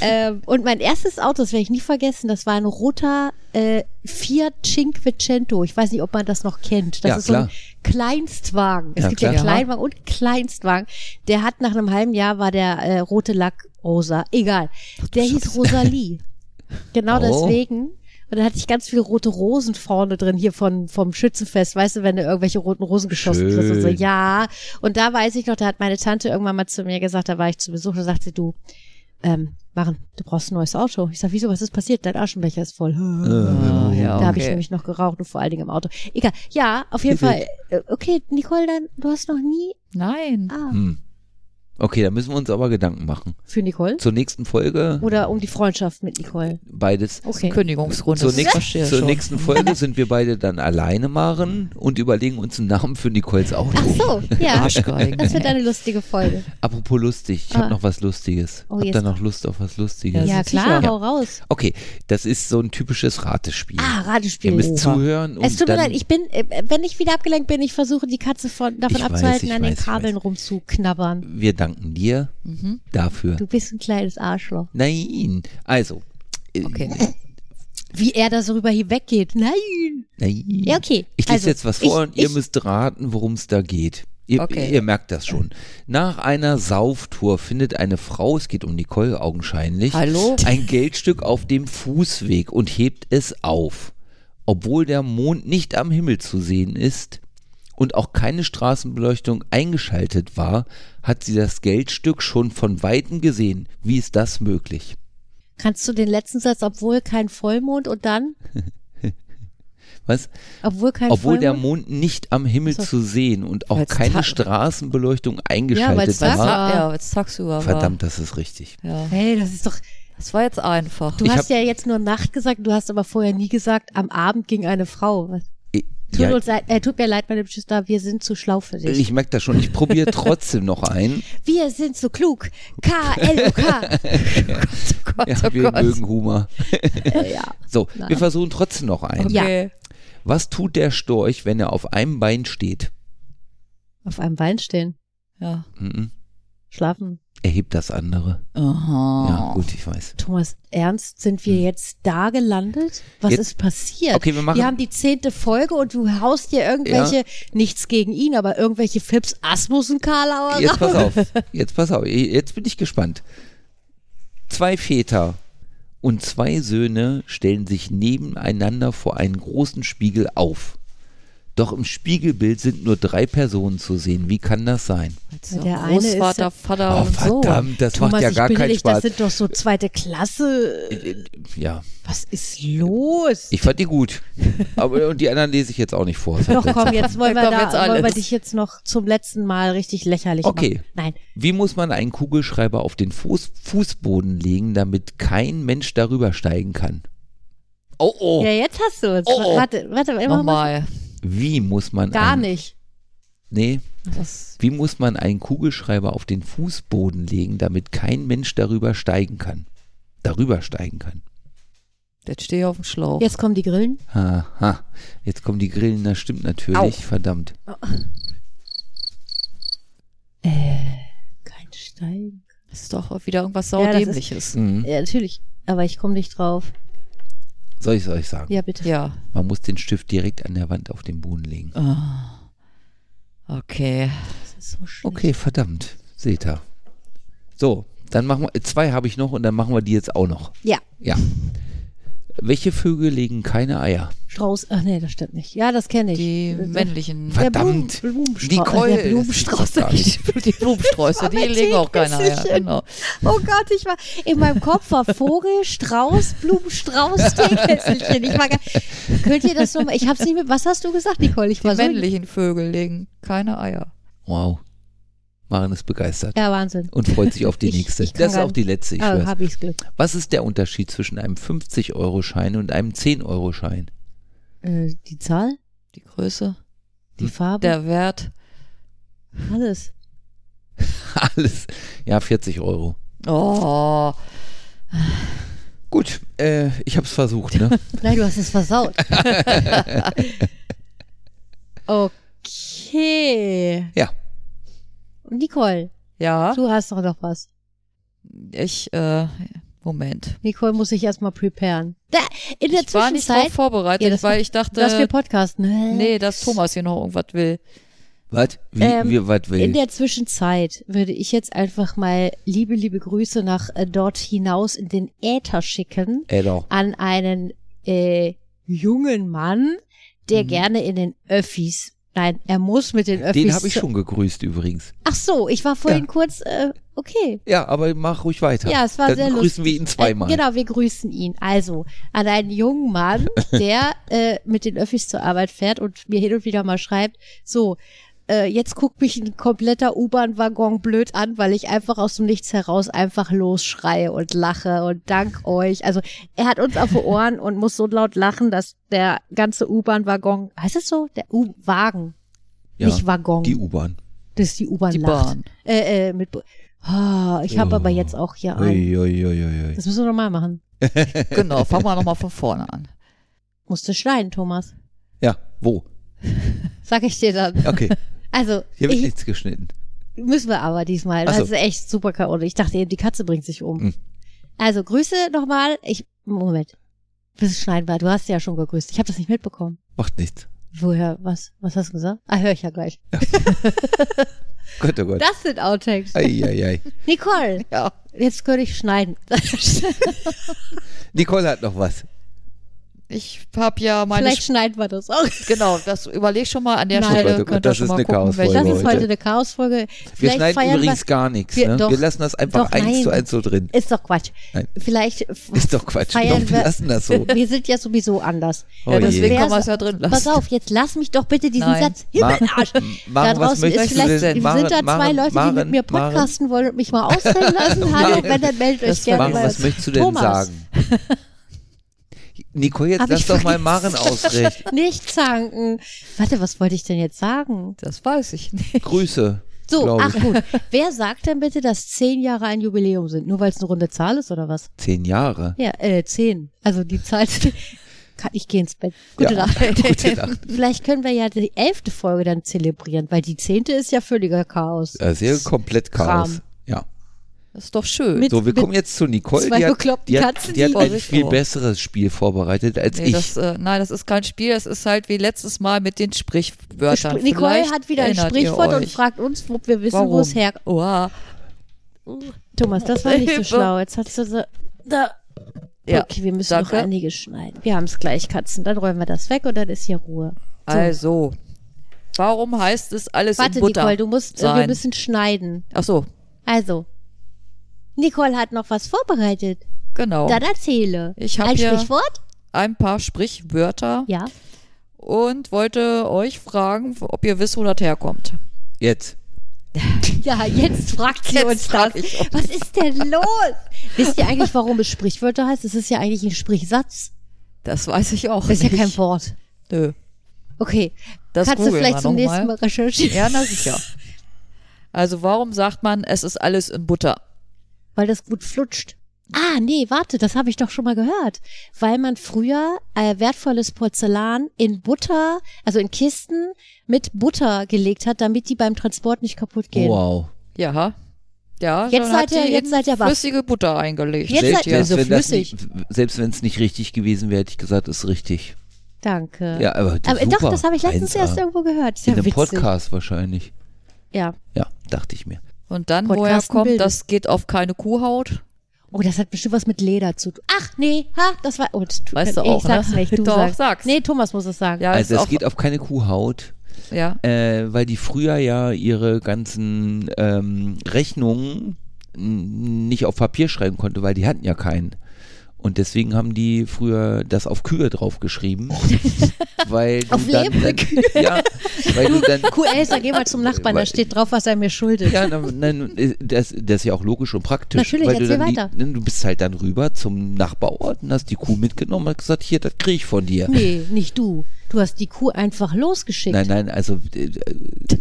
S3: ähm, und mein erstes Auto, das werde ich nie vergessen, das war ein roter äh, Fiat Cinquecento. Ich weiß nicht, ob man das noch kennt. Das
S4: Ja,
S3: ist so
S4: klar.
S3: ein Kleinstwagen. Es
S4: Ja,
S3: gibt ja
S4: klar.
S3: Kleinwagen und Kleinstwagen. Der hat nach einem halben Jahr war der äh, rote Lack rosa. Egal. Der hieß Rosalie. Genau
S4: Oh.
S3: deswegen. Und dann hatte ich ganz viele rote Rosen vorne drin, hier von, vom Schützenfest, weißt du, wenn du irgendwelche roten Rosen geschossen kriegst und so,
S4: Schön.
S3: ja. Und da weiß ich noch, da hat meine Tante irgendwann mal zu mir gesagt, da war ich zu Besuch, da sagt sie, du, ähm, Maren, du brauchst ein neues Auto. Ich sag, wieso, was ist passiert? Dein Aschenbecher ist voll.
S5: Ah, ja,
S3: Da habe ich
S5: okay.
S3: nämlich noch geraucht und vor allen Dingen im Auto. Egal, ja, auf jeden Fall. äh, Okay, Nicole, dann, du hast noch nie,
S5: Nein.
S3: ah,
S4: Hm. Okay, da müssen wir uns aber Gedanken machen.
S3: für Nicole?
S4: Zur nächsten Folge
S3: Oder um die Freundschaft mit Nicole?
S4: beides.
S3: Okay.
S5: Kündigungsrunde.
S4: Zur,
S5: das
S4: nächsten-
S5: verstehe ich
S4: zur
S5: schon.
S4: nächsten Folge sind wir beide dann alleine Maren und überlegen uns einen Namen für Nicoles Auto.
S3: Ach so, ja.
S5: Arschgeigen.
S3: Das wird eine lustige Folge.
S4: Apropos lustig, ich
S3: Ah.
S4: habe noch was Lustiges.
S3: Oh,
S4: Habt
S3: jetzt
S4: ihr noch Lust auf was Lustiges?
S5: Ja,
S3: Ja,
S5: sicher.
S3: klar,
S5: Ja.
S3: hau raus.
S4: Okay, das ist so ein typisches Ratespiel.
S3: Ah,
S4: Ihr
S3: Ratespiel.
S4: müsst zuhören und
S3: Es tut mir
S4: dann
S3: leid, ich bin, äh, wenn ich wieder abgelenkt bin, ich versuche die Katze von, davon
S4: Ich weiß,
S3: abzuhalten,
S4: ich
S3: an
S4: weiß,
S3: den
S4: ich
S3: Kabeln rumzuknabbern.
S4: wir danken dir dafür.
S3: Mhm. Du bist ein kleines Arschloch.
S4: Nein, also. äh,
S5: Okay.
S3: Wie er da so rüber hinweggeht. Nein.
S4: Nein.
S3: Ja, okay.
S4: Ich lese
S3: Also,
S4: jetzt was vor
S3: ich-
S4: und ihr
S3: ich-
S4: müsst raten, worum es da geht. Ihr,
S5: Okay.
S4: ihr merkt das schon. Nach einer Sauftour findet eine Frau, es geht um Nicole augenscheinlich,
S5: Hallo?
S4: ein Geldstück auf dem Fußweg und hebt es auf. Obwohl der Mond nicht am Himmel zu sehen ist und auch keine Straßenbeleuchtung eingeschaltet war, hat sie das Geldstück schon von weitem gesehen. Wie ist das möglich?
S3: Kannst du den letzten Satz, obwohl kein Vollmond und dann,
S4: Was?
S3: obwohl kein
S4: Obwohl der
S3: Vollmond.
S4: Mond nicht am Himmel
S3: Ach so.
S4: zu sehen und auch
S5: Weil's Ta-
S4: keine Straßenbeleuchtung
S3: Ja, weil's
S4: eingeschaltet
S3: Tag
S4: war.
S3: war.
S5: Ja, weil es tagsüber war.
S4: Verdammt, das ist richtig.
S5: Ja.
S3: hey, das ist doch,
S5: Das war jetzt einfach.
S3: du
S4: Ich
S3: hast
S4: hab-
S3: ja jetzt nur Nacht gesagt, du hast aber vorher nie gesagt, am Abend ging eine Frau. Was?
S4: I-
S3: Tut,
S4: Ja.
S3: uns leid, äh, tut mir leid, meine Geschwister, wir sind zu schlau für dich.
S4: Ich merke das schon. Ich probiere trotzdem noch einen.
S3: wir sind zu klug. K-L-U-K.
S5: Oh Gott,
S4: Ja,
S5: oh
S4: wir
S5: Gott.
S4: mögen Humor.
S3: Äh, ja.
S4: So,
S3: Nein.
S4: wir versuchen trotzdem noch einen.
S3: Ja.
S5: Okay.
S4: Was tut der Storch, wenn er auf einem Bein steht?
S3: Auf einem Bein stehen.
S5: Ja.
S4: Mhm.
S3: Schlafen.
S4: Er hebt das andere.
S5: Aha.
S4: Ja, gut, ich weiß.
S3: Thomas, ernst, sind wir jetzt da gelandet?
S4: Hm.
S3: Was
S4: Jetzt-
S3: ist passiert?
S4: Okay, wir machen-
S3: haben die zehnte Folge und du haust dir irgendwelche, nichts gegen ihn, aber irgendwelche Fips Asmussen Karlauer
S4: Jetzt
S3: raus.
S4: pass auf. Jetzt pass auf. Jetzt bin ich gespannt. Zwei Väter und zwei Söhne stellen sich nebeneinander vor einen großen Spiegel auf. Doch im Spiegelbild sind nur drei Personen zu sehen. Wie kann das sein?
S5: Jetzt noch
S3: Der eine ist
S5: Großvater,
S3: ja-
S5: Vater
S4: Oh,
S5: und so.
S4: verdammt, das
S3: Thomas,
S4: macht ja
S3: ich
S4: gar
S3: bitte
S4: keinen
S3: dich,
S4: Spaß.
S3: das sind doch so zweite Klasse.
S4: ja,
S3: Was ist los?
S4: ich fand die gut. Aber und die anderen lese ich jetzt auch nicht vor. Das hat
S3: Doch
S4: jetzt-
S3: komm, jetzt wollen wir,
S5: Da kommt
S3: da,
S5: jetzt alles.
S3: wollen wir dich jetzt noch zum letzten Mal richtig lächerlich
S4: Okay.
S3: machen. Nein,
S4: Wie muss man einen Kugelschreiber auf den Fuß, Fußboden legen, damit kein Mensch darüber steigen kann? Oh oh.
S3: ja, jetzt hast du es.
S4: Oh, oh.
S3: Warte, warte, immer mal.
S5: Nochmal.
S4: Wie muss man
S3: Gar
S4: einen,
S3: nicht.
S4: Nee,
S5: Das,
S4: wie muss man einen Kugelschreiber auf den Fußboden legen, damit kein Mensch darüber steigen kann? Darüber steigen kann.
S5: jetzt stehe ich auf dem Schlauch.
S3: Jetzt kommen die Grillen.
S4: Aha. Jetzt kommen die Grillen, das stimmt natürlich,
S5: Au.
S4: verdammt.
S3: Kein Stein.
S5: Das ist doch wieder irgendwas
S3: Ja, das ist-
S5: saudämliches.
S4: Mhm.
S3: Ja, natürlich. Aber ich komme nicht drauf.
S4: Soll ich es euch sagen?
S3: Ja, Oh. bitte.
S5: Ja,
S4: Man muss den Stift direkt an der Wand auf den Boden legen.
S5: okay.
S3: Das ist so schlimm.
S4: Okay, verdammt. Seht ihr. So, dann machen wir. Zwei habe ich noch und dann machen wir die jetzt auch noch.
S3: Ja,
S4: Ja. Welche Vögel legen keine Eier?
S3: Strauß. Ach nee, das stimmt nicht. Ja, das kenne ich.
S5: Die
S3: Der-
S5: männlichen.
S3: Der
S4: Verdammt.
S3: Blumen- Blumenstrauß.
S4: Nicole.
S3: Der Blumenstrauß.
S4: Das gibt's doch
S5: Die Blumensträuße, die
S3: Mein
S5: legen auch keiner. Ja,
S3: Teeküsschen.
S5: genau.
S3: Oh Gott, ich war in meinem Kopf war Vogel, Strauß, Blumenstrauß, Teekesselchen. Ich war gar, könnt ihr das nochmal? Ich hab's nicht mit. Was hast du gesagt, Nicole? Ich
S5: Die
S3: war so.
S5: männlichen Vögel legen keine Eier.
S4: Wow. Maren ist begeistert
S3: Ja, Wahnsinn.
S4: und freut sich auf die
S3: Ich-
S4: nächste.
S3: ich kann
S4: das ist
S3: gar
S4: auch die letzte, Oh, ich
S3: Ah,
S4: schwör's.
S3: hab ich's Glück.
S4: Was ist der Unterschied zwischen einem 50-Euro-Schein und einem 10-Euro-Schein?
S3: Äh, die Zahl,
S5: Die Größe,
S3: Hm. die
S4: Hm.
S3: Farbe,
S5: der Wert.
S3: alles.
S4: Alles. Ja, 40 Euro.
S5: Oh,
S4: Gut, äh, ich hab's versucht, ne?
S3: Nein, du hast es versaut. okay.
S4: Ja.
S3: Nicole,
S5: ja.
S3: du hast doch noch was.
S5: Ich, äh, Moment.
S3: Nicole muss sich erstmal preparen. Da, in der
S5: Ich war nicht
S3: Zwischenzeit,
S5: drauf vorbereitet,
S3: Ja, das
S5: weil
S3: macht-
S5: ich dachte,
S3: dass wir podcasten. Hä?
S5: nee, dass Thomas hier noch irgendwas will.
S4: Was? Wie,
S3: Ähm,
S4: wie, was
S3: In
S4: will?
S3: der Zwischenzeit würde ich jetzt einfach mal liebe, liebe Grüße nach äh, dort hinaus in den Äther schicken
S4: Ey, doch.
S3: an einen äh, jungen Mann, der gerne in den Öffis. Nein, er muss mit den Öffis.
S4: Mhm. Den habe ich schon gegrüßt übrigens.
S3: Ach so, ich war vorhin
S4: Ja.
S3: kurz. Äh, okay.
S4: Ja, aber mach ruhig weiter.
S3: Ja, es war
S4: Dann
S3: sehr lustig.
S4: grüßen wir ihn zweimal.
S3: Äh, genau, wir grüßen ihn. Also an einen jungen Mann, der äh, mit den Öffis zur Arbeit fährt und mir hin und wieder mal schreibt, so, äh, jetzt guckt mich ein kompletter U-Bahn-Waggon blöd an, weil ich einfach aus dem Nichts heraus einfach losschreie und lache und dank euch. Also er hat uns auf die Ohren und muss so laut lachen, dass der ganze U-Bahn-Waggon, heißt es so? Der U-Wagen,
S4: ja,
S3: nicht Waggon.
S4: die U-Bahn.
S3: das ist die U-Bahn
S5: Die
S3: lacht.
S5: Bahn.
S3: Äh, äh, mit, Ah, ich habe
S4: Oh.
S3: aber jetzt auch hier einen.
S4: Uiuiuiui.
S3: Das müssen wir nochmal machen.
S5: Genau, fangen wir nochmal von vorne an.
S3: Musste schreien, Thomas.
S4: Ja, wo?
S3: Sag ich dir dann.
S4: Okay,
S3: Also,
S4: hier wird
S3: ich,
S4: nichts geschnitten.
S3: müssen wir aber diesmal.
S4: Ach
S3: Das
S4: so.
S3: ist echt super chaotisch. Ich dachte eben, die Katze bringt sich um.
S4: Hm.
S3: Also, Grüße nochmal. Ich, Moment. Bis es schneiden war. Du hast ja schon gegrüßt. Ich habe das nicht mitbekommen.
S4: Macht nichts.
S3: Woher, was, was hast du gesagt? Ah, höre ich ja gleich.
S4: Gott, oh Gott.
S3: Das sind Outtakes.
S4: Eieiei.
S3: Nicole,
S5: Ja.
S3: jetzt könnte ich schneiden.
S4: Nicole hat noch was.
S5: Ich habe ja meine.
S3: Vielleicht schneiden wir das auch.
S5: Sp- genau, das überleg schon mal an der
S3: Nein.
S5: Stelle.
S4: Oh Gott, oh Gott,
S5: könnt ihr
S4: das
S5: schon
S4: ist
S5: mal
S4: eine
S5: gucken,
S4: Chaosfolge
S5: welche-
S3: Das ist
S4: Leute.
S3: heute eine Chaosfolge.
S4: Wir
S3: Vielleicht
S4: schneiden
S3: feiern
S4: übrigens
S3: wir,
S4: gar nichts.
S3: Wir-
S4: ne?
S3: doch.
S4: wir lassen das einfach
S3: Doch,
S4: eins
S3: nein.
S4: zu eins so drin.
S3: Ist doch Quatsch.
S4: Nein.
S3: Vielleicht
S4: Ist doch Quatsch.
S3: feiern
S4: Doch, wir lassen das so.
S3: Wir sind ja sowieso anders.
S4: Oh
S5: ja,
S4: je.
S5: deswegen
S3: Wer
S5: kann man es
S3: so-
S5: ja drin lassen.
S3: Pass auf, jetzt lass mich doch bitte diesen
S5: Nein.
S3: Satz. Himmelarsch. Da
S4: Maren, was
S3: draußen ist
S4: möchtest du
S3: vielleicht,
S4: denn?
S3: sind
S4: Maren,
S3: da zwei
S4: Maren,
S3: Leute, die mit
S4: Maren,
S3: mir
S4: Maren.
S3: podcasten wollen und mich mal ausreden lassen. Hallo,
S4: Nein.
S3: wenn, dann meldet euch
S5: Das
S3: gerne.
S5: war-
S4: Maren,
S3: bei
S4: was
S3: uns.
S4: möchtest du denn
S3: Thomas,
S4: sagen? Nico, jetzt
S3: Hab
S4: lass
S3: ich
S4: doch mal
S3: vergessen.
S4: Maren ausrichten.
S3: Nicht zanken. Warte, was wollte ich denn jetzt sagen?
S5: Das weiß ich nicht.
S4: Grüße.
S3: So,
S4: glaub
S3: ach
S4: ich.
S3: gut. Wer sagt denn bitte, dass zehn Jahre ein Jubiläum sind? Nur weil es eine runde Zahl ist oder was?
S4: Zehn Jahre.
S3: Ja, äh, zehn. Also die Zahl. Kann ich gehe ins Bett. Gute
S4: Ja,
S3: Nacht.
S4: gute Nacht.
S3: Vielleicht können wir ja die elfte Folge dann zelebrieren, weil die zehnte ist ja völliger Chaos.
S4: Äh, Sehr komplett Chaos.
S3: Kram.
S4: Ja.
S5: Das ist doch schön.
S3: Mit-
S4: So, wir
S3: mit
S4: kommen jetzt zu Nicole.
S3: zwei
S4: die hat,
S3: bekloppten
S4: die hat,
S3: Katzen,
S4: die hat
S3: die-
S4: ein
S5: Vorsicht,
S4: viel
S5: oh.
S4: besseres Spiel vorbereitet als
S5: Nee,
S4: ich.
S5: das, äh, nein, das ist kein Spiel. Das ist halt wie letztes Mal mit den Sprichwörtern.
S3: Spr- Nicole
S5: Vielleicht
S3: hat wieder ein
S5: erinnert ihr
S3: Sprichwort und
S5: euch.
S3: fragt uns, ob wir wissen, wo
S5: Warum?
S3: es her. Oh, ah,
S5: Oha.
S3: Thomas, das war nicht so
S5: Hilfe.
S3: schlau. Jetzt hast du so. Da.
S5: Ja,
S3: okay, wir müssen
S5: danke.
S3: noch einige schneiden. Wir haben es gleich, Katzen. Dann räumen wir das weg und dann ist hier Ruhe.
S5: Also, warum heißt es alles
S3: Warte,
S5: in Butter?
S3: Nicole, du musst. Äh, wir
S5: sein?
S3: müssen schneiden.
S5: Ach so,
S3: Also. Nicole hat noch was vorbereitet.
S5: genau.
S3: Dann erzähle.
S5: Ich hab
S3: Ein
S5: hier-
S3: Sprichwort?
S5: Ein paar Sprichwörter
S3: Ja.
S5: und wollte euch fragen, ob ihr wisst, wo das herkommt.
S4: Jetzt.
S3: Ja, jetzt fragt sie
S5: Jetzt
S3: uns
S5: frag
S3: das.
S5: ich euch.
S3: Was ist denn los? Wisst ihr eigentlich, warum es Sprichwörter heißt? Es ist ja eigentlich ein Sprichsatz.
S5: Das weiß ich auch.
S3: Das ist ja
S5: nicht.
S3: kein Wort.
S5: Nö.
S3: Okay.
S5: Das
S3: Kannst du
S5: googeln
S3: vielleicht
S5: wir
S3: zum
S5: noch
S3: nächsten
S5: mal.
S3: Mal recherchieren?
S5: Ja, na sicher. Also, warum sagt man, es ist alles in Butter?
S3: Weil das gut flutscht. Ah, nee, warte, das habe ich doch schon mal gehört. Weil man früher äh, wertvolles Porzellan in Butter, also in Kisten mit Butter gelegt hat, damit die beim Transport nicht kaputt gehen.
S4: Wow.
S5: Ja. Ja,
S3: Jetzt
S5: dann hat
S3: seid ihr-
S5: sie
S3: jetzt
S5: in
S3: seid ihr wach.
S5: flüssige Butter eingelegt.
S3: Jetzt seid
S4: Selbst,
S3: ihr
S4: wenn
S3: so
S4: das
S3: flüssig.
S4: nicht, selbst wenn es nicht richtig gewesen wäre, hätte ich gesagt, ist richtig.
S3: Danke.
S4: Ja, aber,
S3: Aber
S4: super.
S3: doch, das habe ich letztens
S4: 1A.
S3: erst irgendwo gehört. Ist
S4: In
S3: ja
S4: einem
S3: witzig.
S4: Podcast wahrscheinlich.
S3: Ja.
S4: Ja, dachte ich mir.
S5: Und dann, woher
S3: Podcasten
S5: kommt,
S3: bildet.
S5: das geht auf keine Kuhhaut?
S3: Oh, das hat bestimmt was mit Leder zu tun. Ach, nee, ha, das war. Oh, das tut,
S5: Weißt du
S3: nee,
S5: auch,
S3: ich sag's
S5: ne?
S3: nicht, du
S5: Doch,
S3: sagst.
S5: sag's.
S3: Nee, Thomas muss es sagen.
S5: Ja,
S4: Also
S5: ist
S4: es
S5: auch,
S4: geht auf keine Kuhhaut,
S5: ja.
S4: äh, weil die früher ja ihre ganzen ähm, Rechnungen n- nicht auf Papier schreiben konnte, weil die hatten ja keinen. Und deswegen haben die früher das auf Kühe draufgeschrieben. weil du
S3: Auf
S4: dann,
S3: lebende
S4: dann, ja, weil du dann
S3: Cool, Elsa, geh mal zum Nachbarn, da
S4: Weil-
S3: steht drauf, was er mir schuldet.
S4: Ja, na, nein, das, das ist ja auch logisch und praktisch.
S3: Natürlich,
S4: weil du,
S3: erzähl
S4: dann die,
S3: weiter.
S4: ne, du bist halt dann rüber zum Nachbarort und hast die Kuh mitgenommen und gesagt, hier, das kriege ich von dir.
S3: Nee, nicht du. Du hast die Kuh einfach losgeschickt.
S4: Nein, nein, also äh, äh,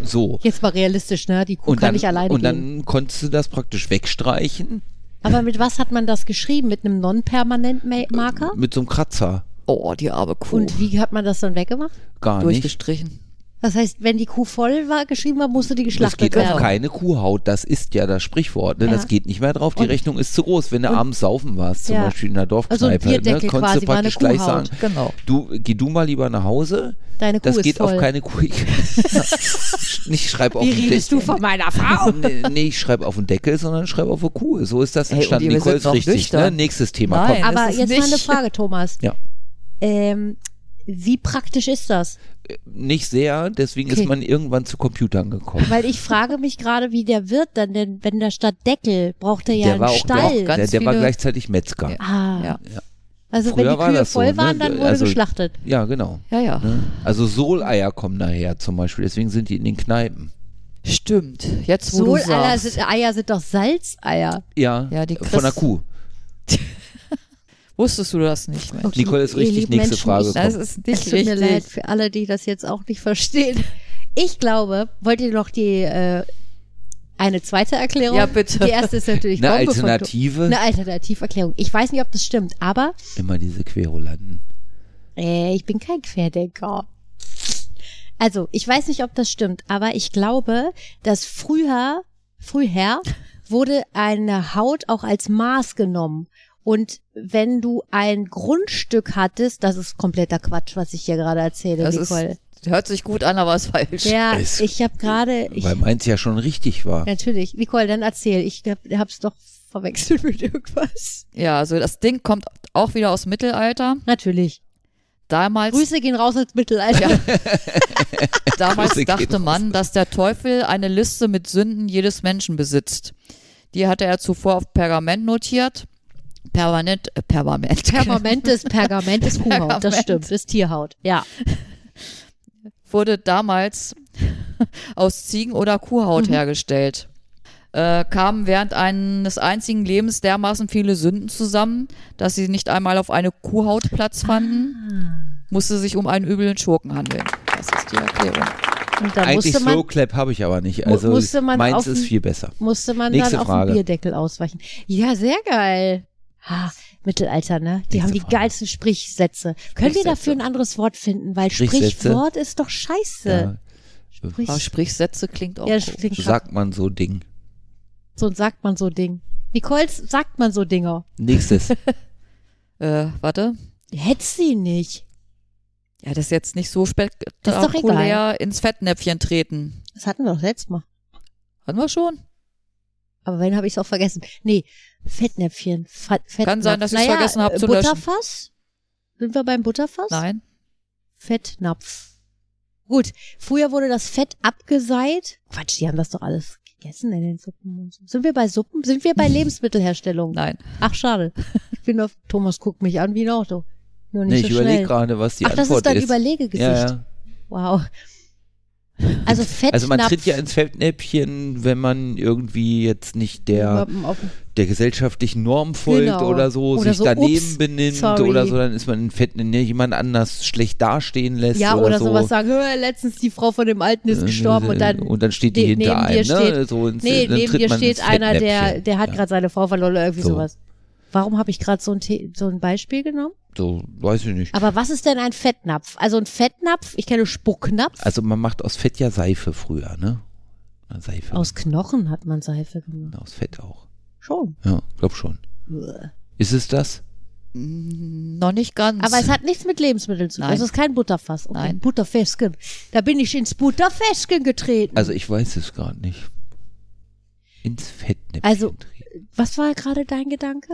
S4: so.
S3: Jetzt mal realistisch, ne? Die Kuh
S4: Und
S3: kann
S4: dann,
S3: nicht alleine
S4: und
S3: gehen.
S4: dann konntest du das praktisch wegstreichen
S3: Aber mit was hat man das geschrieben? Mit einem Non-Permanent-Marker?
S4: mit so einem Kratzer.
S5: Oh, die arme Kuh.
S3: Und wie hat man das dann weggemacht?
S4: Gar nicht.
S5: durchgestrichen.
S3: Das heißt, wenn die Kuh voll war, geschrieben war, musste die
S4: Das
S3: geschlachtet
S4: geht auf
S3: werden.
S4: keine Kuhhaut, das ist ja das Sprichwort. Ne?
S3: Ja.
S4: Das geht nicht mehr drauf. Die Rechnung ist zu groß. Wenn du abends saufen warst, zum
S3: Ja.
S4: Beispiel in der
S3: Also ein
S4: Dorfkneipe, ne,
S3: Bierdeckel
S4: konntest
S3: quasi
S4: du
S3: war eine
S4: praktisch gleich
S3: Kuhhaut.
S4: sagen,
S5: Genau.
S4: du, geh du mal lieber nach Hause.
S3: Deine Kuh
S4: das
S3: ist
S4: geht auf
S3: voll.
S4: keine Kuh. Ich, nicht schreib auf
S3: Wie
S4: den
S3: redest du
S4: Deckel.
S3: von meiner Frau?
S4: Nee, nee, ich schreibe auf den Deckel, sondern ich schreibe auf eine Kuh. So ist das
S5: Hey, und
S4: entstanden.
S5: ihr
S4: Nicole
S5: seid
S4: ist
S5: noch
S4: richtig. Ne?
S5: nüchtern.
S4: Nächstes Thema.
S5: Nein.
S4: Komm.
S5: Das
S3: Aber
S5: ist
S3: jetzt mal eine
S5: nicht-
S3: Frage, Thomas.
S4: Ja.
S3: Ähm, wie praktisch ist das?
S4: Nicht sehr, deswegen
S3: Okay.
S4: ist man irgendwann zu Computern gekommen.
S3: Weil ich frage mich gerade, wie der Wirt dann denn, wenn da statt Deckel, braucht er ja
S4: der
S3: einen
S4: war auch
S3: Stall.
S4: gleich- der, der war
S5: viele-
S4: gleichzeitig Metzger.
S3: ah,
S5: Ja.
S3: also wenn
S4: Früher
S3: die
S4: war
S3: Kühe
S4: das so,
S3: voll
S4: ne?
S3: waren, dann wurde
S4: Also-
S3: geschlachtet.
S4: Ja, genau.
S5: Ja, ja.
S4: Also Soleier kommen daher zum Beispiel, deswegen sind die in den Kneipen.
S5: Stimmt. Jetzt, wo du
S3: Soleier
S5: sagst.
S3: sind, Eier sind doch Salzeier.
S4: Ja,
S5: Ja, die
S4: von der
S5: Christ-
S4: Kuh.
S5: Wusstest du das nicht, Mensch?
S3: Okay,
S4: Nicole ist
S3: ihr
S4: richtig,
S3: lieben
S4: nächste
S3: Menschen,
S4: Frage.
S3: ich-
S5: Das
S4: Komm.
S5: ist
S3: Es
S5: nicht
S3: tut mir
S5: richtig.
S3: leid für alle, die das jetzt auch nicht verstehen. Ich glaube, wollt ihr noch die äh, eine zweite Erklärung?
S5: Ja, bitte.
S3: Die erste ist natürlich
S4: Eine
S3: Bombe von Tho-
S4: Alternative?
S3: Eine Alternativerklärung. Ich weiß nicht, ob das stimmt, aber
S4: Immer diese Querulanden.
S3: Äh, ich bin kein Querdenker. Also, ich weiß nicht, ob das stimmt, aber ich glaube, dass früher, früher wurde eine Haut auch als Maß genommen. Und wenn du ein Grundstück hattest, das ist kompletter Quatsch, was ich hier gerade erzähle,
S5: Das ist,
S3: Nicole.
S5: hört sich gut an, aber ist falsch.
S3: ja,
S4: es-
S3: ich habe gerade, ich-
S4: Weil meins ja schon richtig war.
S3: natürlich, Nicole, dann erzähl. Ich hab, hab's doch verwechselt mit irgendwas.
S5: Ja, also das Ding kommt auch wieder aus dem Mittelalter.
S3: Natürlich.
S5: Damals,
S3: Grüße gehen raus ins Mittelalter.
S5: damals
S4: Grüße gehen
S5: dachte man, dass der Teufel eine Liste mit Sünden jedes Menschen besitzt. Die hatte er zuvor auf Pergament notiert. Permanent, äh, Pergament.
S3: Pergament ist Pergament ist Kuhhaut, das
S5: Pergament.
S3: stimmt, ist Tierhaut. Ja. Mhm.
S5: wurde damals aus Ziegen- oder Kuhhaut hergestellt. äh, kamen während eines einzigen Lebens dermaßen viele Sünden zusammen, dass sie nicht einmal auf eine Kuhhaut
S3: Ah.
S5: Platz fanden, musste sich um einen üblen Schurken handeln. Das ist die Erklärung.
S3: Und da
S4: Eigentlich
S3: musste man,
S4: Slow Clap habe ich aber nicht.
S3: Mu-
S4: Also
S3: musste man auf
S4: meins
S3: den-
S4: ist viel besser.
S3: musste man
S4: Nächste
S3: dann auf
S4: Frage.
S3: den Bierdeckel ausweichen. Ja, sehr geil. Ha, Mittelalter, ne? Die
S4: Nächste
S3: haben die
S4: Frage.
S3: geilsten Sprichsätze. Können wir
S4: Sprichsätze.
S3: dafür ein anderes Wort finden? Weil
S4: Sprichsätze.
S3: Sprichwort ist doch scheiße.
S4: Ja,
S3: Sprich-
S5: Aber Sprichsätze klingt auch.
S3: ja,
S5: komisch.
S3: klingt
S4: so
S3: sag,
S4: sagt man so Ding.
S3: so sagt man so Ding. Nicole's sagt man so Dinger.
S4: Nächstes.
S5: äh, warte.
S3: Hätt sie nicht.
S5: Ja, das ist jetzt nicht so
S3: doch egal.
S5: spektakulär ins Fettnäpfchen treten.
S3: Das hatten wir doch letztes Mal.
S5: Hatten wir schon?
S3: Aber wenn habe ich es auch vergessen. Nee, Fettnäpfchen. Fa- Fettnapf.
S5: sein, dass ich's
S3: naja,
S5: vergessen hab
S3: äh,
S5: zu löschen.
S3: Butterfass? Sind wir beim Butterfass?
S5: Nein.
S3: Fettnapf. Gut, früher wurde das Fett abgeseit. Quatsch, die haben das doch alles gegessen in den Suppen. und so. Sind wir bei Suppen? Sind wir bei
S4: Hm.
S3: Lebensmittelherstellung?
S5: Nein.
S3: Ach, schade. Ich bin auf, Thomas guckt mich an wie ein Auto. Nur
S4: nee,
S3: nicht
S4: ich
S3: so
S4: überlege
S3: schnell.
S4: gerade, was die
S3: Ach, das ist
S4: Antwort
S3: dein
S4: ist.
S3: Überlegegesicht.
S4: ja, ja.
S3: Wow. Also Fettnapf.
S4: Also man tritt ja ins Fettnäpfchen, wenn man irgendwie jetzt nicht der,
S3: Überm- auf-
S4: der gesellschaftlichen Norm folgt
S3: Genau.
S4: oder so,
S3: Oder
S4: sich
S3: so,
S4: daneben
S3: ups,
S4: benimmt
S3: sorry.
S4: oder so, dann ist man in Fettnäpfchen, ne, jemand anders schlecht dastehen lässt
S3: Ja, oder,
S4: oder, so.
S3: sowas sagen, "Hör, letztens die Frau von dem Alten ist
S4: Äh,
S3: gestorben und dann.
S4: und dann steht die
S3: ne-
S4: hinter
S3: neben
S4: einem.
S3: dir
S4: ne?
S3: steht-
S4: so ins,
S3: nee,
S4: dann
S3: neben
S4: tritt
S3: dir
S4: man
S3: steht
S4: ins
S3: einer, der,
S4: Fettnäpfchen.
S3: der hat
S4: ja.
S3: gerade seine Frau verloren oder irgendwie
S4: So.
S3: sowas. Warum habe ich gerade so, ein The- so ein Beispiel genommen?
S4: So, weiß ich nicht.
S3: Aber was ist denn ein Fettnapf? Also ein Fettnapf, ich kenne Spucknapf.
S4: Also man macht aus Fett ja Seife früher, ne? Na, Seife.
S3: Aus Knochen hat man Seife gemacht.
S4: aus Fett auch.
S3: Schon.
S4: Ja, glaub schon.
S3: Uah.
S4: Ist es das?
S5: Noch nicht ganz.
S3: Aber es hat nichts mit Lebensmitteln zu tun.
S5: Nein.
S3: Es ist kein Butterfass. Okay.
S5: Nein.
S3: Butterfäsken. Da bin ich ins Butterfäsken getreten.
S4: Also ich weiß es gerade nicht. Ins Fettnäpfchen.
S3: Also-
S4: treten.
S3: was war gerade dein Gedanke?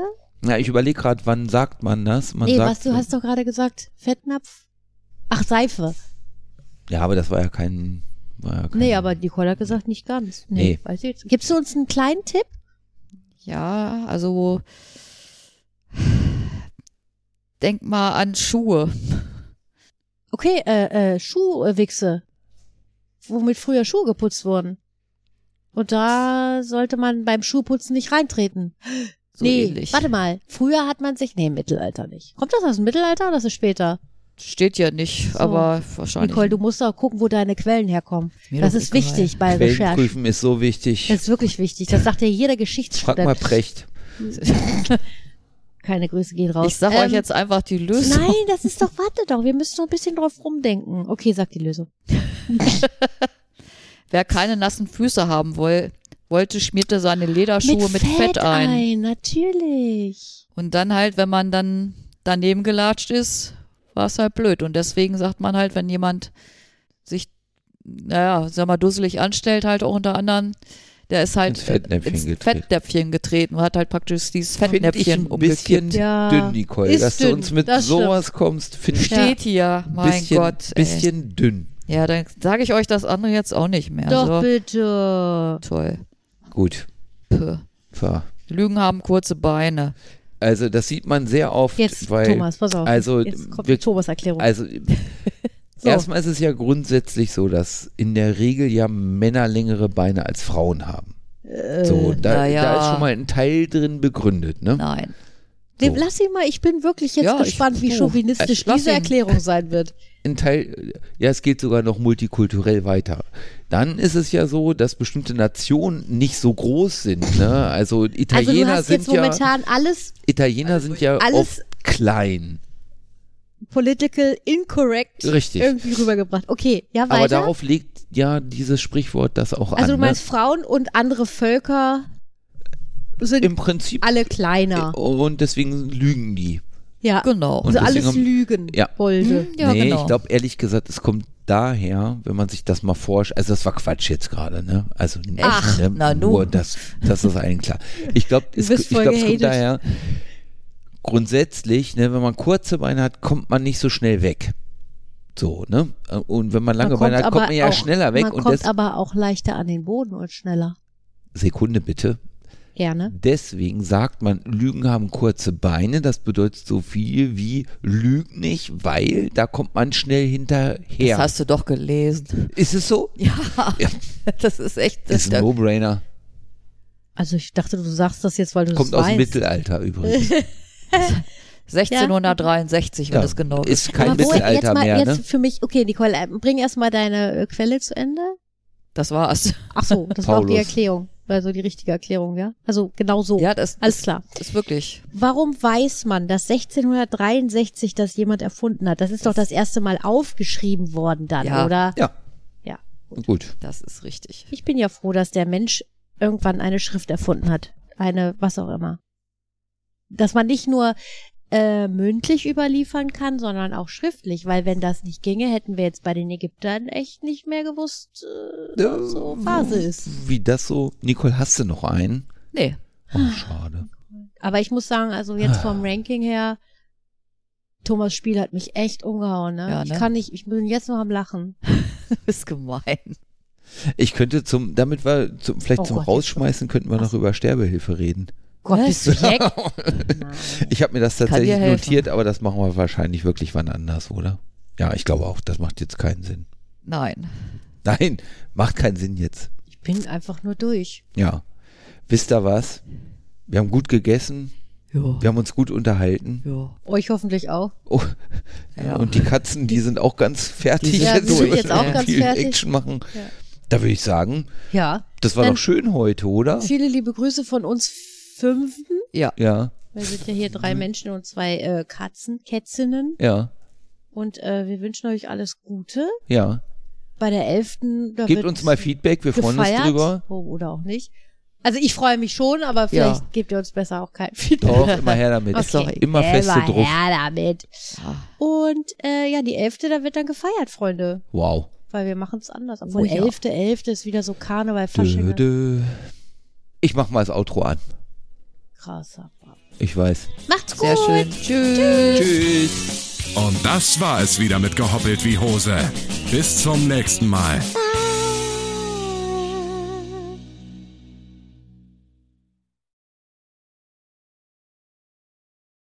S4: Na, ich überlege gerade, wann sagt man das? Man
S3: nee,
S4: sagt,
S3: was, du hast doch gerade gesagt, Fettnapf. Ach, Seife.
S4: Ja, aber das war ja kein. War ja kein
S3: Nee, aber Nicole hat gesagt, nicht ganz. Nee,
S4: Nee.
S3: weiß ich jetzt. Gibst du uns einen kleinen Tipp?
S5: ja, also. Denk mal an Schuhe.
S3: Okay, äh, äh, Schuhwichse. Womit früher Schuhe geputzt wurden. Und da sollte man beim Schuhputzen nicht reintreten.
S5: So
S3: nee,
S5: ähnlich.
S3: warte mal. Früher hat man sich, nee, im Mittelalter nicht. Kommt das aus dem Mittelalter oder ist es später?
S5: Steht ja nicht,
S3: So.
S5: aber wahrscheinlich.
S3: Nicole, du musst doch gucken, wo deine Quellen herkommen.
S5: Mir
S3: das
S5: doch
S3: ist
S5: egal.
S3: wichtig bei
S4: Quellen
S3: Recherche.
S4: prüfen ist so wichtig.
S3: Das ist wirklich wichtig. Das sagt ja jeder
S4: Frag
S3: Geschichtsstudent.
S4: mal Precht.
S3: Keine Grüße gehen raus.
S5: ich sag euch
S3: Ähm,
S5: jetzt einfach die Lösung.
S3: Nein, das ist doch, warte doch, wir müssen noch ein bisschen drauf rumdenken. Okay, sag die Lösung.
S5: Wer keine nassen Füße haben woll, wollte, schmierte seine Lederschuhe mit, Fett ein.
S3: natürlich.
S5: Und dann halt, wenn man dann daneben gelatscht ist, war es halt blöd. Und deswegen sagt man halt, wenn jemand sich, naja, sag mal, dusselig anstellt, halt auch unter anderem, der ist halt
S4: Ins Fettnäpfchen
S5: ins
S4: getreten.
S5: Fettnäpfchen getreten und hat halt praktisch dieses
S4: Finde ich
S5: Fettnäpfchen
S4: ein bisschen
S5: umgekippt.
S3: Ja,
S4: dünn, Nicole.
S3: ist
S4: dass
S3: dünn,
S4: du uns mit
S3: das stimmt.
S4: sowas kommst, finde ich
S5: Steht hier,
S4: ein
S5: mein
S4: bisschen,
S5: Gott. ey.
S4: bisschen dünn.
S5: Ja, dann sage ich euch das andere jetzt auch nicht mehr.
S4: Also
S3: Doch
S5: so.
S3: bitte.
S5: Toll.
S4: Gut.
S5: Puh.
S4: Fahr.
S5: Lügen haben kurze Beine.
S4: Also das sieht man sehr oft,
S3: Jetzt,
S4: weil
S3: Thomas, pass auf.
S4: also
S3: jetzt kommt
S4: wir-
S3: Thomas Erklärung.
S4: also
S3: So.
S4: erstmal ist es ja grundsätzlich so, dass in der Regel ja Männer längere Beine als Frauen haben.
S3: Äh,
S4: so, da,
S5: na ja.
S4: da ist schon mal ein Teil drin begründet, ne?
S5: Nein.
S3: Nee,
S4: so.
S3: Lass ihn mal, ich bin wirklich jetzt
S5: Ja, ich-
S3: gespannt, wie
S5: du,
S3: chauvinistisch
S5: lass
S3: diese
S5: ihn.
S3: Erklärung sein wird. Also
S4: Ein Teil, ja, es geht sogar noch multikulturell weiter. Dann ist es ja so, dass bestimmte Nationen nicht so groß sind, ne? Also
S3: Also du
S4: Italiener
S3: hast jetzt
S4: sind ja
S3: momentan alles
S4: Italiener sind ja
S3: alles-
S4: oft klein.
S3: political incorrect
S4: Richtig.
S3: irgendwie rübergebracht. Okay, ja,
S4: Aber
S3: weiter.
S4: darauf legt ja dieses Sprichwort das auch
S3: also du
S4: an.
S3: meinst
S4: ne?
S3: Frauen und andere Völker sind
S4: Im Prinzip
S3: alle kleiner.
S4: Und deswegen lügen die.
S3: Ja.
S5: Genau.
S4: Und
S3: Also alles
S4: deswegen-
S3: Lügen
S4: Ja.
S3: wollte.
S5: Ja,
S4: nee,
S5: genau.
S4: ich glaube ehrlich gesagt, es kommt daher, wenn man sich das mal vorstellt. Also das war Quatsch jetzt gerade, ne? Also nicht,
S5: Ach,
S4: ne?
S5: na
S4: nur
S5: nun.
S4: das, das ist allen klar. Ich glaube, es,
S3: bist
S4: ich
S3: voll
S4: glaub, es kommt
S3: gehatet.
S4: daher. Grundsätzlich, ne, wenn man kurze Beine hat, kommt man nicht so schnell weg. So, ne? Und wenn man lange
S3: Man
S4: Beine hat, kommt
S3: aber
S4: man ja
S3: auch-
S4: schneller weg
S3: Man
S4: und
S3: kommt
S4: das
S3: aber auch leichter an den Boden und schneller. ne?
S4: Sekunde bitte.
S3: Gerne.
S4: Deswegen sagt man, Lügen haben kurze Beine. Das bedeutet so viel wie lüg nicht, weil da kommt man schnell hinterher.
S5: Das hast du doch gelesen.
S4: ist es so?
S5: Ja, das ist echt. Das
S4: ist ein
S5: da,
S4: No-Brainer.
S3: Also ich dachte, du sagst das jetzt, weil du
S4: Kommt
S3: das
S4: aus dem
S3: weißt.
S4: Mittelalter übrigens.
S5: 1663, wenn
S4: Ja.
S5: das genau
S4: Ist
S5: ist.
S4: kein
S3: Aber wo,
S4: Mittelalter
S3: jetzt mal,
S4: mehr,
S3: jetzt
S4: ne?
S3: für mich, okay, Nicole, äh, bring erst mal deine äh, Quelle zu Ende.
S5: Das war's.
S3: Ach so, das war auch die
S4: Paulus.
S3: Erklärung. Also die richtige Erklärung, ja? Also genau so.
S5: Ja, das
S3: Alles
S5: ist,
S3: klar.
S5: ist wirklich.
S3: Warum weiß man, dass 1663 das jemand erfunden hat? Das ist doch das erste Mal aufgeschrieben worden dann,
S5: Ja.
S3: oder?
S4: Ja,
S3: Ja.
S4: ne? gut.
S5: Das ist richtig.
S3: Ich bin ja froh, dass der Mensch irgendwann eine Schrift erfunden hat. Eine, was auch immer. Dass man nicht nur äh, mündlich überliefern kann, sondern auch schriftlich, weil wenn das nicht ginge, hätten wir jetzt bei den Ägyptern echt nicht mehr gewusst, äh, was so Phase ist.
S4: Wie das so. Nicole, hast du noch einen?
S5: Nee.
S3: Ah.
S4: Oh, schade.
S3: Aber ich muss sagen, also jetzt vom Ranking her, Thomas Spiel hat mich echt umgehauen. Ne?
S5: Ja,
S3: Ich
S5: ne?
S3: kann nicht, ich bin jetzt noch am Lachen.
S5: Ist gemein.
S4: Ich könnte zum, damit wir zum, vielleicht
S3: Oh
S4: zum
S3: Gott, jetzt-
S4: Rausschmeißen, könnten wir noch über Sterbehilfe reden.
S3: Gott, bist du jeck?
S4: Ich habe mir das
S5: Kann dir
S4: tatsächlich
S5: helfen.
S4: notiert, aber das machen wir wahrscheinlich wirklich wann anders, oder? Ja, ich glaube auch, das macht jetzt keinen Sinn.
S5: Nein.
S4: Nein, macht keinen Sinn jetzt.
S3: Ich bin einfach nur durch.
S4: Ja. Wisst ihr was? Wir haben gut gegessen,
S5: Jo.
S4: wir haben uns gut unterhalten.
S5: Jo.
S3: Euch hoffentlich auch.
S4: Oh.
S5: Ja.
S4: Und die Katzen, die sind auch ganz fertig.
S5: Die sind
S4: jetzt,
S5: durch,
S4: weil wir
S5: jetzt auch
S3: ganz
S4: viel
S3: fertig.
S4: Action machen. Da würde ich sagen,
S3: Ja.
S4: das war
S3: Dann-
S4: doch schön heute, oder?
S3: Viele liebe Grüße von uns Fünften.
S5: Ja.
S4: Ja,
S3: Wir sind ja hier drei
S4: Mhm.
S3: Menschen und zwei äh, Katzen, Kätzinnen.
S4: ja,
S3: Und äh, wir wünschen euch alles Gute.
S4: ja.
S3: Bei der Elften, da
S4: Gebt
S3: wird
S4: uns mal Feedback, wir freuen uns
S3: gefeiert.
S4: drüber.
S3: Oh, oder auch nicht. Also ich freue mich schon, aber vielleicht
S5: Ja.
S3: gebt ihr uns besser auch kein Feedback.
S4: Doch, immer her damit.
S3: Okay.
S4: Sorry. Immer feste
S3: Immer
S4: drauf.
S3: her damit.
S4: Ah.
S3: Und äh, ja, die elfte, da wird dann gefeiert, Freunde.
S4: Wow.
S3: Weil wir machen es anders. Obwohl
S5: Oh ja.
S3: elfte, elfte ist wieder so Karneval,
S4: Dö,
S3: Fasching.
S4: dö. Ich mach mal das Outro an.
S3: Krass.
S4: Ich weiß.
S3: Macht's gut.
S5: Sehr schön. Tschüss.
S4: Tschüss.
S1: Und das war es wieder mit Gehoppelt wie Hose. Bis zum nächsten Mal.